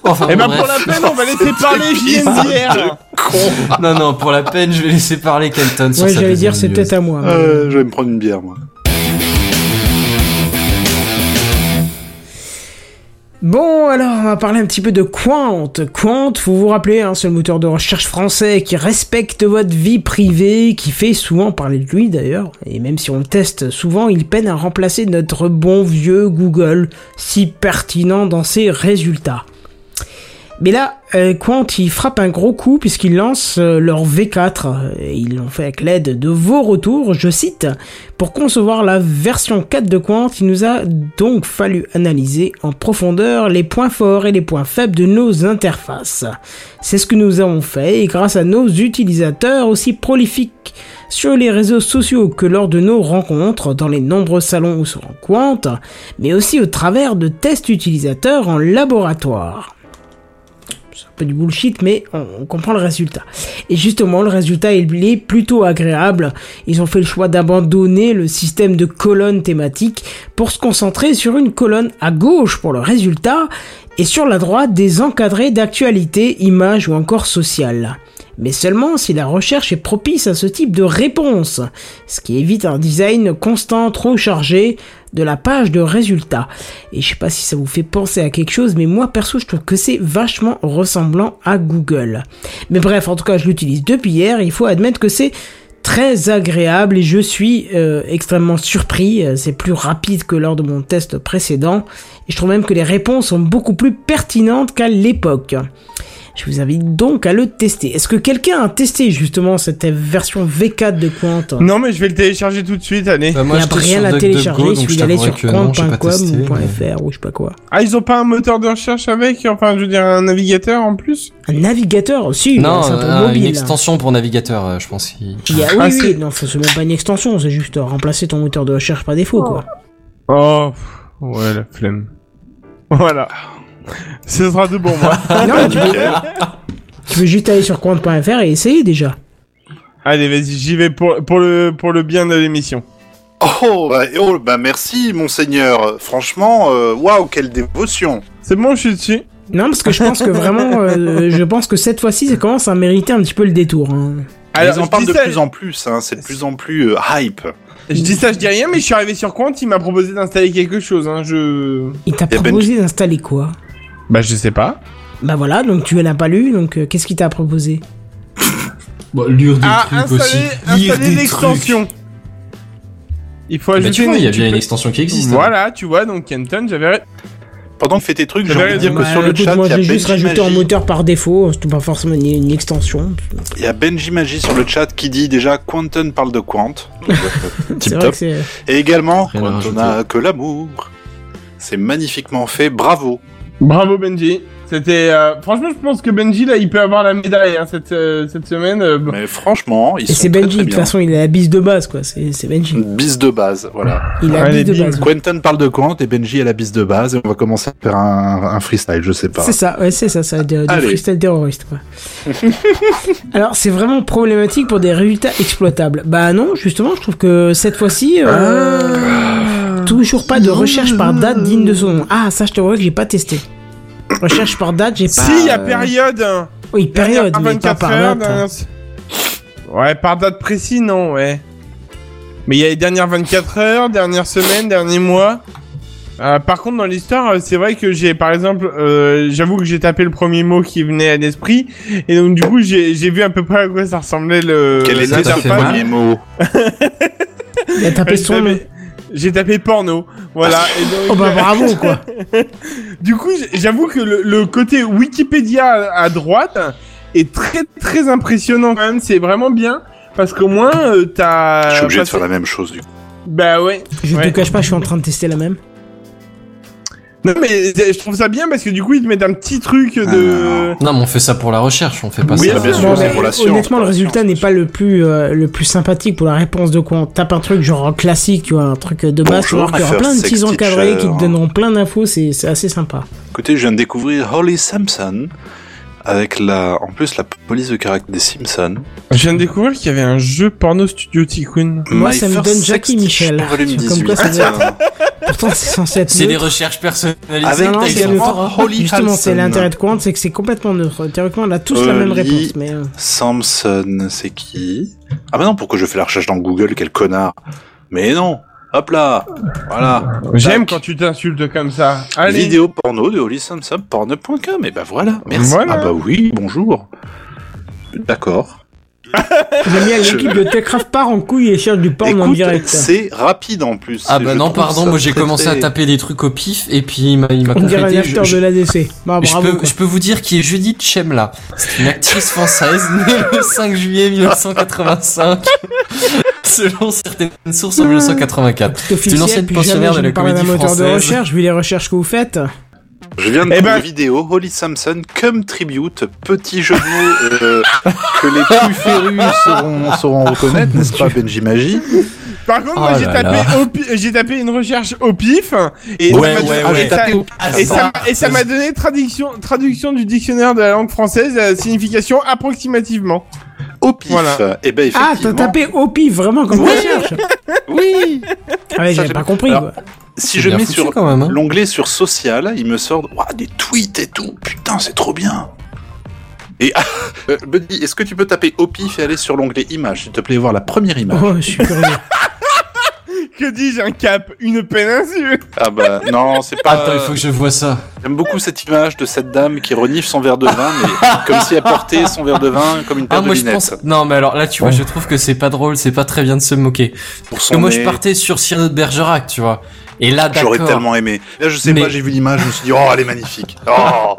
Speaker 10: Enfin,
Speaker 11: Et
Speaker 10: bon,
Speaker 11: ben pour la
Speaker 10: bref.
Speaker 11: peine, on va laisser parler JNDR.
Speaker 10: Non, non, pour la peine, je vais laisser parler Kenton sur
Speaker 2: Ouais,
Speaker 10: sa
Speaker 2: j'allais dire,
Speaker 10: deuxième
Speaker 2: c'est
Speaker 10: news.
Speaker 2: peut-être à moi. mais-
Speaker 9: Euh, je vais me prendre une bière, moi.
Speaker 2: Bon, alors, on va parler un petit peu de Quant. Quant, vous vous rappelez, hein, c'est le moteur de recherche français qui respecte votre vie privée, qui fait souvent parler de lui d'ailleurs. Et même si on le teste souvent, il peine à remplacer notre bon vieux Google, si pertinent dans ses résultats. Mais là, euh, Quant, ils frappent un gros coup puisqu'ils lancent euh, leur V4. Et ils l'ont fait avec l'aide de vos retours, je cite. Pour concevoir la version 4 de Quant, il nous a donc fallu analyser en profondeur les points forts et les points faibles de nos interfaces. C'est ce que nous avons fait et grâce à nos utilisateurs aussi prolifiques sur les réseaux sociaux que lors de nos rencontres dans les nombreux salons où se rencontrent, mais aussi au travers de tests utilisateurs en laboratoire c'est un peu du bullshit, mais on, on comprend le résultat. Et justement, le résultat, il est plutôt agréable. Ils ont fait le choix d'abandonner le système de colonnes thématiques pour se concentrer sur une colonne à gauche pour le résultat et sur la droite des encadrés d'actualité, images ou encore sociales. Mais seulement si la recherche est propice à ce type de réponse, ce qui évite un design constant trop chargé de la page de résultats. Et je sais pas si ça vous fait penser à quelque chose, mais moi perso je trouve que c'est vachement ressemblant à Google. Mais bref, en tout cas je l'utilise depuis hier, et il faut admettre que c'est très agréable et je suis euh, extrêmement surpris. Euh, C'est plus rapide que lors de mon test précédent et je trouve même que les réponses sont beaucoup plus pertinentes qu'à l'époque. Je vous invite donc à le tester. Est-ce que quelqu'un a testé justement cette version V4 de Quant
Speaker 11: Non, mais je vais le télécharger tout de suite, allez.
Speaker 10: Bah,
Speaker 2: Il n'y a rien à télécharger, il suffit d'aller sur quant.com ou .fr ou je sais pas quoi.
Speaker 11: Ah, ils ont pas un moteur de recherche avec Enfin, je veux dire, un navigateur en plus
Speaker 2: Un navigateur aussi
Speaker 10: Non,
Speaker 2: c'est un peu
Speaker 10: euh,
Speaker 2: mobile,
Speaker 10: une
Speaker 2: hein.
Speaker 10: extension pour navigateur, euh, je pense. qu'il-
Speaker 2: Il y a, oui,
Speaker 11: Ah,
Speaker 2: oui,
Speaker 11: c'est-
Speaker 2: non, c'est même pas une extension, c'est juste euh, remplacer ton moteur de recherche par défaut quoi.
Speaker 11: Oh, pff, ouais, la flemme. Voilà. Ce sera de bon, moi.
Speaker 2: Non, mais tu peux- Tu veux juste aller sur quant.fr et essayer déjà.
Speaker 11: Allez, vas-y, j'y vais pour, pour, le, pour le bien de l'émission.
Speaker 9: Oh bah, oh, bah merci, monseigneur. Franchement, euh, waouh, quelle dévotion.
Speaker 11: C'est bon, je suis dessus.
Speaker 2: Non, parce que je pense que vraiment, euh, je pense que cette fois-ci, ça commence à mériter un petit peu le détour. hein.
Speaker 11: Alors,
Speaker 9: Ils en
Speaker 11: je
Speaker 9: parlent
Speaker 11: dis
Speaker 9: de
Speaker 11: ça-
Speaker 9: plus en plus, hein, c'est de plus en plus euh, hype.
Speaker 11: Je dis ça, je dis rien, mais je suis arrivé sur Quant, il m'a proposé d'installer quelque chose, hein, je...
Speaker 2: Il t'a
Speaker 11: Eh ben,
Speaker 2: proposé d'installer quoi
Speaker 11: Bah, je sais pas.
Speaker 2: Bah voilà, donc tu l'as pas lu, donc euh, qu'est-ce qu'il t'a proposé
Speaker 10: lire des
Speaker 11: Ah,
Speaker 10: trucs aussi.
Speaker 11: installer, installer l'extension Il faut ajouter...
Speaker 10: Bah, tu vois, il y a
Speaker 11: tu
Speaker 10: bien
Speaker 11: peux-
Speaker 10: une extension qui existe. hein.
Speaker 11: Voilà, tu vois, donc Kenton, j'avais...
Speaker 9: Pendant que tu fais tes trucs,
Speaker 11: j'ai envie de dire
Speaker 2: Bah, écoute, moi je l'ai juste rajouté en moteur par défaut, c'est pas forcément une, une extension.
Speaker 9: Il y a Benji Magie sur le chat qui dit déjà Quanton parle de Quant.
Speaker 2: C'est
Speaker 9: Tip
Speaker 2: vrai
Speaker 9: top.
Speaker 2: que c'est.
Speaker 9: Et également, Quanton n'a que l'amour. C'est magnifiquement fait, bravo.
Speaker 11: Bravo Benji. C'était euh, franchement, je pense que Benji là, il peut avoir la médaille hein, cette euh, cette semaine. euh,
Speaker 9: Mais franchement, ils
Speaker 2: Et c'est
Speaker 9: sont très,
Speaker 2: Benji,
Speaker 9: très
Speaker 2: de toute
Speaker 9: bien.
Speaker 2: façon, il a la bise de base quoi, c'est c'est Benji.
Speaker 9: Une bise de base, voilà.
Speaker 2: Il a la bise de base.
Speaker 9: Quentin parle de Quant et Benji a la bise de base et on va commencer à faire un, un freestyle, je sais pas.
Speaker 2: C'est ça, ouais, c'est ça, ça, du, du
Speaker 9: Allez.
Speaker 2: freestyle terroriste, quoi. Alors, c'est vraiment problématique pour des résultats exploitables. Bah non, justement, je trouve que cette fois-ci, euh,
Speaker 11: Ah.
Speaker 2: toujours pas de recherche par date digne de son nom. Ah, ça, je te vois que j'ai pas testé. Recherche par date, j'ai pas.
Speaker 11: Si, il y a
Speaker 2: euh,
Speaker 11: période. hein.
Speaker 2: Oui, période,
Speaker 11: Dernière
Speaker 2: mais pas
Speaker 11: 24
Speaker 2: par hein.
Speaker 11: heures,
Speaker 2: date. hein.
Speaker 11: dernière- Ouais, par date précise, non, ouais. Mais il y a les dernières 24 heures, dernière semaine, dernier mois. Euh, par contre, dans l'histoire, euh, c'est vrai que j'ai, par exemple, euh, j'avoue que j'ai tapé le premier mot qui venait à l'esprit, et donc du coup, j'ai j'ai vu à peu près à quoi ça ressemblait le.
Speaker 9: Euh, Quel était ton
Speaker 11: l'interface.
Speaker 9: premier mot
Speaker 2: Euh, Il a tapé
Speaker 11: J'ai
Speaker 2: son nom.
Speaker 11: tapé- J'ai tapé porno, voilà. et donc-
Speaker 2: Oh bah bravo, quoi.
Speaker 11: du coup, j- j'avoue que le, le côté Wikipédia à, à droite est très très impressionnant quand même. C'est vraiment bien parce qu'au moins euh, t'as.
Speaker 9: Je suis obligé de
Speaker 11: passé-
Speaker 9: faire la même chose du coup.
Speaker 11: Bah ouais.
Speaker 2: Je
Speaker 11: ouais.
Speaker 2: te cache pas, je suis en train de tester la même.
Speaker 11: Non mais je trouve ça bien parce que du coup ils te mettent un petit truc
Speaker 9: Ah.
Speaker 11: de.
Speaker 10: Non, mais on fait ça pour la recherche, on fait pas
Speaker 11: Oui,
Speaker 10: ça.
Speaker 11: bah, bien sûr,
Speaker 2: Non,
Speaker 11: c'est
Speaker 2: mais
Speaker 11: pour la science.
Speaker 2: Honnêtement, le résultat n'est pas le plus, euh, le plus sympathique pour la réponse de quoi on tape un truc genre classique, tu vois, un truc de base, tu
Speaker 9: Bonjour,
Speaker 2: vois, qu'il y aura
Speaker 9: ma
Speaker 2: plein de petits
Speaker 9: first
Speaker 2: encadrés qui
Speaker 9: teacher.
Speaker 2: te donneront plein d'infos, c'est c'est assez sympa.
Speaker 9: Écoutez, je viens de découvrir Holly Simpson avec la, en plus la police de caractère des Simpsons.
Speaker 11: Je viens de découvrir qu'il y avait un jeu porno Studio Tycoon.
Speaker 2: Moi,
Speaker 9: My
Speaker 2: ça me
Speaker 9: first
Speaker 2: donne Jackie Michel.
Speaker 9: volume
Speaker 2: Comme
Speaker 9: 18.
Speaker 2: quoi, ça doit être-
Speaker 9: Tiens.
Speaker 2: Pourtant, c'est censé être.
Speaker 10: C'est des
Speaker 2: neutre.
Speaker 10: recherches personnalisées.
Speaker 9: Avec
Speaker 2: Non, non,
Speaker 10: t'as
Speaker 2: c'est
Speaker 10: également
Speaker 2: neutre.
Speaker 10: Holly
Speaker 2: Justement, c'est
Speaker 10: Hansen.
Speaker 2: l'intérêt de Quant, c'est que c'est complètement neutre. Théoriquement, on a tous la même
Speaker 9: Holly
Speaker 2: réponse, mais. euh,
Speaker 9: Samson, c'est qui Ah bah non, pourquoi je fais la recherche dans Google, quel connard Mais non Hop là Voilà
Speaker 11: J'aime quand tu t'insultes comme ça. Allez.
Speaker 9: Vidéo porno de holysamsumporno.com. Et ben voilà, merci.
Speaker 11: Voilà.
Speaker 9: Ah bah oui, bonjour. D'accord.
Speaker 2: J'ai mis à l'équipe de Techcraft part en couille et cherche du porn en
Speaker 9: Écoute,
Speaker 2: direct.
Speaker 9: c'est rapide en plus.
Speaker 10: Ah bah
Speaker 9: Je
Speaker 10: non,
Speaker 9: trouve
Speaker 10: pardon,
Speaker 9: ça
Speaker 10: moi j'ai
Speaker 9: très,
Speaker 10: commencé
Speaker 9: très-
Speaker 10: à taper des trucs au pif et puis il m'a il m'a
Speaker 2: On dirait un
Speaker 10: complété.
Speaker 2: acteur
Speaker 10: Je-
Speaker 2: de l'ADC. Bah,
Speaker 10: je
Speaker 2: bravo.
Speaker 10: peux, je peux vous dire qui est Judith Chemla. C'est une actrice française née le 5 juillet 1985, selon certaines sources en 1984. C'est une ancienne pensionnaire de la comédie
Speaker 2: moteur de
Speaker 10: française.
Speaker 2: recherche, vu les recherches que vous faites.
Speaker 9: Je viens de
Speaker 2: Eh
Speaker 9: trouver
Speaker 2: ben-
Speaker 9: une vidéo, Holly Samson, comme tribute, petit jeu de mots euh, que les plus férus sauront, sauront reconnaître, n'est-ce pas Benji Magie
Speaker 11: Par contre,
Speaker 9: Oh
Speaker 11: moi, j'ai
Speaker 9: là
Speaker 11: tapé,
Speaker 9: là.
Speaker 11: au pi- j'ai tapé une recherche au pif. Et
Speaker 9: Ouais,
Speaker 11: ça m'a
Speaker 9: ouais,
Speaker 11: donné-
Speaker 9: ouais.
Speaker 11: et ça-
Speaker 9: Ah, Tapé au pif.
Speaker 10: Ah,
Speaker 2: Ah,
Speaker 11: et ça- et ça m'a donné traduction, traduction du dictionnaire de la langue française, euh, signification approximativement.
Speaker 9: Au pif. Et ben
Speaker 2: Ah, t'as tapé au pif, vraiment, comme recherche.
Speaker 9: Oui
Speaker 2: Ah ouais,
Speaker 9: Ça,
Speaker 2: j'avais
Speaker 9: je-
Speaker 2: pas compris.
Speaker 9: Alors,
Speaker 2: quoi.
Speaker 9: Si je mets sur
Speaker 10: hein.
Speaker 9: l'onglet sur social, il me sort Ouah, des tweets et tout. Putain, c'est trop bien. Et ah, euh, Buddy, est-ce que tu peux taper au pif et aller sur l'onglet images, s'il te plaît, voir la première image
Speaker 2: Oh, je suis curieux.
Speaker 11: Que dis-je, un cap, une péninsule
Speaker 9: Ah bah non, c'est pas.
Speaker 10: Attends, il faut que je vois ça.
Speaker 9: J'aime beaucoup cette image de cette dame qui renifle son verre de vin, mais comme si elle portait son verre de vin comme une paire
Speaker 10: Ah,
Speaker 9: de
Speaker 10: moi je
Speaker 9: lunettes.
Speaker 10: pense. Non, mais alors là, tu vois, je trouve que c'est pas drôle, c'est pas très bien de se moquer. Parce
Speaker 9: son
Speaker 10: que moi,
Speaker 9: nez.
Speaker 10: je partais sur Cyrano de Bergerac, tu vois. Et là, d'accord.
Speaker 9: J'aurais tellement aimé. Là, je sais
Speaker 10: Mais-
Speaker 9: pas, j'ai vu l'image, je me suis dit, oh, elle est magnifique.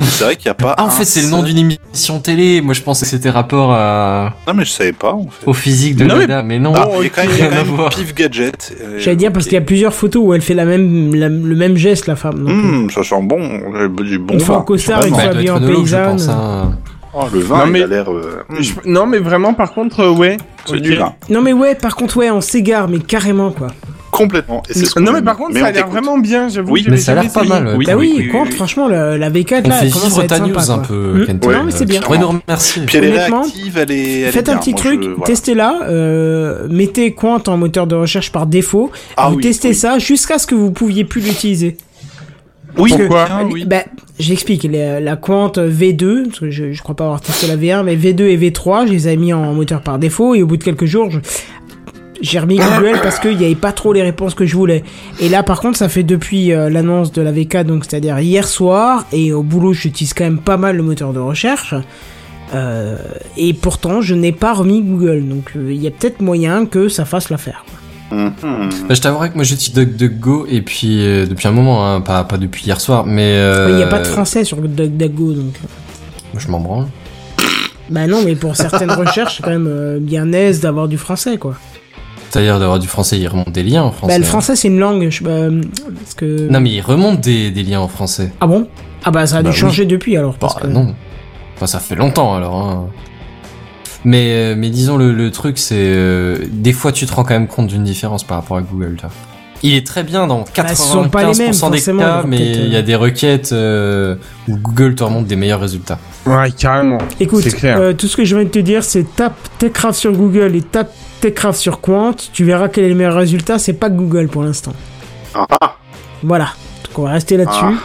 Speaker 9: Oh. c'est vrai qu'il n'y a pas.
Speaker 10: Ah, en
Speaker 9: un
Speaker 10: fait, c'est le
Speaker 9: seul-
Speaker 10: nom d'une émission télé. Moi, je pensais que c'était rapport à.
Speaker 9: Non, mais je savais pas, en fait.
Speaker 10: Au physique de
Speaker 9: Non, mais-
Speaker 10: Dada, mais... non.
Speaker 9: Ah, il y a quand même, il y a
Speaker 10: Rien à
Speaker 9: quand même
Speaker 10: voir.
Speaker 9: pif gadget. euh,
Speaker 2: J'allais dire parce qu'il y a plusieurs photos où elle fait la même, la- le même geste, la femme. donc, euh.
Speaker 9: Hum, ça sent bon, euh, du bon
Speaker 2: Une fois
Speaker 9: vin.
Speaker 2: en costard,
Speaker 9: Vraiment.
Speaker 2: une fois habillée en paysanne.
Speaker 10: hein.
Speaker 9: Oh, le vin,
Speaker 11: Non, mais-
Speaker 9: il a l'air. euh, hum,
Speaker 11: Je- Non, mais vraiment, par contre, euh, ouais.
Speaker 9: C'est hein. du vin.
Speaker 2: Non mais ouais, par contre ouais, on s'égare, mais carrément quoi.
Speaker 9: Complètement. Et c'est ce qu'on
Speaker 11: Non, mais
Speaker 9: aime.
Speaker 11: par contre,
Speaker 9: on
Speaker 11: ça a l'air
Speaker 9: t'écoute.
Speaker 11: vraiment bien, j'avoue.
Speaker 9: Oui,
Speaker 11: que
Speaker 9: mais
Speaker 11: j'avais
Speaker 9: ça a l'air
Speaker 11: jamais
Speaker 9: pas mal,
Speaker 11: essayé.
Speaker 9: ouais.
Speaker 2: bah oui,
Speaker 9: oui, oui,
Speaker 2: contre,
Speaker 9: oui.
Speaker 2: franchement, le- la V4
Speaker 10: On
Speaker 2: là,
Speaker 10: fait
Speaker 2: elle commence
Speaker 10: vivre
Speaker 2: à être
Speaker 10: ta
Speaker 2: sympa,
Speaker 10: news un
Speaker 2: quoi.
Speaker 10: peu, Euh,
Speaker 2: Mmh.
Speaker 10: Kenton.
Speaker 2: Honnêtement, c'est bien.
Speaker 10: Tu pourrais nous remercier.
Speaker 9: Puis elle est
Speaker 2: Honnêtement,
Speaker 9: réactive, elle est. elle est
Speaker 2: Faites
Speaker 9: bien.
Speaker 2: un petit
Speaker 9: Moi,
Speaker 2: truc,
Speaker 9: je- voilà.
Speaker 2: testez-la, euh, mettez Quant en moteur de recherche par défaut,
Speaker 9: Ah
Speaker 2: vous
Speaker 9: oui,
Speaker 2: testez
Speaker 9: oui.
Speaker 2: ça jusqu'à ce que vous pouviez plus l'utiliser.
Speaker 9: Oui,
Speaker 2: Parce que-
Speaker 9: pourquoi
Speaker 11: Ah
Speaker 2: euh, bah, J'explique, les- la Quant V2, parce que je, je crois pas avoir testé la V1, mais V2 et V3, je les avais mis en moteur par défaut, et au bout de quelques jours, je- j'ai remis Google parce qu'il n'y avait pas trop les réponses que je voulais. Et là, par contre, ça fait depuis euh, l'annonce de la VK, donc c'est-à-dire hier soir, et au boulot, j'utilise quand même pas mal le moteur de recherche. Euh, et pourtant, je n'ai pas remis Google, donc euh, il y a peut-être moyen que ça fasse l'affaire.
Speaker 10: Bah, je t'avouerai que moi j'utilise DuckDuckGo et puis euh, depuis un moment, hein, pas, pas depuis hier soir, mais.
Speaker 2: Il
Speaker 10: euh,
Speaker 2: n'y a pas de français sur DuckDuckGo, donc.
Speaker 10: moi, Je m'en branle.
Speaker 2: Bah non, mais pour certaines recherches, c'est quand même euh, bien aise d'avoir du français, quoi.
Speaker 10: C'est-à-dire d'avoir du français, il remonte des liens en français.
Speaker 2: bah le
Speaker 10: hein.
Speaker 2: français, c'est une langue, je, bah, parce que.
Speaker 10: Non mais il remonte des, des liens en français.
Speaker 2: Ah bon Ah bah ça a
Speaker 10: Bah
Speaker 2: dû
Speaker 10: oui.
Speaker 2: changer depuis alors.
Speaker 10: Bah
Speaker 2: Parce que...
Speaker 10: non. Enfin ça fait longtemps alors. hein. Mais, euh, mais disons le, le truc c'est... euh, des fois tu te rends quand même compte d'une différence par rapport à Google. Toi. Il est très bien dans 95%
Speaker 2: Bah, ce sont pas les mêmes,
Speaker 10: des
Speaker 2: forcément,
Speaker 10: cas,
Speaker 2: alors,
Speaker 10: mais
Speaker 2: peut-être,
Speaker 10: il y a des requêtes euh, où Google te remonte des meilleurs résultats.
Speaker 11: Ouais, carrément.
Speaker 2: Bah, Écoute,
Speaker 10: C'est clair.
Speaker 2: euh, tout ce que je viens de te dire, c'est tape Techcraft sur Google et tape Techcraft sur Quant, tu verras quel est le meilleur résultat, c'est pas Google pour l'instant.
Speaker 9: Ah,
Speaker 2: Voilà, donc on va rester là-dessus.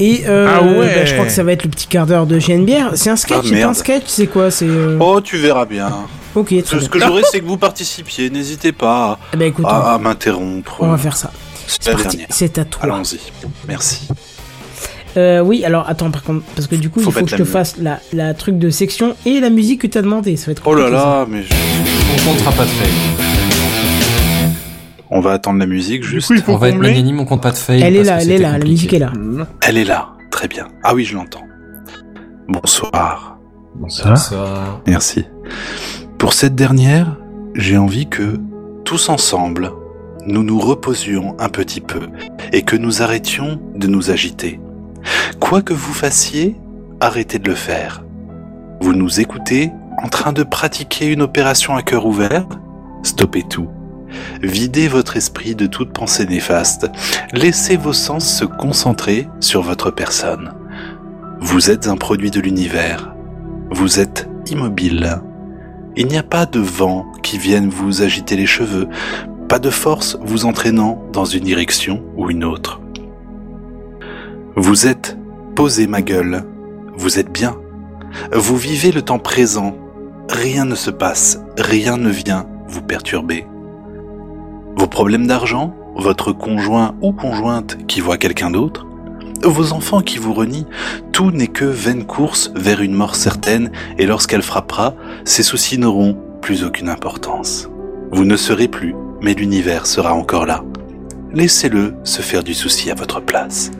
Speaker 2: Et euh,
Speaker 9: Ah ouais.
Speaker 2: bah, je crois que ça va être le petit quart d'heure de GNBR. C'est un sketch,
Speaker 9: Ah,
Speaker 2: c'est pas un
Speaker 9: merde.
Speaker 2: sketch, c'est quoi C'est euh,
Speaker 9: Oh, tu verras bien.
Speaker 2: ok, très
Speaker 9: Ce
Speaker 2: bien.
Speaker 9: ce que Ah, j'aurais, c'est que vous participiez. N'hésitez pas à,
Speaker 2: Eh ben, écoute, on-
Speaker 9: à- à m'interrompre.
Speaker 2: on va faire ça.
Speaker 9: C'est la
Speaker 2: parti,
Speaker 9: dernière.
Speaker 2: c'est à toi.
Speaker 9: Allons-y. Merci.
Speaker 2: Euh, oui, alors attends par contre, parce que du coup
Speaker 9: Faut
Speaker 2: il faut
Speaker 9: mettre
Speaker 2: que je
Speaker 9: la
Speaker 2: te
Speaker 9: musique.
Speaker 2: fasse la, la truc de section et la musique que t'as demandé. Ça va être
Speaker 9: Oh là
Speaker 2: compliqué, ça.
Speaker 9: là, mais. je-
Speaker 10: On comptera pas de fail.
Speaker 9: On va attendre la musique juste.
Speaker 10: on va être magnanime, on compte pas de fail.
Speaker 2: Elle est
Speaker 10: parce
Speaker 2: là,
Speaker 10: que
Speaker 2: elle est
Speaker 10: c'était
Speaker 2: là, la
Speaker 10: compliqué.
Speaker 2: musique est là.
Speaker 9: Elle est là. Très bien. Ah oui, je l'entends. Bonsoir. Hein
Speaker 10: Bonsoir.
Speaker 9: Merci. Pour cette dernière, j'ai envie que, tous ensemble, nous nous reposions un petit peu et que nous arrêtions de nous agiter. Quoi que vous fassiez, arrêtez de le faire. Vous nous écoutez en train de pratiquer une opération à cœur ouvert Stoppez tout. Videz votre esprit de toute pensée néfaste. Laissez vos sens se concentrer sur votre personne. Vous êtes un produit de l'univers. Vous êtes immobile. Il n'y a pas de vent qui vienne vous agiter les cheveux, pas de force vous entraînant dans une direction ou une autre. Vous êtes posé ma gueule, vous êtes bien. Vous vivez le temps présent, rien ne se passe, rien ne vient, vous perturber. Vos problèmes d'argent, votre conjoint ou conjointe qui voit quelqu'un d'autre, vos enfants qui vous renient, tout n'est que vaine course vers une mort certaine et lorsqu'elle frappera, ces soucis n'auront plus aucune importance. Vous ne serez plus, mais l'univers sera encore là. Laissez-le se faire du souci à votre place.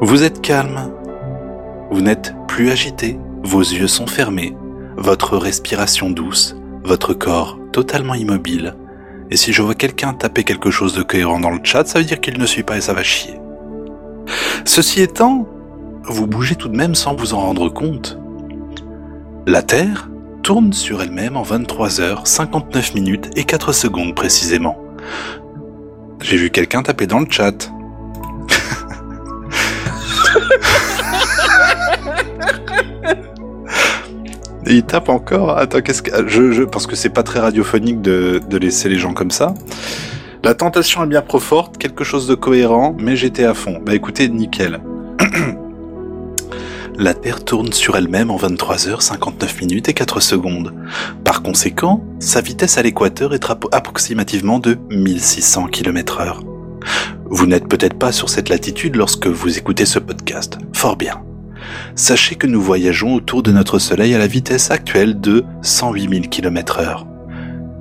Speaker 9: Vous êtes calme, vous n'êtes plus agité, vos yeux sont fermés, votre respiration douce, votre corps totalement immobile. Et si je vois quelqu'un taper quelque chose de cohérent dans le chat, ça veut dire qu'il ne suit pas et ça va chier. Ceci étant, vous bougez tout de même sans vous en rendre compte. La Terre tourne sur elle-même en 23 heures, 59 minutes et 4 secondes précisément. J'ai vu quelqu'un taper dans le chat. Et il tape encore. Attends, qu'est-ce que. ah, Je, je, parce que c'est pas très radiophonique de, de laisser les gens comme ça. La tentation est bien trop forte, quelque chose de cohérent, mais j'étais à fond. Bah écoutez, nickel. La Terre tourne sur elle-même en 23 heures, 59 minutes et 4 secondes. Par conséquent, sa vitesse à l'équateur est appro- approximativement de 1600 km heure. Vous n'êtes peut-être pas sur cette latitude lorsque vous écoutez ce podcast. Fort bien. Sachez que nous voyageons autour de notre Soleil à la vitesse actuelle de 108 000 km heure.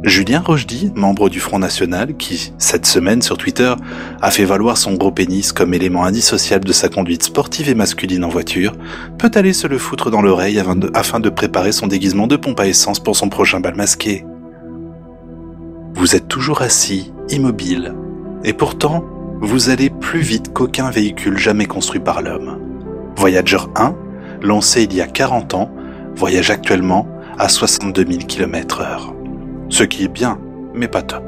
Speaker 9: Julien Rochdy, membre du Front National, qui, cette semaine sur Twitter, a fait valoir son gros pénis comme élément indissociable de sa conduite sportive et masculine en voiture, peut aller se le foutre dans l'oreille afin de- afin de préparer son déguisement de pompe à essence pour son prochain bal masqué. Vous êtes toujours assis, immobile, et pourtant, vous allez plus vite qu'aucun véhicule jamais construit par l'homme. Voyager 1, lancé il y a 40 ans, voyage actuellement à 62 000 km heure. Ce qui est bien, mais pas top.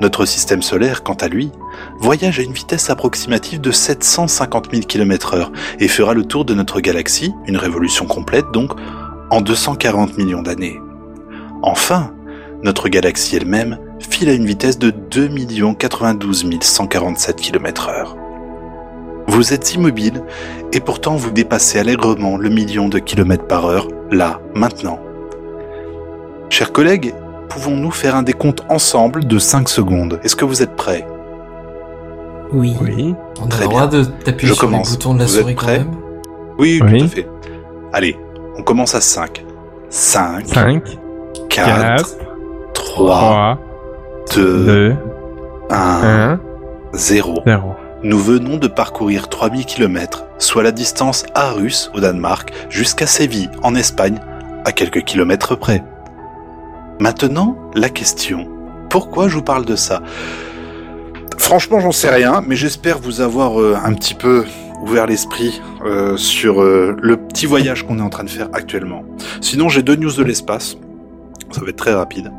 Speaker 9: Notre système solaire, quant à lui, voyage à une vitesse approximative de 750 000 km heure et fera le tour de notre galaxie, une révolution complète donc, en 240 millions d'années. Enfin, notre galaxie elle-même file à une vitesse de 2 92 147 km heure. Vous êtes immobile et pourtant vous dépassez allègrement le million de kilomètres par heure, là, maintenant. Chers collègues, pouvons-nous faire un décompte ensemble de 5 secondes Est-ce que vous êtes prêts
Speaker 2: Oui.
Speaker 10: On a le droit de t'appuyer
Speaker 9: Je
Speaker 10: sur
Speaker 9: commence.
Speaker 10: le bouton de la
Speaker 9: Vous
Speaker 10: souris
Speaker 9: êtes
Speaker 10: quand
Speaker 9: prêts
Speaker 10: même.
Speaker 9: Oui, tout à fait. Allez, on commence à 5. 5, 4, 3, 2, 1, 0. Nous venons de parcourir 3000 km, soit la distance à Russe, au Danemark, jusqu'à Séville, en Espagne, à quelques kilomètres près. Maintenant, la question. Pourquoi je vous parle de ça Franchement, j'en sais rien, mais j'espère vous avoir euh, un petit peu ouvert l'esprit euh, sur euh, le petit voyage qu'on est en train de faire actuellement. Sinon, j'ai deux news de l'espace. Ça va être très rapide.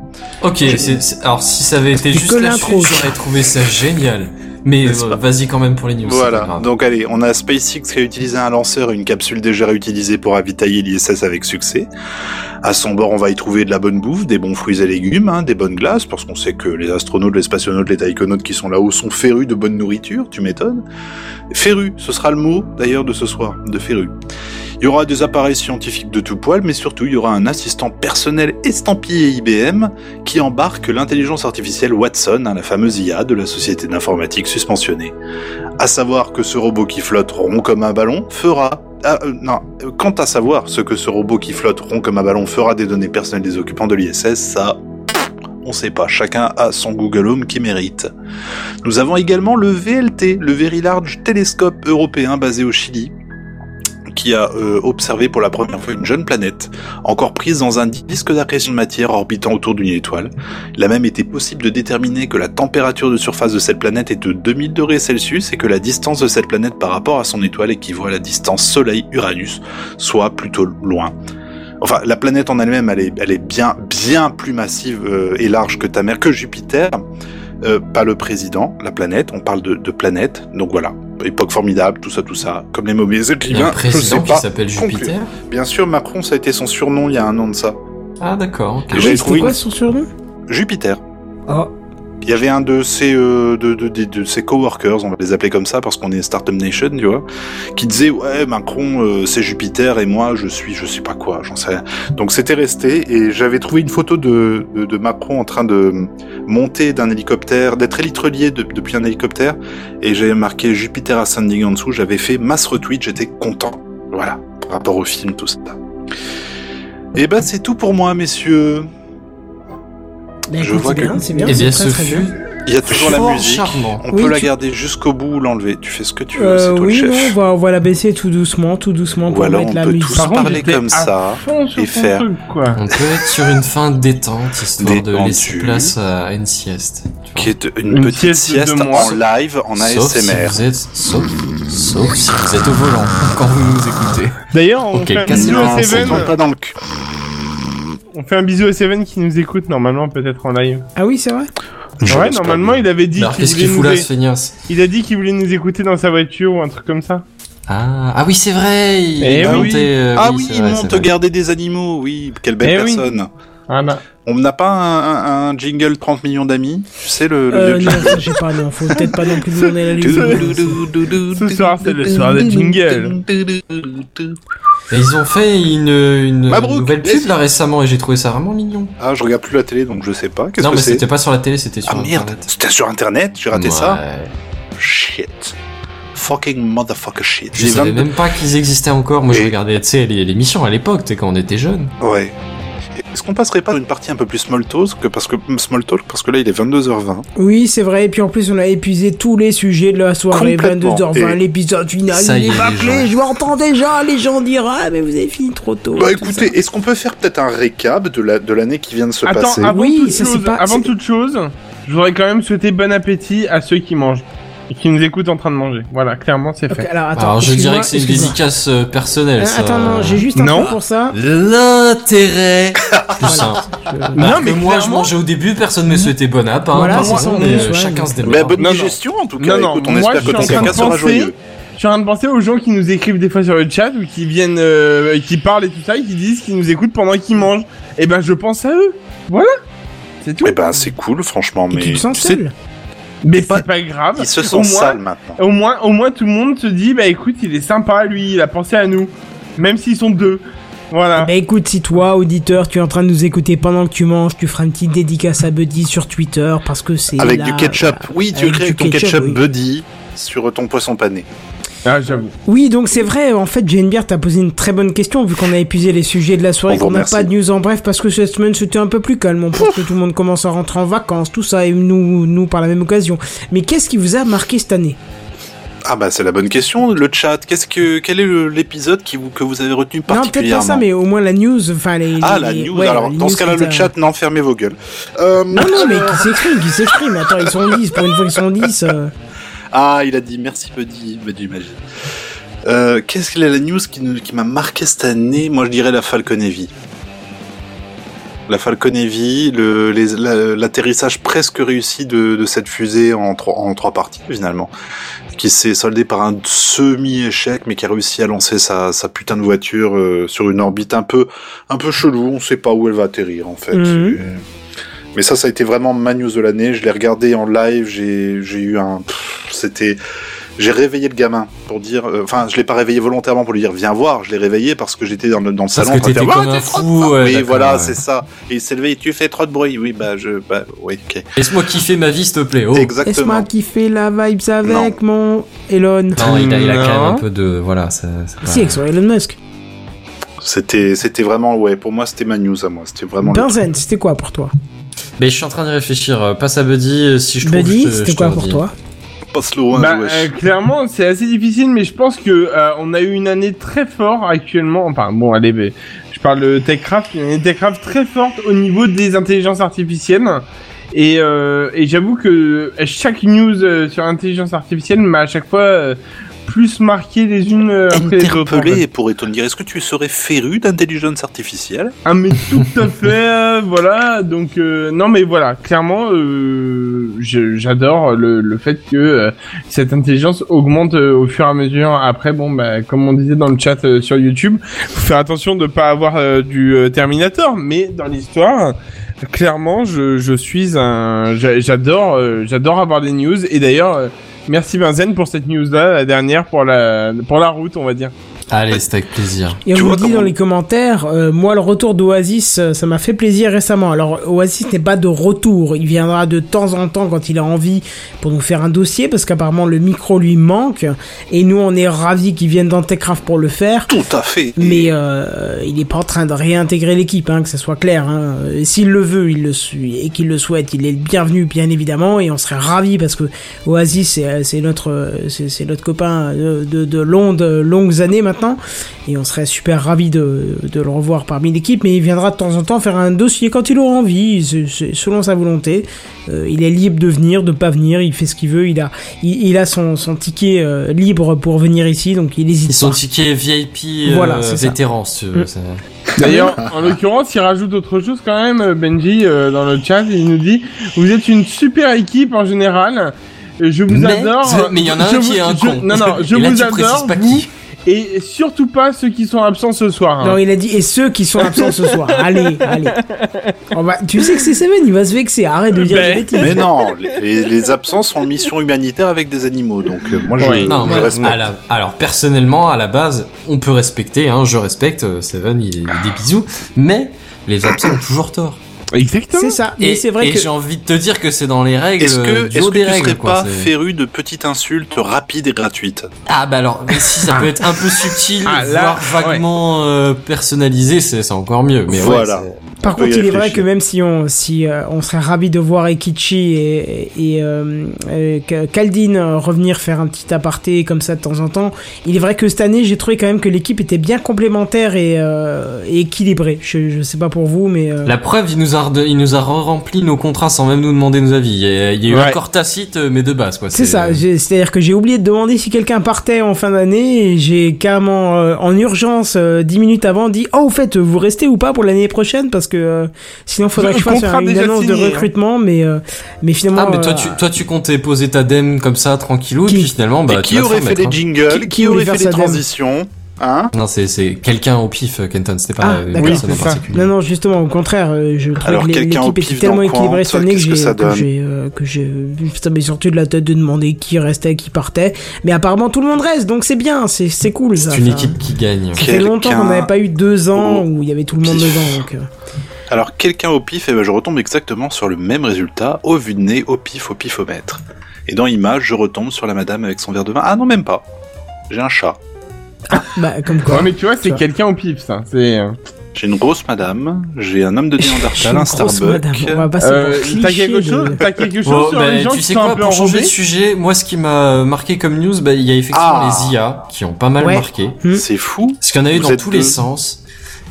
Speaker 10: Ok, c'est- c'est- alors si ça avait été juste la suite, j'aurais trouvé ça génial. Mais euh, vas-y quand même pour les news. c'est pas
Speaker 9: Voilà,
Speaker 10: grave.
Speaker 9: donc allez, on a SpaceX qui a utilisé un lanceur et une capsule déjà réutilisée pour avitailler l'ISS avec succès. À son bord, on va y trouver de la bonne bouffe, des bons fruits et légumes, hein, des bonnes glaces, parce qu'on sait que les astronautes, les spationautes, les taïkonautes qui sont là-haut sont férus de bonne nourriture, tu m'étonnes. Férus, ce sera le mot d'ailleurs de ce soir, de férus. Il y aura des appareils scientifiques de tout poil, mais surtout il y aura un assistant personnel estampillé IBM qui embarque l'intelligence artificielle Watson, hein, la fameuse IA de la société d'informatique suspensionnée. À savoir que ce robot qui flotte rond comme un ballon fera ah, euh, non, euh, quant à savoir ce que ce robot qui flotte rond comme un ballon fera des données personnelles des occupants de l'ISS, ça, on sait pas. Chacun a son Google Home qui mérite. Nous avons également le VLT, le Very Large Telescope européen basé au Chili, qui a euh, observé pour la première fois une jeune planète, encore prise dans un disque d'accrétion de matière orbitant autour d'une étoile. Il a même été possible de déterminer que la température de surface de cette planète est de 2000 degrés Celsius et que la distance de cette planète par rapport à son étoile équivaut à la distance Soleil-Uranus, soit plutôt loin. Enfin, la planète en elle-même, elle est, elle est bien, bien plus massive euh, et large que ta mère, que Jupiter. Euh, pas le président, la planète, on parle de, de planète, donc voilà. Époque formidable, tout ça, tout ça. Comme les mauvais
Speaker 10: Il y a
Speaker 9: écrivains,
Speaker 10: un président
Speaker 9: eh je sais
Speaker 10: qui
Speaker 9: pas
Speaker 10: s'appelle
Speaker 9: conclure.
Speaker 10: Jupiter.
Speaker 9: Bien sûr, Macron, ça a été son surnom il y a un an de ça.
Speaker 10: Ah d'accord. ok.
Speaker 9: Et j'avais trouvé une-
Speaker 2: son surnom
Speaker 9: Jupiter.
Speaker 2: Oh.
Speaker 9: Il y avait un de ses, euh, de, de, de- de ses coworkers, on va les appeler comme ça parce qu'on est Startup Nation, tu vois, qui disait ouais Macron euh, c'est Jupiter et moi je suis je sais pas quoi, j'en sais. rien. Donc c'était resté et j'avais trouvé une photo de, de, de Macron en train de monter d'un hélicoptère, d'être élitrelier de- depuis un hélicoptère et j'avais marqué Jupiter ascending en dessous, j'avais fait masse retweet, j'étais content. Voilà, par rapport au film tout ça. Et ben c'est tout pour moi messieurs. Je
Speaker 2: Ben, écoute,
Speaker 9: vois
Speaker 2: c'est
Speaker 9: que-
Speaker 2: bien, c'est bien,
Speaker 10: Eh
Speaker 2: c'est
Speaker 10: bien,
Speaker 2: très,
Speaker 10: ce
Speaker 2: très
Speaker 10: fut-
Speaker 2: bien.
Speaker 9: Il y a toujours la
Speaker 10: Fort
Speaker 9: musique.
Speaker 10: charmant.
Speaker 9: On
Speaker 2: Oui,
Speaker 9: peut la
Speaker 2: tu-
Speaker 9: garder jusqu'au bout ou l'enlever. Tu fais ce que tu veux, c'est
Speaker 2: Euh,
Speaker 9: toi
Speaker 2: oui,
Speaker 9: le
Speaker 2: non,
Speaker 9: chef.
Speaker 2: on va, on va la baisser tout doucement, tout doucement pour
Speaker 9: Voilà,
Speaker 2: mettre
Speaker 9: on
Speaker 2: la
Speaker 9: peut
Speaker 2: musique.
Speaker 9: tous parler comme
Speaker 2: Ah,
Speaker 9: ça et faire.
Speaker 10: On peut être sur une fin détente, histoire de laisser place à une sieste.
Speaker 9: Qui est une, petite sieste, en live, en
Speaker 10: Sauf si
Speaker 9: ASMR.
Speaker 10: vous êtes- sauf, sauf si vous êtes au volant quand vous nous écoutez.
Speaker 11: D'ailleurs, on
Speaker 10: Ok,
Speaker 11: fait un
Speaker 2: hein,
Speaker 10: cassez-le.
Speaker 11: bisou
Speaker 10: Non,
Speaker 11: à
Speaker 10: ça
Speaker 11: Seven.
Speaker 10: tombe
Speaker 9: pas dans le cul.
Speaker 11: On fait un bisou à Seven qui nous écoute normalement, peut-être en live.
Speaker 2: Ah oui, c'est vrai
Speaker 11: Ouais, normalement, il avait dit
Speaker 10: Alors, qu'est-ce
Speaker 11: voulait
Speaker 10: qu'il fout
Speaker 11: nous
Speaker 10: là,
Speaker 11: é-
Speaker 10: ce feignasse
Speaker 11: Il a dit qu'il voulait nous écouter dans sa voiture ou un truc comme ça.
Speaker 10: Ah, ah oui, c'est vrai. Il
Speaker 11: Eh oui.
Speaker 10: montait, euh,
Speaker 9: ah oui,
Speaker 10: c'est
Speaker 9: il
Speaker 10: vrai,
Speaker 9: monte
Speaker 10: c'est vrai.
Speaker 9: garder des animaux, oui, quelle belle
Speaker 10: Eh oui.
Speaker 9: personne. On n'a pas un, un- un jingle 30 millions d'amis Tu sais, le, le
Speaker 2: Euh,
Speaker 9: vieux
Speaker 2: non,
Speaker 9: jingle.
Speaker 2: ça, j'ai pas, non, faut peut-être pas non plus demander la lune.
Speaker 11: Ce soir, c'est le soir des jingles.
Speaker 10: Et ils ont fait une, une
Speaker 9: Mabrouk,
Speaker 10: nouvelle pub là récemment et j'ai trouvé ça vraiment mignon.
Speaker 9: Ah, je regarde plus la télé, donc je sais pas. Qu'est-ce
Speaker 10: Non,
Speaker 9: que
Speaker 10: mais
Speaker 9: c'est
Speaker 10: c'était pas sur la télé, c'était sur
Speaker 9: Ah merde,
Speaker 10: Internet.
Speaker 9: c'était sur Internet, j'ai raté
Speaker 10: Ouais.
Speaker 9: ça. Shit. Fucking motherfucker shit.
Speaker 10: Je
Speaker 9: J'ai
Speaker 10: savais
Speaker 9: 22
Speaker 10: même pas qu'ils existaient encore. Moi, je regardais, tu sais, les- l'émission à l'époque, tu sais, quand on était jeunes.
Speaker 9: Ouais. Est-ce qu'on passerait pas à une partie un peu plus small talk que parce que small talk parce que là il est 22h20.
Speaker 2: Oui, c'est vrai. Et puis en plus, on a épuisé tous les sujets de la soirée.
Speaker 9: Complètement.
Speaker 2: 22h20,
Speaker 9: Et-
Speaker 2: l'épisode final.
Speaker 9: Ça
Speaker 2: il
Speaker 9: y est,
Speaker 2: est
Speaker 9: les
Speaker 2: bâclé. Je l'entends déjà. Les gens diront Ah, mais vous avez fini trop tôt.
Speaker 9: Bah écoutez, est-ce qu'on peut faire peut-être un récap de la de l'année qui vient de se
Speaker 11: Attends,
Speaker 2: ah,
Speaker 9: passer
Speaker 11: avant, toute chose, avant toute chose, je voudrais quand même souhaiter bon appétit à ceux qui mangent et qui nous écoutent en train de manger. Voilà, clairement, c'est fait.
Speaker 2: alors, attends,
Speaker 10: Alors, je dirais que c'est une
Speaker 2: excuse-moi.
Speaker 10: dédicace euh, personnelle.
Speaker 2: Euh,
Speaker 10: ça.
Speaker 2: attends, non, j'ai juste un truc pour ça.
Speaker 10: L'intérêt plus simple.
Speaker 11: Non,
Speaker 10: Non, mais moi, je mangeais au début, personne
Speaker 2: Mhm.
Speaker 10: ne me souhaitait bon app. Hein,
Speaker 11: Voilà,
Speaker 10: par
Speaker 11: c'est
Speaker 10: contre,
Speaker 11: ça, en
Speaker 10: mais,
Speaker 11: plus,
Speaker 10: euh,
Speaker 11: ouais,
Speaker 10: chacun se
Speaker 11: mais-
Speaker 10: débrouille.
Speaker 9: Bah, digestion, en tout
Speaker 10: cas,
Speaker 11: Non, non,
Speaker 10: écoute, on
Speaker 11: moi,
Speaker 10: espère que
Speaker 11: je suis
Speaker 10: ton
Speaker 11: en train de
Speaker 10: caca sera
Speaker 11: penser-
Speaker 10: joyeux.
Speaker 11: Je suis en train de penser aux gens qui nous écrivent des fois sur le chat ou qui viennent, euh, qui parlent et tout ça, et qui disent qu'ils nous écoutent pendant qu'ils mangent. Et ben, je pense à eux. Voilà. C'est tout.
Speaker 9: Eh ben c'est cool franchement mais sais-
Speaker 11: Mais c'est pas grave.
Speaker 9: Ils se
Speaker 11: Au
Speaker 9: sentent
Speaker 11: moins-
Speaker 9: sales maintenant.
Speaker 11: Au moins, au moins, tout le monde se dit, bah écoute, il est sympa, lui, il a pensé à nous. Même s'ils sont deux. Voilà.
Speaker 2: Bah écoute, si toi, auditeur, tu es en train de nous écouter pendant que tu manges, tu feras une petite dédicace à Buddy sur Twitter parce que c'est.
Speaker 9: Avec
Speaker 2: là-
Speaker 9: du ketchup. Oui, tu
Speaker 2: Avec
Speaker 9: écris
Speaker 2: du
Speaker 9: avec ton ketchup
Speaker 2: oui.
Speaker 9: buddy sur ton poisson pané.
Speaker 11: Ah, j'avoue.
Speaker 2: Oui, donc c'est vrai, en fait, Jane Beer t'a posé une très bonne question, vu qu'on a épuisé les sujets de la soirée,
Speaker 9: On vous
Speaker 2: qu'on n'a
Speaker 9: remercie.
Speaker 2: pas de news en bref, parce que cette semaine c'était un peu plus calme, on pense que tout le monde commence à rentrer en vacances, tout ça, et nous, nous par la même occasion. Mais qu'est-ce qui vous a marqué cette année
Speaker 9: Ah bah c'est la bonne question. Le chat, qu'est-ce que quel est le- l'épisode qui vous que vous avez retenu
Speaker 2: Non, peut-être
Speaker 9: particulièrement
Speaker 2: pas ça, mais au moins la news, enfin les.
Speaker 9: Ah
Speaker 2: les-
Speaker 9: la
Speaker 2: les-
Speaker 9: news.
Speaker 2: ouais,
Speaker 9: Alors
Speaker 2: les
Speaker 9: dans ce
Speaker 2: news
Speaker 9: cas-là
Speaker 2: qui
Speaker 9: le
Speaker 2: t'a-
Speaker 9: chat, non fermez vos gueules. Euh,
Speaker 2: Non, non, mais qui s'exprime, qui s'exprime, attends, ils sont 10, pour une fois qu'ils sont 10. euh.
Speaker 9: Ah, il a dit merci Buddy, Buddy imagine. Euh, Qu'est-ce qu'il est la news qui, nous- qui m'a marqué cette année Moi, je dirais la Falcon Heavy. La Falcon Heavy, le- les- la- l'atterrissage presque réussi de, de cette fusée en trois, en trois parties finalement, qui s'est soldé par un semi-échec, mais qui a réussi à lancer sa, sa putain de voiture euh, sur une orbite un peu, un peu chelou. On sait pas où elle va atterrir en fait.
Speaker 2: Mhm.
Speaker 9: Et- mais ça, ça a été vraiment ma news de l'année. Je l'ai regardé en live. J'ai j'ai eu un. pff, C'était. J'ai réveillé le gamin pour dire. euh, Enfin, je l'ai pas réveillé volontairement pour lui dire viens voir. Je l'ai réveillé parce que j'étais dans, le- dans le
Speaker 10: Parce
Speaker 9: salon.
Speaker 10: que
Speaker 9: en train de
Speaker 10: t'étais
Speaker 9: faire,
Speaker 10: comme
Speaker 9: Ouais,
Speaker 10: un
Speaker 9: t'es trop-
Speaker 10: fou. ouais,
Speaker 9: oui,
Speaker 10: d'accord,
Speaker 9: voilà,
Speaker 10: ouais.
Speaker 9: c'est ça. Et il s'est levé. et Tu fais trop de bruit. Oui, bah je. Bah oui, ok.
Speaker 10: Laisse-moi kiffer ma vie, s'il te plaît. Oh.
Speaker 2: Laisse-moi kiffer la vibes avec mon Elon.
Speaker 10: Non, il a, il a quand même
Speaker 2: Non.
Speaker 10: un peu de. Voilà, ça. c'est pas-
Speaker 2: Si, avec son Elon Musk.
Speaker 9: C'était c'était vraiment ouais. Pour moi, c'était ma news à moi. C'était vraiment. le-
Speaker 2: Benzen, c'était quoi pour toi
Speaker 10: Mais je suis en train de réfléchir. euh, Passe à Buddy euh, si je trouve.
Speaker 2: Buddy,
Speaker 10: je te- je
Speaker 2: c'était
Speaker 10: te
Speaker 2: quoi
Speaker 10: redis.
Speaker 2: pour toi
Speaker 9: hein,
Speaker 11: Bah, euh, clairement, c'est assez difficile, mais je pense que euh, on a eu une année très forte actuellement. Enfin, bon, allez, mais je parle de Techcraft, une année Techcraft très forte au niveau des intelligences artificielles. Et, euh, et j'avoue que chaque news euh, sur l'intelligence artificielle m'a à chaque fois euh, plus marquées les unes euh, après les autres. en
Speaker 9: Interpellé
Speaker 11: fait.
Speaker 9: pourrait-on dire. Est-ce que tu serais féru d'intelligence artificielle
Speaker 11: Ah mais tout à fait, euh, voilà. Donc euh, non mais voilà, clairement, euh, je- j'adore le, le fait que euh, cette intelligence augmente euh, au fur et à mesure. Après, bon, bah, comme on disait dans le chat euh, sur YouTube, faut faire attention de pas avoir euh, du euh, Terminator. Mais dans l'histoire, clairement, je, je suis un, j'a- j'adore, euh, j'adore avoir des news. Et d'ailleurs, euh, merci Vinzen pour cette news là, la dernière pour la pour la route, on va dire.
Speaker 10: Allez, c'était avec plaisir.
Speaker 2: Et on me dit dans les commentaires, euh, moi le retour d'Oasis, euh, ça m'a fait plaisir récemment. Alors Oasis n'est pas de retour, il viendra de temps en temps quand il a envie pour nous faire un dossier, parce qu'apparemment le micro lui manque, et nous on est ravis qu'il vienne dans Techcraft pour le faire.
Speaker 9: Tout à fait.
Speaker 2: Mais euh, il n'est pas en train de réintégrer l'équipe, hein, que ça soit clair. hein. Euh, S'il le veut, il le suit et qu'il le souhaite, il est le bienvenu bien évidemment, et on serait ravis parce que Oasis c'est euh, c'est notre euh, c'est c'est notre copain de, de, de longues longues années maintenant, et on serait super ravis de, de le revoir parmi l'équipe. Mais il viendra de temps en temps faire un dossier quand il aura envie, c'est- c'est selon sa volonté. Euh, il est libre de venir, de pas venir, il fait ce qu'il veut. Il a il, il a son, son ticket euh, libre pour venir ici, donc il hésite.
Speaker 10: Ils sont
Speaker 2: pas.
Speaker 10: tickets VIP euh,
Speaker 2: Voilà, c'est ça. Mm.
Speaker 10: vétérans, si tu veux. ça-
Speaker 11: D'ailleurs, en l'occurrence, il rajoute autre chose quand même, Benji, euh, dans le chat, il nous dit « Vous êtes une super équipe en général, Euh, je vous
Speaker 10: Mais-
Speaker 11: adore...
Speaker 10: c'est- » mais il y en a
Speaker 11: Je
Speaker 10: un qui
Speaker 11: vous-
Speaker 10: est un
Speaker 11: je-
Speaker 10: con.
Speaker 11: Non, non, je
Speaker 10: Et là,
Speaker 11: vous
Speaker 10: tu précises
Speaker 11: adore,
Speaker 10: pas qui.
Speaker 11: vous, et surtout pas ceux qui sont absents ce
Speaker 10: Ah.
Speaker 11: soir. hein.
Speaker 2: Non, il a dit et ceux qui sont absents ce soir. Allez, allez. On va- tu sais que c'est Seven, il va se vexer. Arrête de
Speaker 10: Ben,
Speaker 2: dire des bêtises.
Speaker 9: Mais non, les, les absents sont en mission humanitaire avec des animaux, donc euh, moi je,
Speaker 10: Oui.
Speaker 9: je
Speaker 10: Non,
Speaker 2: Mm.
Speaker 10: mais
Speaker 9: respecte.
Speaker 10: à la- alors personnellement, à la base, on peut respecter, hein, je respecte, euh, Seven, il, il des bisous, mais les absents ont toujours tort.
Speaker 11: Exactement.
Speaker 2: C'est ça. Ah, Mais
Speaker 10: Et,
Speaker 2: c'est vrai
Speaker 10: et
Speaker 2: que.
Speaker 10: j'ai envie de te dire que c'est dans les règles
Speaker 9: Est-ce que,
Speaker 10: euh, du
Speaker 9: est-ce
Speaker 10: haut
Speaker 9: que
Speaker 10: des
Speaker 9: tu
Speaker 10: règles.
Speaker 9: serais
Speaker 10: quoi,
Speaker 9: pas
Speaker 10: c'est-
Speaker 9: féru de petites insultes rapides et gratuites
Speaker 10: Ah bah alors, mais si ça peut être un peu subtil,
Speaker 9: Ah, là,
Speaker 10: voire vaguement euh, personnalisé, c'est c'est encore mieux. Mais ouais,
Speaker 9: Voilà.
Speaker 10: c'est-
Speaker 2: Par contre, il est vrai que même si on, si, euh, on serait ravi de voir Ekichi et, et euh, euh, Ka- Kaldin euh, revenir faire un petit aparté comme ça de temps en temps, il est vrai que cette année, j'ai trouvé quand même que l'équipe était bien complémentaire et, euh, et équilibrée. Je, je sais pas pour vous, mais. euh,
Speaker 10: La preuve, il nous a, rede- il nous a rempli nos contrats sans même nous demander nos avis. Il y a, il y a eu
Speaker 2: Ouais.
Speaker 10: un accord tacite, euh, mais de base, quoi.
Speaker 2: C'est ça, j'ai- c'est-à-dire que j'ai oublié de demander si quelqu'un partait en fin d'année et j'ai carrément euh, en urgence euh, dix minutes avant dit oh au fait vous restez ou pas pour l'année prochaine parce que euh, sinon faudrait que je fasse
Speaker 11: Contrat
Speaker 2: un- une
Speaker 11: déjà
Speaker 2: annonce de
Speaker 11: signé, hein.
Speaker 2: recrutement mais euh, mais finalement
Speaker 10: Ah, mais toi,
Speaker 2: euh,
Speaker 10: tu, toi, tu comptais poser ta dème comme ça, tranquillou, et puis finalement, bah,
Speaker 9: Et
Speaker 10: tu
Speaker 9: qui
Speaker 10: vas te
Speaker 9: aurait fait
Speaker 10: remettre, hein.
Speaker 9: des jingles Qui, aurait fait des
Speaker 2: sa dame
Speaker 9: transitions Hein
Speaker 10: Non, c'est- c'est quelqu'un au pif, euh, Kenton, c'était pas
Speaker 2: ah
Speaker 10: une
Speaker 2: d'accord
Speaker 10: personne en particulier.
Speaker 2: non non justement au contraire euh, je trouve
Speaker 9: Alors,
Speaker 2: que l'é-
Speaker 9: quelqu'un au
Speaker 2: l'équipe
Speaker 9: pif
Speaker 2: était tellement
Speaker 9: dans le coin,
Speaker 2: équilibrée cette
Speaker 9: toi,
Speaker 2: année que
Speaker 9: qu'est-ce que
Speaker 2: j'ai
Speaker 9: ça
Speaker 2: que
Speaker 9: donne
Speaker 2: j'ai euh, que j'ai ça m'est sorti de la tête de demander qui restait qui partait mais apparemment tout le monde reste donc c'est bien c'est c'est cool ça
Speaker 10: C'est une
Speaker 2: Enfin,
Speaker 10: équipe qui gagne.
Speaker 2: Ça fait longtemps qu'on n'avait pas eu deux ans
Speaker 9: au
Speaker 2: où il y avait tout le monde dedans. Donc, euh.
Speaker 9: Alors quelqu'un au pif, et ben je retombe exactement sur le même résultat, au vue de nez, au pif, au pifomètre. Et dans image, je retombe sur la madame avec son verre de vin. Ah non, même pas. J'ai un chat.
Speaker 2: Bah, comme quoi.
Speaker 11: Ouais, mais tu vois, c'est quelqu'un au pif, ça. C'est... euh,
Speaker 9: J'ai une grosse madame, j'ai un homme de
Speaker 2: J'ai
Speaker 9: Néandertal,
Speaker 2: une
Speaker 9: un
Speaker 2: grosse madame,
Speaker 9: Starbucks.
Speaker 2: on va passer
Speaker 11: Euh, pour cliché t'as quelque de- chose- t'as quelque chose
Speaker 10: Bon,
Speaker 11: sur
Speaker 10: bah,
Speaker 11: les gens
Speaker 10: tu
Speaker 11: qui
Speaker 10: sais
Speaker 11: sont
Speaker 10: quoi,
Speaker 11: un peu
Speaker 10: pour changer
Speaker 11: enrobés
Speaker 10: de sujet, moi ce qui m'a marqué comme news, bah, il y a effectivement
Speaker 11: Ah.
Speaker 10: les IA qui ont pas mal
Speaker 11: Ouais.
Speaker 10: marqué.
Speaker 9: C'est fou.
Speaker 10: Parce qu'il y en a eu
Speaker 11: Vous
Speaker 10: dans
Speaker 11: êtes
Speaker 10: tous les
Speaker 11: deux.
Speaker 10: sens.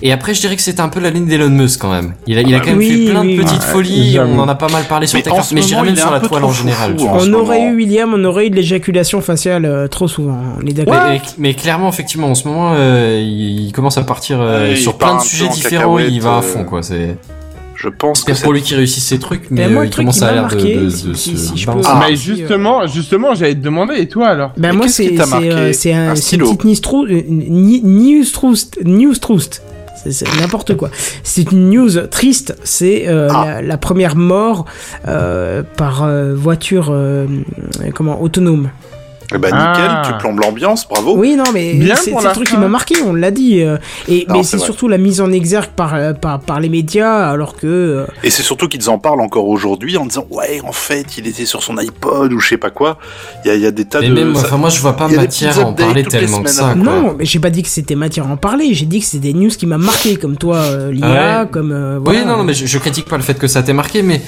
Speaker 10: Et après, je dirais que c'était un peu la ligne d'Elon Musk quand même. Il a, il a
Speaker 9: Ah,
Speaker 10: quand même
Speaker 9: oui,
Speaker 10: fait plein
Speaker 9: oui,
Speaker 10: de petites
Speaker 9: oui.
Speaker 10: folies,
Speaker 9: J'avoue.
Speaker 10: on en a pas mal parlé sur
Speaker 9: Mais en
Speaker 10: TechCraft,
Speaker 9: ce
Speaker 10: mais je dirais
Speaker 9: moment,
Speaker 10: même
Speaker 9: il est
Speaker 10: sur
Speaker 9: un
Speaker 10: la
Speaker 9: peu
Speaker 10: toile
Speaker 9: trop hein.
Speaker 10: en général.
Speaker 9: foufou,
Speaker 10: tu vois.
Speaker 2: on aurait eu William, on aurait eu de l'éjaculation faciale euh, trop souvent. On est d'accord.
Speaker 10: Mais, mais clairement, effectivement, en ce moment, euh, il, il commence à partir euh,
Speaker 9: Ouais, il
Speaker 10: sur
Speaker 9: part
Speaker 10: plein de
Speaker 9: un peu
Speaker 10: sujets
Speaker 9: en
Speaker 10: différents, il va à
Speaker 9: cacahuète,
Speaker 10: fond,
Speaker 9: euh,
Speaker 10: quoi. C'est
Speaker 9: Je pense
Speaker 10: que pour lui qui réussit ses trucs, mais
Speaker 2: Ben, moi,
Speaker 10: euh,
Speaker 2: le
Speaker 10: il
Speaker 2: truc
Speaker 10: commence
Speaker 2: qui
Speaker 10: à
Speaker 2: m'a
Speaker 10: l'air de,
Speaker 2: marqué,
Speaker 10: de- de
Speaker 2: si-
Speaker 10: se
Speaker 2: si- si je peux
Speaker 10: balancer.
Speaker 2: Ah.
Speaker 11: mais Bah, justement,
Speaker 10: euh,
Speaker 11: justement, j'allais te demander, et toi alors
Speaker 2: Ben moi c'est c'est euh, c'est un- c'est une petite news trou- euh, ni- news troost news troost. C'est- C'est n'importe quoi. C'est une news triste. C'est euh,
Speaker 9: Ah.
Speaker 2: la, la première mort euh, par euh, voiture euh, comment autonome.
Speaker 9: Eh ben nickel,
Speaker 2: Ah.
Speaker 9: tu plombes l'ambiance, bravo.
Speaker 2: Oui, non, mais
Speaker 9: Oh. Bien
Speaker 2: c'est
Speaker 9: pour
Speaker 2: c'est le
Speaker 9: la
Speaker 2: truc
Speaker 9: fin.
Speaker 2: qui m'a marqué, on l'a dit. euh, et,
Speaker 9: Non,
Speaker 2: mais
Speaker 9: c'est
Speaker 2: c'est
Speaker 9: vrai.
Speaker 2: surtout la mise en exergue par, euh, par, par les médias, alors que. euh,
Speaker 9: Et c'est surtout qu'ils en parlent encore aujourd'hui en disant ouais en fait il était sur son iPod ou je sais pas quoi. Il y a, il y a des tas
Speaker 10: Mais
Speaker 9: de.
Speaker 10: même,
Speaker 9: ça-
Speaker 10: enfin, moi, je vois pas
Speaker 9: il y a des
Speaker 10: matière
Speaker 9: petits
Speaker 10: à en
Speaker 9: updates
Speaker 10: parler
Speaker 9: toutes les
Speaker 10: tellement que
Speaker 9: semaines
Speaker 10: ça.
Speaker 9: avant.
Speaker 2: non, mais j'ai pas dit que c'était matière à en parler, j'ai dit que c'était des news qui m'a marqué, comme toi, euh, l'IA,
Speaker 10: Ah Ouais.
Speaker 2: comme. euh, voilà.
Speaker 10: Oui, non, non, mais je, je critique pas le fait que ça t'ait marqué, mais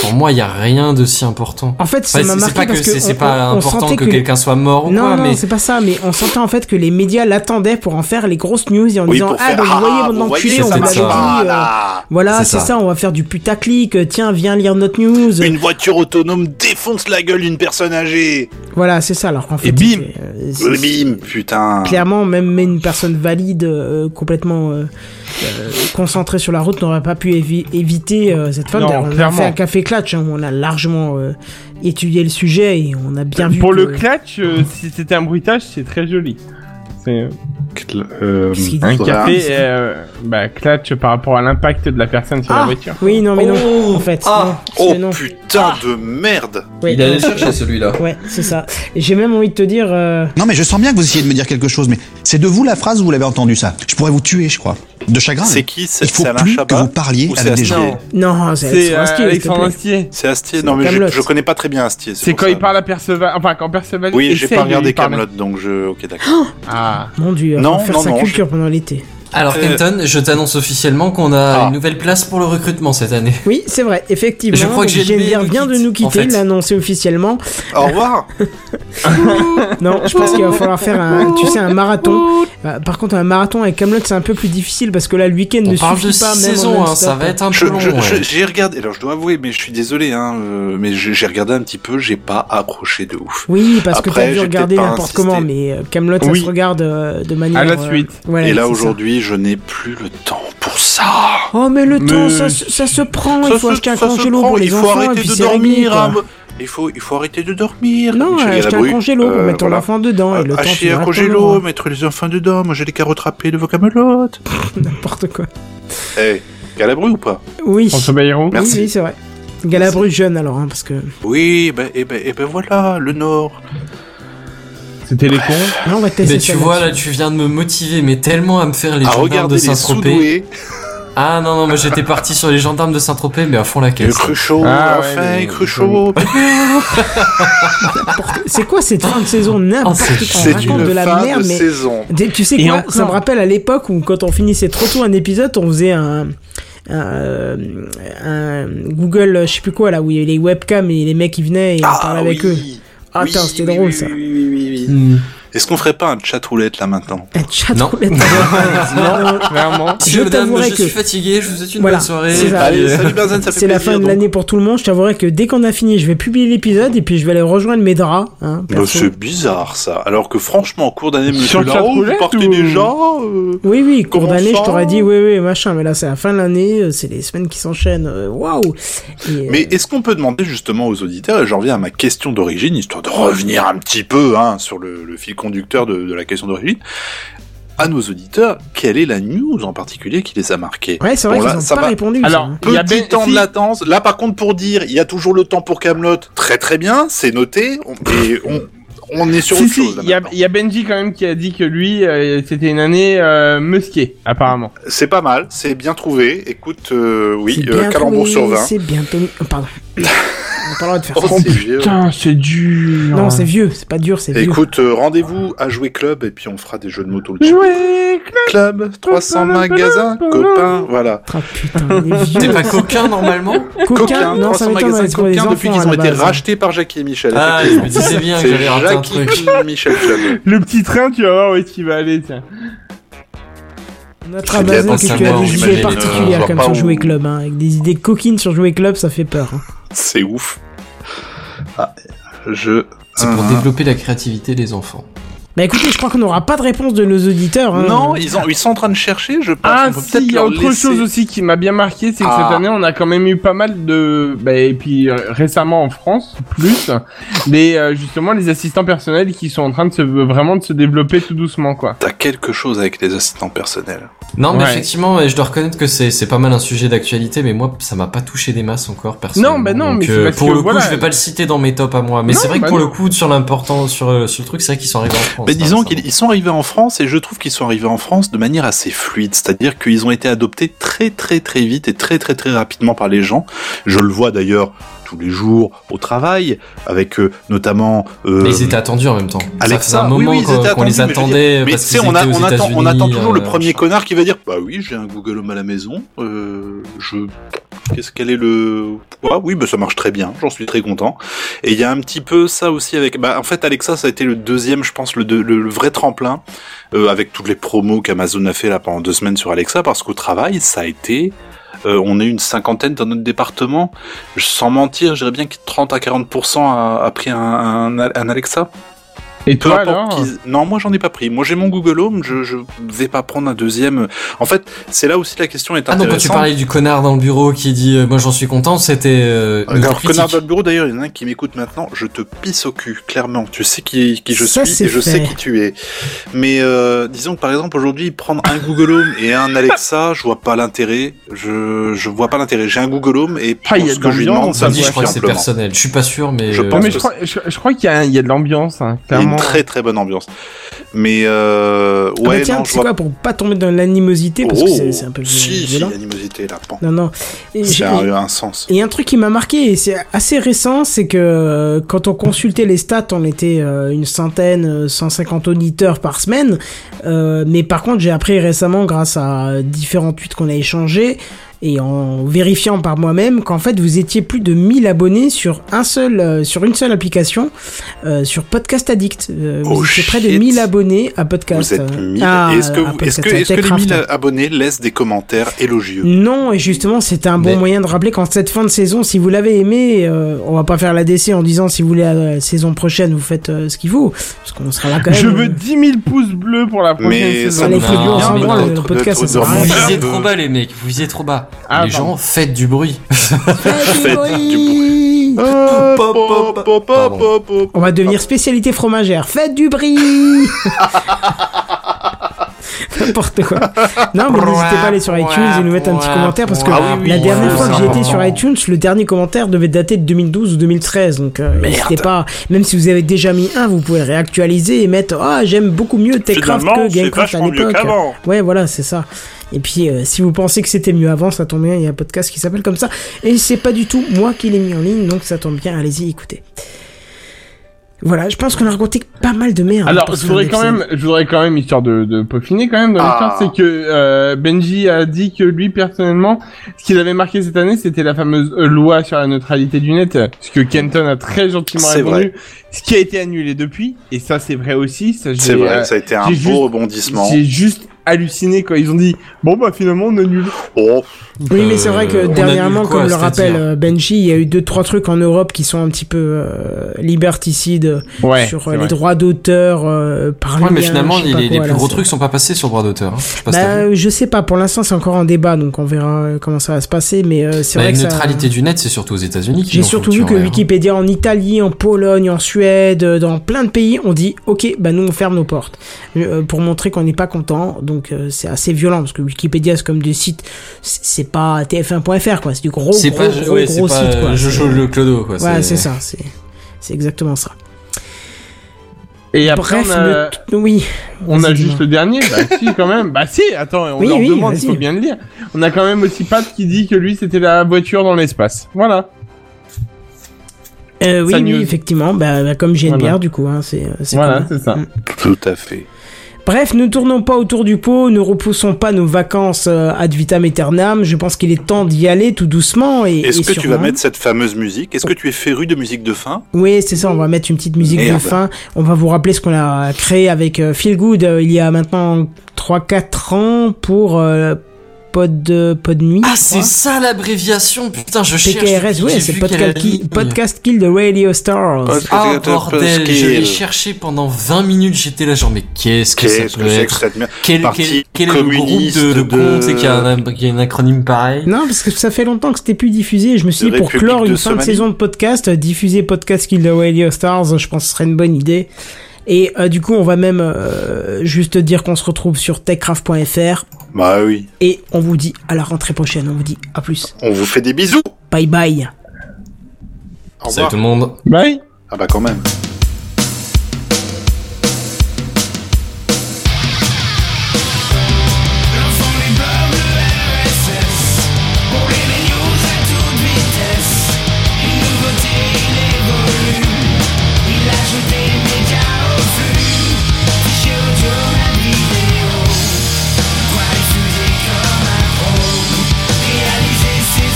Speaker 10: pour moi, il y a rien de si important.
Speaker 2: En fait, ça
Speaker 10: Enfin,
Speaker 2: m'a
Speaker 10: c'est-
Speaker 2: marqué
Speaker 10: c'est pas
Speaker 2: parce
Speaker 10: que
Speaker 2: que
Speaker 10: c'est- c'est
Speaker 2: on-
Speaker 10: pas
Speaker 2: on- on
Speaker 10: important
Speaker 2: sentait
Speaker 10: que,
Speaker 2: que-
Speaker 10: quelqu'un soit mort ou
Speaker 2: Non,
Speaker 10: quoi,
Speaker 2: non,
Speaker 10: mais
Speaker 2: c'est pas ça, mais on s'entend en fait que les médias l'attendaient pour en faire les grosses news et en
Speaker 10: Oui,
Speaker 2: disant
Speaker 10: pour
Speaker 2: Ah,
Speaker 10: faire,
Speaker 2: ben vous
Speaker 10: ah,
Speaker 2: voyez,
Speaker 10: vous
Speaker 2: mon
Speaker 10: voyez,
Speaker 2: enculé, on
Speaker 10: c'est
Speaker 2: l'avait dit.
Speaker 10: ça.
Speaker 2: euh, Voilà, c'est ça. on va faire du putaclic, euh, tiens, viens lire notre news.
Speaker 9: Une voiture autonome défonce la gueule d'une personne âgée.
Speaker 2: Voilà, c'est ça, alors qu'en fait.
Speaker 9: Et bim
Speaker 2: euh, c'est-
Speaker 9: Euh, Bim,
Speaker 11: Ah.
Speaker 9: putain.
Speaker 2: Clairement, même même une personne valide, euh, complètement euh, euh, concentrée sur la route, n'aurait pas pu évi- éviter euh, cette femme.
Speaker 11: Non,
Speaker 2: D'ailleurs, on a
Speaker 11: clairement.
Speaker 2: fait un café clutch, hein, où on a largement euh, étudié le sujet et on a bien vu.
Speaker 11: Pour le
Speaker 2: que-
Speaker 11: clutch, euh, si c'était un bruitage, c'est très joli. C'est
Speaker 9: Euh,
Speaker 11: un
Speaker 9: faudra-
Speaker 11: café, euh, bah, clutch par rapport à l'impact de la personne sur la
Speaker 2: Ah,
Speaker 11: voiture.
Speaker 2: Oui, non, mais
Speaker 11: Oh.
Speaker 2: non, en fait.
Speaker 11: Ah.
Speaker 2: non, parce
Speaker 9: Oh
Speaker 2: que non.
Speaker 9: putain de merde
Speaker 2: Oui.
Speaker 10: il allait chercher celui-là.
Speaker 2: Ouais, c'est ça. Et J'ai même envie de te dire. euh,
Speaker 15: Non mais je sens bien que vous essayez de me dire quelque chose, mais c'est de vous la phrase où vous l'avez entendu ça. Je pourrais vous tuer, je crois. De chagrin.
Speaker 9: C'est qui C'est-
Speaker 15: Il faut
Speaker 9: c'est Alain
Speaker 15: plus
Speaker 9: Chabat
Speaker 15: que vous parliez
Speaker 9: Ou c'est
Speaker 15: avec des
Speaker 9: Astier
Speaker 15: gens.
Speaker 2: Non,
Speaker 11: C'est euh, Alexandre Astier.
Speaker 9: C'est Astier, non mais je, je connais pas très bien Astier.
Speaker 11: C'est
Speaker 9: pour
Speaker 11: quand
Speaker 9: ça.
Speaker 11: il parle à Perceval. Enfin, quand Perceval.
Speaker 9: Oui, j'ai
Speaker 11: essaye
Speaker 9: pas
Speaker 11: de
Speaker 9: regardé
Speaker 11: lui parler.
Speaker 9: Camelot, donc je. Ok, d'accord.
Speaker 11: Ah.
Speaker 2: Mon dieu,
Speaker 9: Non,
Speaker 2: on va faire
Speaker 9: non,
Speaker 2: sa
Speaker 9: non,
Speaker 2: culture pendant l'été.
Speaker 10: Alors,
Speaker 9: Euh,
Speaker 10: Kenton, je t'annonce officiellement qu'on
Speaker 9: Ah.
Speaker 10: a une nouvelle place pour le recrutement cette année.
Speaker 2: Oui, c'est vrai, effectivement.
Speaker 10: Je crois que
Speaker 2: donc
Speaker 10: GNB
Speaker 2: GNBR vient de nous
Speaker 10: en
Speaker 2: quitter,
Speaker 10: fait.
Speaker 2: l'annoncer officiellement.
Speaker 9: Au revoir
Speaker 2: Non, je pense qu'il va falloir faire un, tu sais, un marathon. Bah, par contre, un marathon avec Camelot, c'est un peu plus difficile parce que là, le week-end ne
Speaker 10: parle
Speaker 2: suffit
Speaker 10: de
Speaker 2: pas.
Speaker 10: six
Speaker 2: même en
Speaker 10: saisons, hein,
Speaker 2: non-stop.
Speaker 10: ça va être un
Speaker 9: Je-
Speaker 10: peu long,
Speaker 9: je-
Speaker 10: ouais.
Speaker 9: je- J'ai regardé, alors je dois avouer, mais je suis désolé, hein, euh, mais j'ai j'ai regardé un petit peu, j'ai pas accroché de ouf.
Speaker 2: Oui, parce que
Speaker 9: Après,
Speaker 2: t'as dû
Speaker 9: j'ai
Speaker 2: regarder
Speaker 9: peut-être pas
Speaker 2: n'importe
Speaker 9: insisté.
Speaker 2: comment, mais euh, Camelot,
Speaker 9: Oui.
Speaker 2: ça se regarde euh, de manière. euh, voilà,
Speaker 9: Et là,
Speaker 2: c'est ça.
Speaker 9: aujourd'hui, je n'ai plus le temps pour ça.
Speaker 2: Oh, mais le temps,
Speaker 9: Mais-
Speaker 2: ça, se- ça se prend,
Speaker 9: Ça
Speaker 2: il faut
Speaker 9: se-
Speaker 2: acheter un
Speaker 9: ça se
Speaker 2: congélo
Speaker 9: prend,
Speaker 2: pour les
Speaker 9: il faut
Speaker 2: enfants, et
Speaker 9: arrêter
Speaker 2: puis
Speaker 9: de
Speaker 2: c'est réglé,
Speaker 9: dormir,
Speaker 2: quoi.
Speaker 9: hein. Il faut, il faut arrêter de dormir.
Speaker 2: Non,
Speaker 9: Michel
Speaker 2: acheter un
Speaker 9: Galabru.
Speaker 2: congélo pour
Speaker 9: Euh,
Speaker 2: mettre ton
Speaker 9: voilà. Ah,
Speaker 2: enfant dedans, et le temps, tu
Speaker 9: Acheter un
Speaker 2: verras
Speaker 9: congélo,
Speaker 2: comment.
Speaker 9: mettre les enfants dedans, manger les carottes râpées de vos camelotes.
Speaker 2: euh, N'importe quoi.
Speaker 9: Eh, Galabru ou pas
Speaker 2: Oui.
Speaker 11: François Bayrou.
Speaker 2: Oui,
Speaker 9: Merci.
Speaker 2: Oui, c'est vrai. Galabru jeune, alors, hein, parce que.
Speaker 9: Oui, ben, et ben, et ben voilà, le Nord.
Speaker 11: C'était les cons.
Speaker 2: Non, on va tester
Speaker 10: Mais tu
Speaker 2: ça
Speaker 10: vois, là, tu viens de me motiver, mais tellement à me faire les
Speaker 9: Ah,
Speaker 10: gendarmes
Speaker 9: regardez
Speaker 10: de
Speaker 9: les
Speaker 10: Saint-Tropez.
Speaker 9: sous-doués.
Speaker 10: Ah non, non, moi j'étais parti sur les gendarmes de Saint-Tropez, mais à fond la caisse.
Speaker 9: Le Cruchot,
Speaker 10: Ah, ouais,
Speaker 9: enfin,
Speaker 10: mais-
Speaker 9: Cruchot.
Speaker 2: C'est quoi cette fin de saison n'importe
Speaker 10: Oh,
Speaker 2: quoi
Speaker 10: c'est-
Speaker 2: on
Speaker 10: c'est
Speaker 2: raconte
Speaker 10: une
Speaker 2: de la
Speaker 10: fin de
Speaker 2: merde mais
Speaker 10: saison.
Speaker 2: Des- tu sais
Speaker 10: Et
Speaker 2: quoi
Speaker 10: encore.
Speaker 2: ça me rappelle à l'époque où quand on finissait trop tôt un épisode on faisait un un, euh, un Google euh, je sais plus quoi là où il y avait les webcams et les mecs qui venaient et on parlait avec eux ah putain c'était drôle ça
Speaker 10: Mm.
Speaker 9: Est-ce qu'on ferait pas un chat roulette là maintenant
Speaker 2: un chat roulette
Speaker 11: Non, clairement.
Speaker 2: je
Speaker 10: Madame,
Speaker 2: t'avouerai
Speaker 10: je
Speaker 2: que
Speaker 10: suis fatigué, je vous souhaite une
Speaker 2: voilà,
Speaker 10: bonne soirée. euh,
Speaker 2: c'est ça.
Speaker 9: Allez, salut, Benzen, ça fait
Speaker 2: C'est la
Speaker 9: plaisir,
Speaker 2: fin de
Speaker 9: donc.
Speaker 2: l'année pour tout le monde. Je t'avouerai que dès qu'on a fini, je vais publier l'épisode et puis je vais aller rejoindre mes draps. hein,
Speaker 9: Bah,
Speaker 2: perso.
Speaker 9: c'est bizarre ça. Alors que franchement, en cours d'année,
Speaker 11: Sur
Speaker 9: monsieur
Speaker 11: le chat
Speaker 9: Larose, vous
Speaker 11: roulette
Speaker 9: partez
Speaker 11: ou-
Speaker 9: déjà. euh.
Speaker 2: Oui, oui, cours
Speaker 9: Comment
Speaker 2: d'année,
Speaker 9: ça
Speaker 2: je t'aurais dit oui, oui, machin, mais là, c'est la fin de l'année, euh, c'est les semaines qui s'enchaînent, euh, waouh! Et, euh,
Speaker 9: Mais est-ce qu'on peut demander justement aux auditeurs, et j'en reviens à ma question d'origine, histoire de revenir un petit peu hein, sur le, le fil conducteur de, de la question d'origine, à nos auditeurs, quelle est la news en particulier qui les a marqués
Speaker 2: Ouais, c'est vrai
Speaker 9: Bon,
Speaker 2: qu'ils
Speaker 9: là,
Speaker 2: ont
Speaker 9: ça
Speaker 2: pas
Speaker 9: va.
Speaker 2: répondu,
Speaker 9: Alors,
Speaker 2: ça, hein.
Speaker 9: petit
Speaker 2: Il y a Ben-
Speaker 9: temps
Speaker 2: si.
Speaker 9: de latence. Là, par contre, pour dire, il y a toujours le temps pour Camelot. Très très bien, c'est noté. On, et on, on est sur
Speaker 11: Si,
Speaker 9: autre
Speaker 11: si,
Speaker 9: chose. là,
Speaker 11: il y, a- il y a Benji quand même qui a dit que lui, euh, c'était une année euh, musquée, apparemment.
Speaker 9: C'est pas mal, c'est bien trouvé. Écoute, euh, oui,
Speaker 2: c'est
Speaker 9: euh,
Speaker 2: bien
Speaker 9: calembour
Speaker 2: trouvé,
Speaker 9: sur 20.
Speaker 2: C'est bientôt. oh, pardon. On n'a pas le droit de faire
Speaker 9: Oh,
Speaker 2: ça.
Speaker 9: c'est vieux. Putain,
Speaker 11: c'est dur.
Speaker 2: Non, c'est vieux, c'est pas dur, c'est vieux.
Speaker 9: Écoute, euh, rendez-vous à Jouer Club et puis on fera des jeux de mots tout le temps.
Speaker 11: Jouer
Speaker 9: Club, 300 magasins, copains, voilà.
Speaker 2: Ah putain, il est vieux.
Speaker 10: T'es pas coquin normalement
Speaker 2: Coquin, non, ça
Speaker 9: 300
Speaker 2: m'étonne,
Speaker 9: magasins,
Speaker 2: c'est pour les
Speaker 9: coquins depuis
Speaker 2: enfants,
Speaker 9: qu'ils
Speaker 2: à
Speaker 9: ont
Speaker 2: la
Speaker 9: été
Speaker 2: base.
Speaker 9: rachetés par Jackie et Michel.
Speaker 10: Ah,
Speaker 9: effectivement.
Speaker 10: je me disais bien que
Speaker 9: C'est
Speaker 10: j'avais raté un
Speaker 9: Jackie
Speaker 10: truc.
Speaker 9: et Michel Club.
Speaker 11: Le petit train, tu vas voir où est-ce qu'il va aller, tiens.
Speaker 2: Notre Amazon qui
Speaker 9: attention,
Speaker 2: a des
Speaker 9: j'imagine,
Speaker 2: idées
Speaker 9: euh,
Speaker 2: particulières
Speaker 9: on
Speaker 2: comme
Speaker 9: va
Speaker 2: sur
Speaker 9: pas
Speaker 2: Jouer
Speaker 9: où-
Speaker 2: Club, hein, avec des idées coquines sur Jouer Club, ça fait peur. hein.
Speaker 9: C'est ouf. Ah, je.
Speaker 10: C'est pour
Speaker 9: Hein.
Speaker 10: développer la créativité des enfants.
Speaker 2: Bah écoutez, je crois qu'on n'aura pas de réponse de nos auditeurs. hein.
Speaker 9: Non, ils, ont, ils sont en train de chercher, je pense.
Speaker 11: Ah
Speaker 9: on peut
Speaker 11: si,
Speaker 9: peut-être
Speaker 11: il y a
Speaker 9: leur
Speaker 11: autre
Speaker 9: laisser.
Speaker 11: chose aussi qui m'a bien marqué, c'est que
Speaker 9: Ah.
Speaker 11: cette année on a quand même eu pas mal de, bah, et puis euh, récemment en France plus, les euh, justement les assistants personnels qui sont en train de se vraiment de se développer tout doucement quoi.
Speaker 9: T'as quelque chose avec les assistants personnels.
Speaker 10: Non, mais
Speaker 11: Ouais.
Speaker 10: effectivement, ouais, je dois reconnaître que c'est c'est pas mal un sujet d'actualité, mais moi, ça m'a pas touché des masses encore, personnellement.
Speaker 11: Non, bah non,
Speaker 10: Donc,
Speaker 11: mais c'est
Speaker 10: euh,
Speaker 11: parce
Speaker 10: pour
Speaker 11: que,
Speaker 10: le coup,
Speaker 11: voilà.
Speaker 10: je vais pas le citer dans mes tops à moi. Mais
Speaker 11: Non,
Speaker 10: c'est vrai
Speaker 11: bah
Speaker 10: que pour
Speaker 11: non.
Speaker 10: le coup, sur l'important, sur, euh, sur le truc, c'est vrai qu'ils sont arrivés en France.
Speaker 9: Mais
Speaker 10: hein,
Speaker 9: disons
Speaker 10: ça.
Speaker 9: qu'ils ils sont arrivés en France et je trouve qu'ils sont arrivés en France de manière assez fluide, c'est-à-dire qu'ils ont été adoptés très très très vite et très très très rapidement par les gens. Je le vois d'ailleurs tous les jours au travail avec euh, notamment euh,
Speaker 10: Mais ils étaient attendus en même temps. ça faisait
Speaker 9: Alexa.
Speaker 10: un
Speaker 9: Oui,
Speaker 10: moment
Speaker 9: oui, ils
Speaker 10: qu'on-
Speaker 9: étaient
Speaker 10: qu'on
Speaker 9: attendus, mais
Speaker 10: les
Speaker 9: je veux
Speaker 10: attendait
Speaker 9: dire- Mais
Speaker 10: parce
Speaker 9: tu sais,
Speaker 10: qu'ils
Speaker 9: on, a-
Speaker 10: étaient aux
Speaker 9: on attend, on attend
Speaker 10: États-Unis,
Speaker 9: toujours le
Speaker 10: euh,
Speaker 9: premier connard qui va dire Bah oui, j'ai un Google Home à la maison, euh, je, Qu'est-ce qu'elle est le Ah oui, bah ça marche très bien. J'en suis très content. Et il y a un petit peu ça aussi avec. Bah en fait, Alexa, ça a été le deuxième, je pense, le, de- le, le vrai tremplin euh, avec toutes les promos qu'Amazon a fait là pendant deux semaines sur Alexa, parce qu'au travail, ça a été. euh, on est une cinquantaine dans notre département. Je- Sans mentir, je dirais bien que 30 à 40% a, a pris un, un- un Alexa.
Speaker 11: Et
Speaker 9: Peu
Speaker 11: toi,
Speaker 9: importe
Speaker 11: alors euh,
Speaker 9: qui- Non, moi j'en ai pas pris. Moi j'ai mon Google Home, je, je vais pas prendre un deuxième. En fait, c'est là aussi la question est
Speaker 10: Ah
Speaker 9: intéressante.
Speaker 10: donc quand tu parlais du connard dans le bureau qui dit euh, moi j'en suis content, c'était euh, une
Speaker 9: Alors,
Speaker 10: critique.
Speaker 9: connard dans le bureau, d'ailleurs, il y en a un qui m'écoute maintenant. Je te pisse au cul, clairement. Tu sais qui, qui je
Speaker 2: Ça,
Speaker 9: suis
Speaker 2: c'est
Speaker 9: et je
Speaker 2: fait.
Speaker 9: sais qui tu es. Mais euh, disons que, par exemple, aujourd'hui, prendre un Google Home et un Alexa, je vois pas l'intérêt. Je, je vois pas l'intérêt. J'ai un Google Home et pour
Speaker 11: Ah, il y a
Speaker 9: ce
Speaker 11: de
Speaker 9: que je lui
Speaker 11: l'ambiance,
Speaker 9: demande, ça me
Speaker 10: dit, je crois que c'est
Speaker 9: simplement.
Speaker 10: personnel. Je suis pas sûr, mais
Speaker 9: Je
Speaker 10: euh,
Speaker 9: pense
Speaker 11: mais je crois, je, je crois qu'il y, a- il y a de l'ambiance, hein,
Speaker 9: Il y a une
Speaker 11: clairement.
Speaker 9: très très bonne ambiance. Mais euh,
Speaker 2: Ah bah
Speaker 9: ouais,
Speaker 2: tiens,
Speaker 9: non,
Speaker 2: tu
Speaker 9: je
Speaker 2: sais quoi,
Speaker 9: vois. Oh,
Speaker 2: pour pas tomber dans l'animosité, parce que Oh c'est- c'est un peu
Speaker 9: si, si,
Speaker 2: violent.
Speaker 9: l'animosité là. Bon.
Speaker 2: Non, non. Et
Speaker 9: C'est
Speaker 2: j'ai-
Speaker 9: un, un sens.
Speaker 2: Et un truc qui m'a marqué, et c'est assez récent, c'est que euh, quand on consultait les stats, on était euh, une centaine, euh, 150 auditeurs par semaine. Euh, mais par contre, j'ai appris récemment, grâce à différents tweets qu'on a échangés, et en vérifiant par moi-même, qu'en fait, vous étiez plus de 1000 abonnés sur, un seul, euh, sur une seule application, euh, sur Podcast Addict. Euh, vous
Speaker 9: Oh
Speaker 2: étiez près de
Speaker 9: shit.
Speaker 2: 1000 abonnés à Podcast.
Speaker 9: Vous êtes
Speaker 2: euh,
Speaker 9: 1000.
Speaker 2: à-
Speaker 9: est-ce que,
Speaker 2: à
Speaker 9: vous-
Speaker 2: Podcast,
Speaker 9: est-ce que,
Speaker 2: à
Speaker 9: est-ce que les
Speaker 2: Techcraft.
Speaker 9: 1000 abonnés laissent des commentaires élogieux
Speaker 2: Non, et justement, c'était un bon
Speaker 9: Mais-
Speaker 2: moyen de rappeler qu'en cette fin de saison, si vous l'avez aimé, euh, on va pas faire la DC en disant si vous voulez la saison prochaine, vous faites euh, ce qu'il faut. Parce qu'on sera là quand même. euh,
Speaker 11: Je veux 10 000 pouces bleus pour la prochaine
Speaker 9: Mais
Speaker 11: saison.
Speaker 9: ça
Speaker 2: les
Speaker 9: me
Speaker 2: feux
Speaker 9: fait
Speaker 2: bleus,
Speaker 9: bien
Speaker 2: on s'en
Speaker 9: de-
Speaker 2: branle,
Speaker 9: de-
Speaker 2: le
Speaker 9: de-
Speaker 2: podcast,
Speaker 9: de-
Speaker 2: ça sert
Speaker 9: de-
Speaker 2: à rien.
Speaker 10: Vous
Speaker 9: de-
Speaker 10: visez trop bas les mecs, vous visez trop bas.
Speaker 11: Ah,
Speaker 10: les
Speaker 11: pardon.
Speaker 10: gens, faites du bruit.
Speaker 9: Faites du
Speaker 11: Euh, pop, pop, pop,
Speaker 10: Pardon.
Speaker 11: pop, pop.
Speaker 2: On va devenir spécialité fromagère. Faites du brie N'importe quoi. Non, mais n'hésitez pas à aller sur iTunes et nous mettre un petit commentaire parce que
Speaker 1: Ah oui, oui,
Speaker 2: la
Speaker 1: oui,
Speaker 2: dernière
Speaker 1: oui,
Speaker 2: fois
Speaker 1: c'est
Speaker 2: que j'ai
Speaker 1: important.
Speaker 2: été sur iTunes, le dernier commentaire devait dater de 2012 ou 2013. Donc euh,
Speaker 1: Merde.
Speaker 2: n'hésitez pas. Même si vous avez déjà mis un, vous pouvez réactualiser et mettre Ah, j'aime beaucoup mieux Techcraft
Speaker 1: Finalement,
Speaker 2: que
Speaker 1: c'est
Speaker 2: Gamecraft à
Speaker 1: vachement mieux
Speaker 2: l'époque.
Speaker 1: qu'avant.
Speaker 2: Ouais, voilà, c'est ça. Et puis, euh, si vous pensez que c'était mieux avant, ça tombe bien, il y a un podcast qui s'appelle comme ça. Et c'est pas du tout moi qui l'ai mis en ligne, donc ça tombe bien, allez-y, écoutez. Voilà, je pense qu'on a raconté pas mal de merde.
Speaker 11: Alors,
Speaker 2: pour
Speaker 11: je
Speaker 2: faire
Speaker 11: voudrais
Speaker 2: des
Speaker 11: quand
Speaker 2: épisodes.
Speaker 11: même, je voudrais quand même, histoire de, de peaufiner quand même dans
Speaker 9: Ah.
Speaker 11: l'histoire, c'est que euh, Benji a dit que lui personnellement, ce qu'il avait marqué cette année, c'était la fameuse euh, loi sur la neutralité du net, euh, ce que Kenton a très gentiment
Speaker 9: C'est
Speaker 11: répondu,
Speaker 9: vrai.
Speaker 11: ce qui a été annulé depuis, et ça c'est vrai aussi. ça, j'ai,
Speaker 9: C'est vrai,
Speaker 11: euh,
Speaker 9: ça a été un
Speaker 11: j'ai
Speaker 9: beau
Speaker 11: juste-
Speaker 9: rebondissement.
Speaker 11: J'ai juste halluciné quand ils ont dit, bon bah finalement on annule.
Speaker 9: Oh,
Speaker 2: Oui, mais c'est
Speaker 10: Euh,
Speaker 2: vrai que
Speaker 10: on
Speaker 2: dernièrement,
Speaker 10: annule quoi,
Speaker 2: comme le
Speaker 10: c'est-à-dire
Speaker 2: rappelle euh, Benji, il y a eu deux trois trucs en Europe qui sont un petit peu euh, liberticides
Speaker 11: Ouais,
Speaker 2: sur
Speaker 11: c'est
Speaker 2: euh, les
Speaker 11: vrai.
Speaker 2: droits d'auteur euh, par
Speaker 10: Ouais, mais
Speaker 2: lien,
Speaker 10: finalement,
Speaker 2: je sais
Speaker 10: les,
Speaker 2: pas
Speaker 10: les
Speaker 2: quoi,
Speaker 10: plus
Speaker 2: là,
Speaker 10: gros
Speaker 2: c'est-
Speaker 10: trucs sont pas passés sur le droit d'auteur. hein. Je sais pas si t'as vu.
Speaker 2: Bah, je sais pas. Pour l'instant, c'est encore en débat, donc on verra euh, comment ça va se passer. Mais euh, c'est
Speaker 10: Bah,
Speaker 2: vrai
Speaker 10: la
Speaker 2: que ça-
Speaker 10: neutralité du net, c'est surtout aux États-Unis. qu'ils
Speaker 2: J'ai
Speaker 10: l'ont
Speaker 2: surtout
Speaker 10: foutu
Speaker 2: vu
Speaker 10: en
Speaker 2: que
Speaker 10: l'air.
Speaker 2: Wikipédia en Italie, en Pologne, en Suède, euh, dans plein de pays, on dit OK, bah nous on ferme nos portes Euh, pour montrer qu'on n'est pas content. Donc euh, c'est assez violent parce que Wikipédia c'est comme des sites, c'est c'est pas tf1.fr quoi, c'est du gros
Speaker 10: C'est
Speaker 2: gros
Speaker 10: pas,
Speaker 2: gros,
Speaker 10: ouais, c'est
Speaker 2: gros
Speaker 10: pas
Speaker 2: site quoi.
Speaker 10: euh, Jojo le Clodo quoi.
Speaker 2: Ouais, c'est ça, c'est c'est exactement ça.
Speaker 11: Et après,
Speaker 2: Bref,
Speaker 11: on a,
Speaker 2: le t- oui,
Speaker 11: on a
Speaker 2: Vas-y,
Speaker 11: juste
Speaker 2: dis-moi.
Speaker 11: le dernier. Bah si, quand même. Bah si, attends, on
Speaker 2: Oui,
Speaker 11: leur
Speaker 2: oui,
Speaker 11: demande, il
Speaker 2: vas-y.
Speaker 11: faut bien le lire. On a quand même aussi Pat qui dit que lui c'était la voiture dans l'espace. Voilà.
Speaker 2: Euh, oui,
Speaker 11: Sa
Speaker 2: oui,
Speaker 11: news.
Speaker 2: effectivement, bah, bah, comme GNBR
Speaker 11: Voilà.
Speaker 2: du coup, hein, c'est c'est Mm.
Speaker 11: Voilà,
Speaker 2: comme-
Speaker 11: c'est ça.
Speaker 9: tout à fait.
Speaker 2: Bref, ne tournons pas autour du pot, ne repoussons pas nos vacances euh, ad vitam aeternam. Je pense qu'il est temps d'y aller tout doucement et.
Speaker 9: Est-ce
Speaker 2: et
Speaker 9: que tu
Speaker 2: sûrement.
Speaker 9: vas mettre cette fameuse musique Est-ce que tu es féru de musique de fin
Speaker 2: Oui, c'est ça. On va mettre une petite musique de
Speaker 9: Merde.
Speaker 2: fin. On va vous rappeler ce qu'on a créé avec euh, Feel Good euh, il y a maintenant 3-4 ans pour euh, Pod de Pod Nuit.
Speaker 10: Ah,
Speaker 2: je
Speaker 10: c'est
Speaker 2: crois.
Speaker 10: ça l'abréviation. Putain, je cherche.
Speaker 2: PKRS, ouais,
Speaker 10: J'ai
Speaker 2: c'est
Speaker 10: vu
Speaker 2: podcast,
Speaker 10: quelle
Speaker 2: Kill-
Speaker 10: ligne.
Speaker 2: podcast Kill the Radio Stars.
Speaker 10: Ah bordel, je l'ai
Speaker 9: Pascal.
Speaker 10: cherché pendant 20 minutes, j'étais là genre mais qu'est-ce que ça
Speaker 9: Qu'est-ce
Speaker 10: peut
Speaker 9: que c'est que
Speaker 10: être
Speaker 9: cette merde
Speaker 10: quel, quel-
Speaker 9: Parti
Speaker 10: quel est le groupe
Speaker 9: communiste
Speaker 10: de, de,
Speaker 9: de-
Speaker 10: compte et qu'il y a un, qu'il y a un acronyme pareil
Speaker 2: Non, parce que ça fait longtemps que c'était plus diffusé. Je me suis
Speaker 9: De
Speaker 2: dit, pour
Speaker 9: République
Speaker 2: clore
Speaker 9: de
Speaker 2: une fin de
Speaker 9: Somalie.
Speaker 2: saison de podcast, euh, diffuser Podcast Kill the Radio Stars, je pense que ce serait une bonne idée. Et euh, du coup, on va même euh, juste dire qu'on se retrouve sur techcraft.fr
Speaker 9: Bah oui,
Speaker 2: et on vous dit à la rentrée prochaine. On vous dit à plus.
Speaker 9: on vous fait des bisous.
Speaker 2: Bye bye.
Speaker 9: Au
Speaker 10: Salut
Speaker 9: revoir.
Speaker 10: tout le monde.
Speaker 11: Bye.
Speaker 9: Ah bah quand même.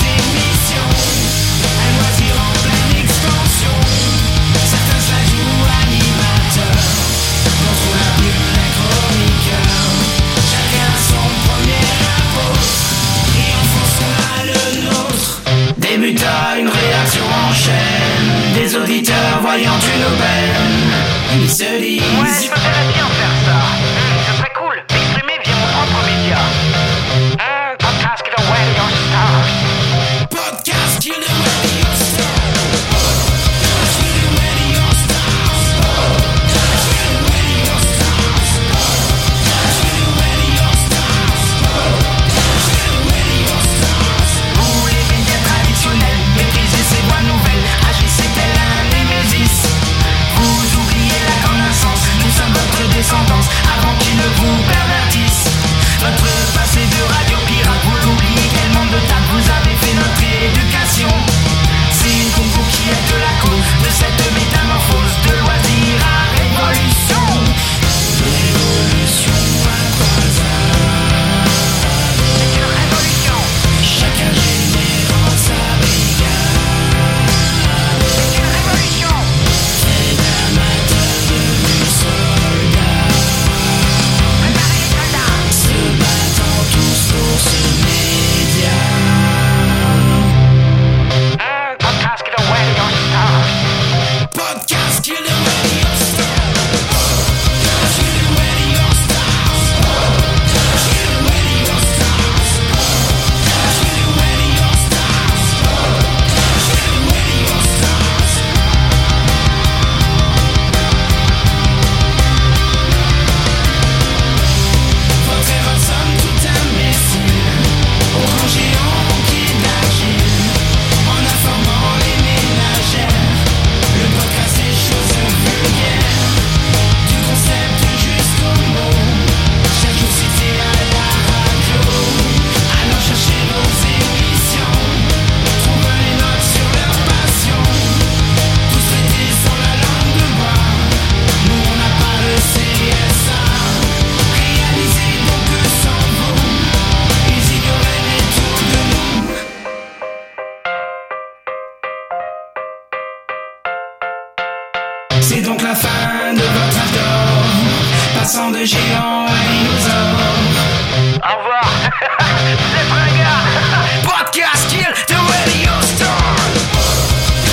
Speaker 5: Réaliser ses ennemis a une réaction en chaîne Des auditeurs voyant une aubaine Ils se disent Ouais, je la bien faire ça C'est très cool, exprimer via mon propre média Hum, Podcast Killer Radio Stars Podcast Killer Radio Vous les médias traditionnels, maîtrisez ces voix nouvelles, agissez tel un Némésis. Vous oubliez la connaissance, nous sommes votre descendance, avant qu'ils ne vous pervertissent. Votre passé de radio pirate, vous l'oubliez, quel monde de table vous avez fait notre éducation. C'est vous qui êtes de la cause de cette métamorphose, de loisir à révolution. Révolution à trois C'est une révolution. Chacun générant sa brigade C'est une révolution C'est amateur devenus soldats Préparez les soldats Se battant tous pour ce média Hum, Podcast Killer Radio Stars Podcast Killer Radio Stars Podcast Killer Radio Stars Podcast Killer Radio Stars Podcast Killer Radio Stars Podcast Killer Radio Stars Votre erreur sonne tout imbécile Au grand géant au pied d'argile En informant les ménagères Le podcast des choses vulgaires Du concept jusqu'au mot Chaque jour cité à la radio Allons chercher nos émissions Trouvons les notes sur leur passion Tous traités sur la langue de bois Nous on n'a pas le CSA Réaliser donc que sans vous, ils ignoraient les tours de nous. C'est donc la fin de votre âge d'or, passant de géant à dinosaure. Au revoir, c'est fringard. Podcast Kill the Radio Star.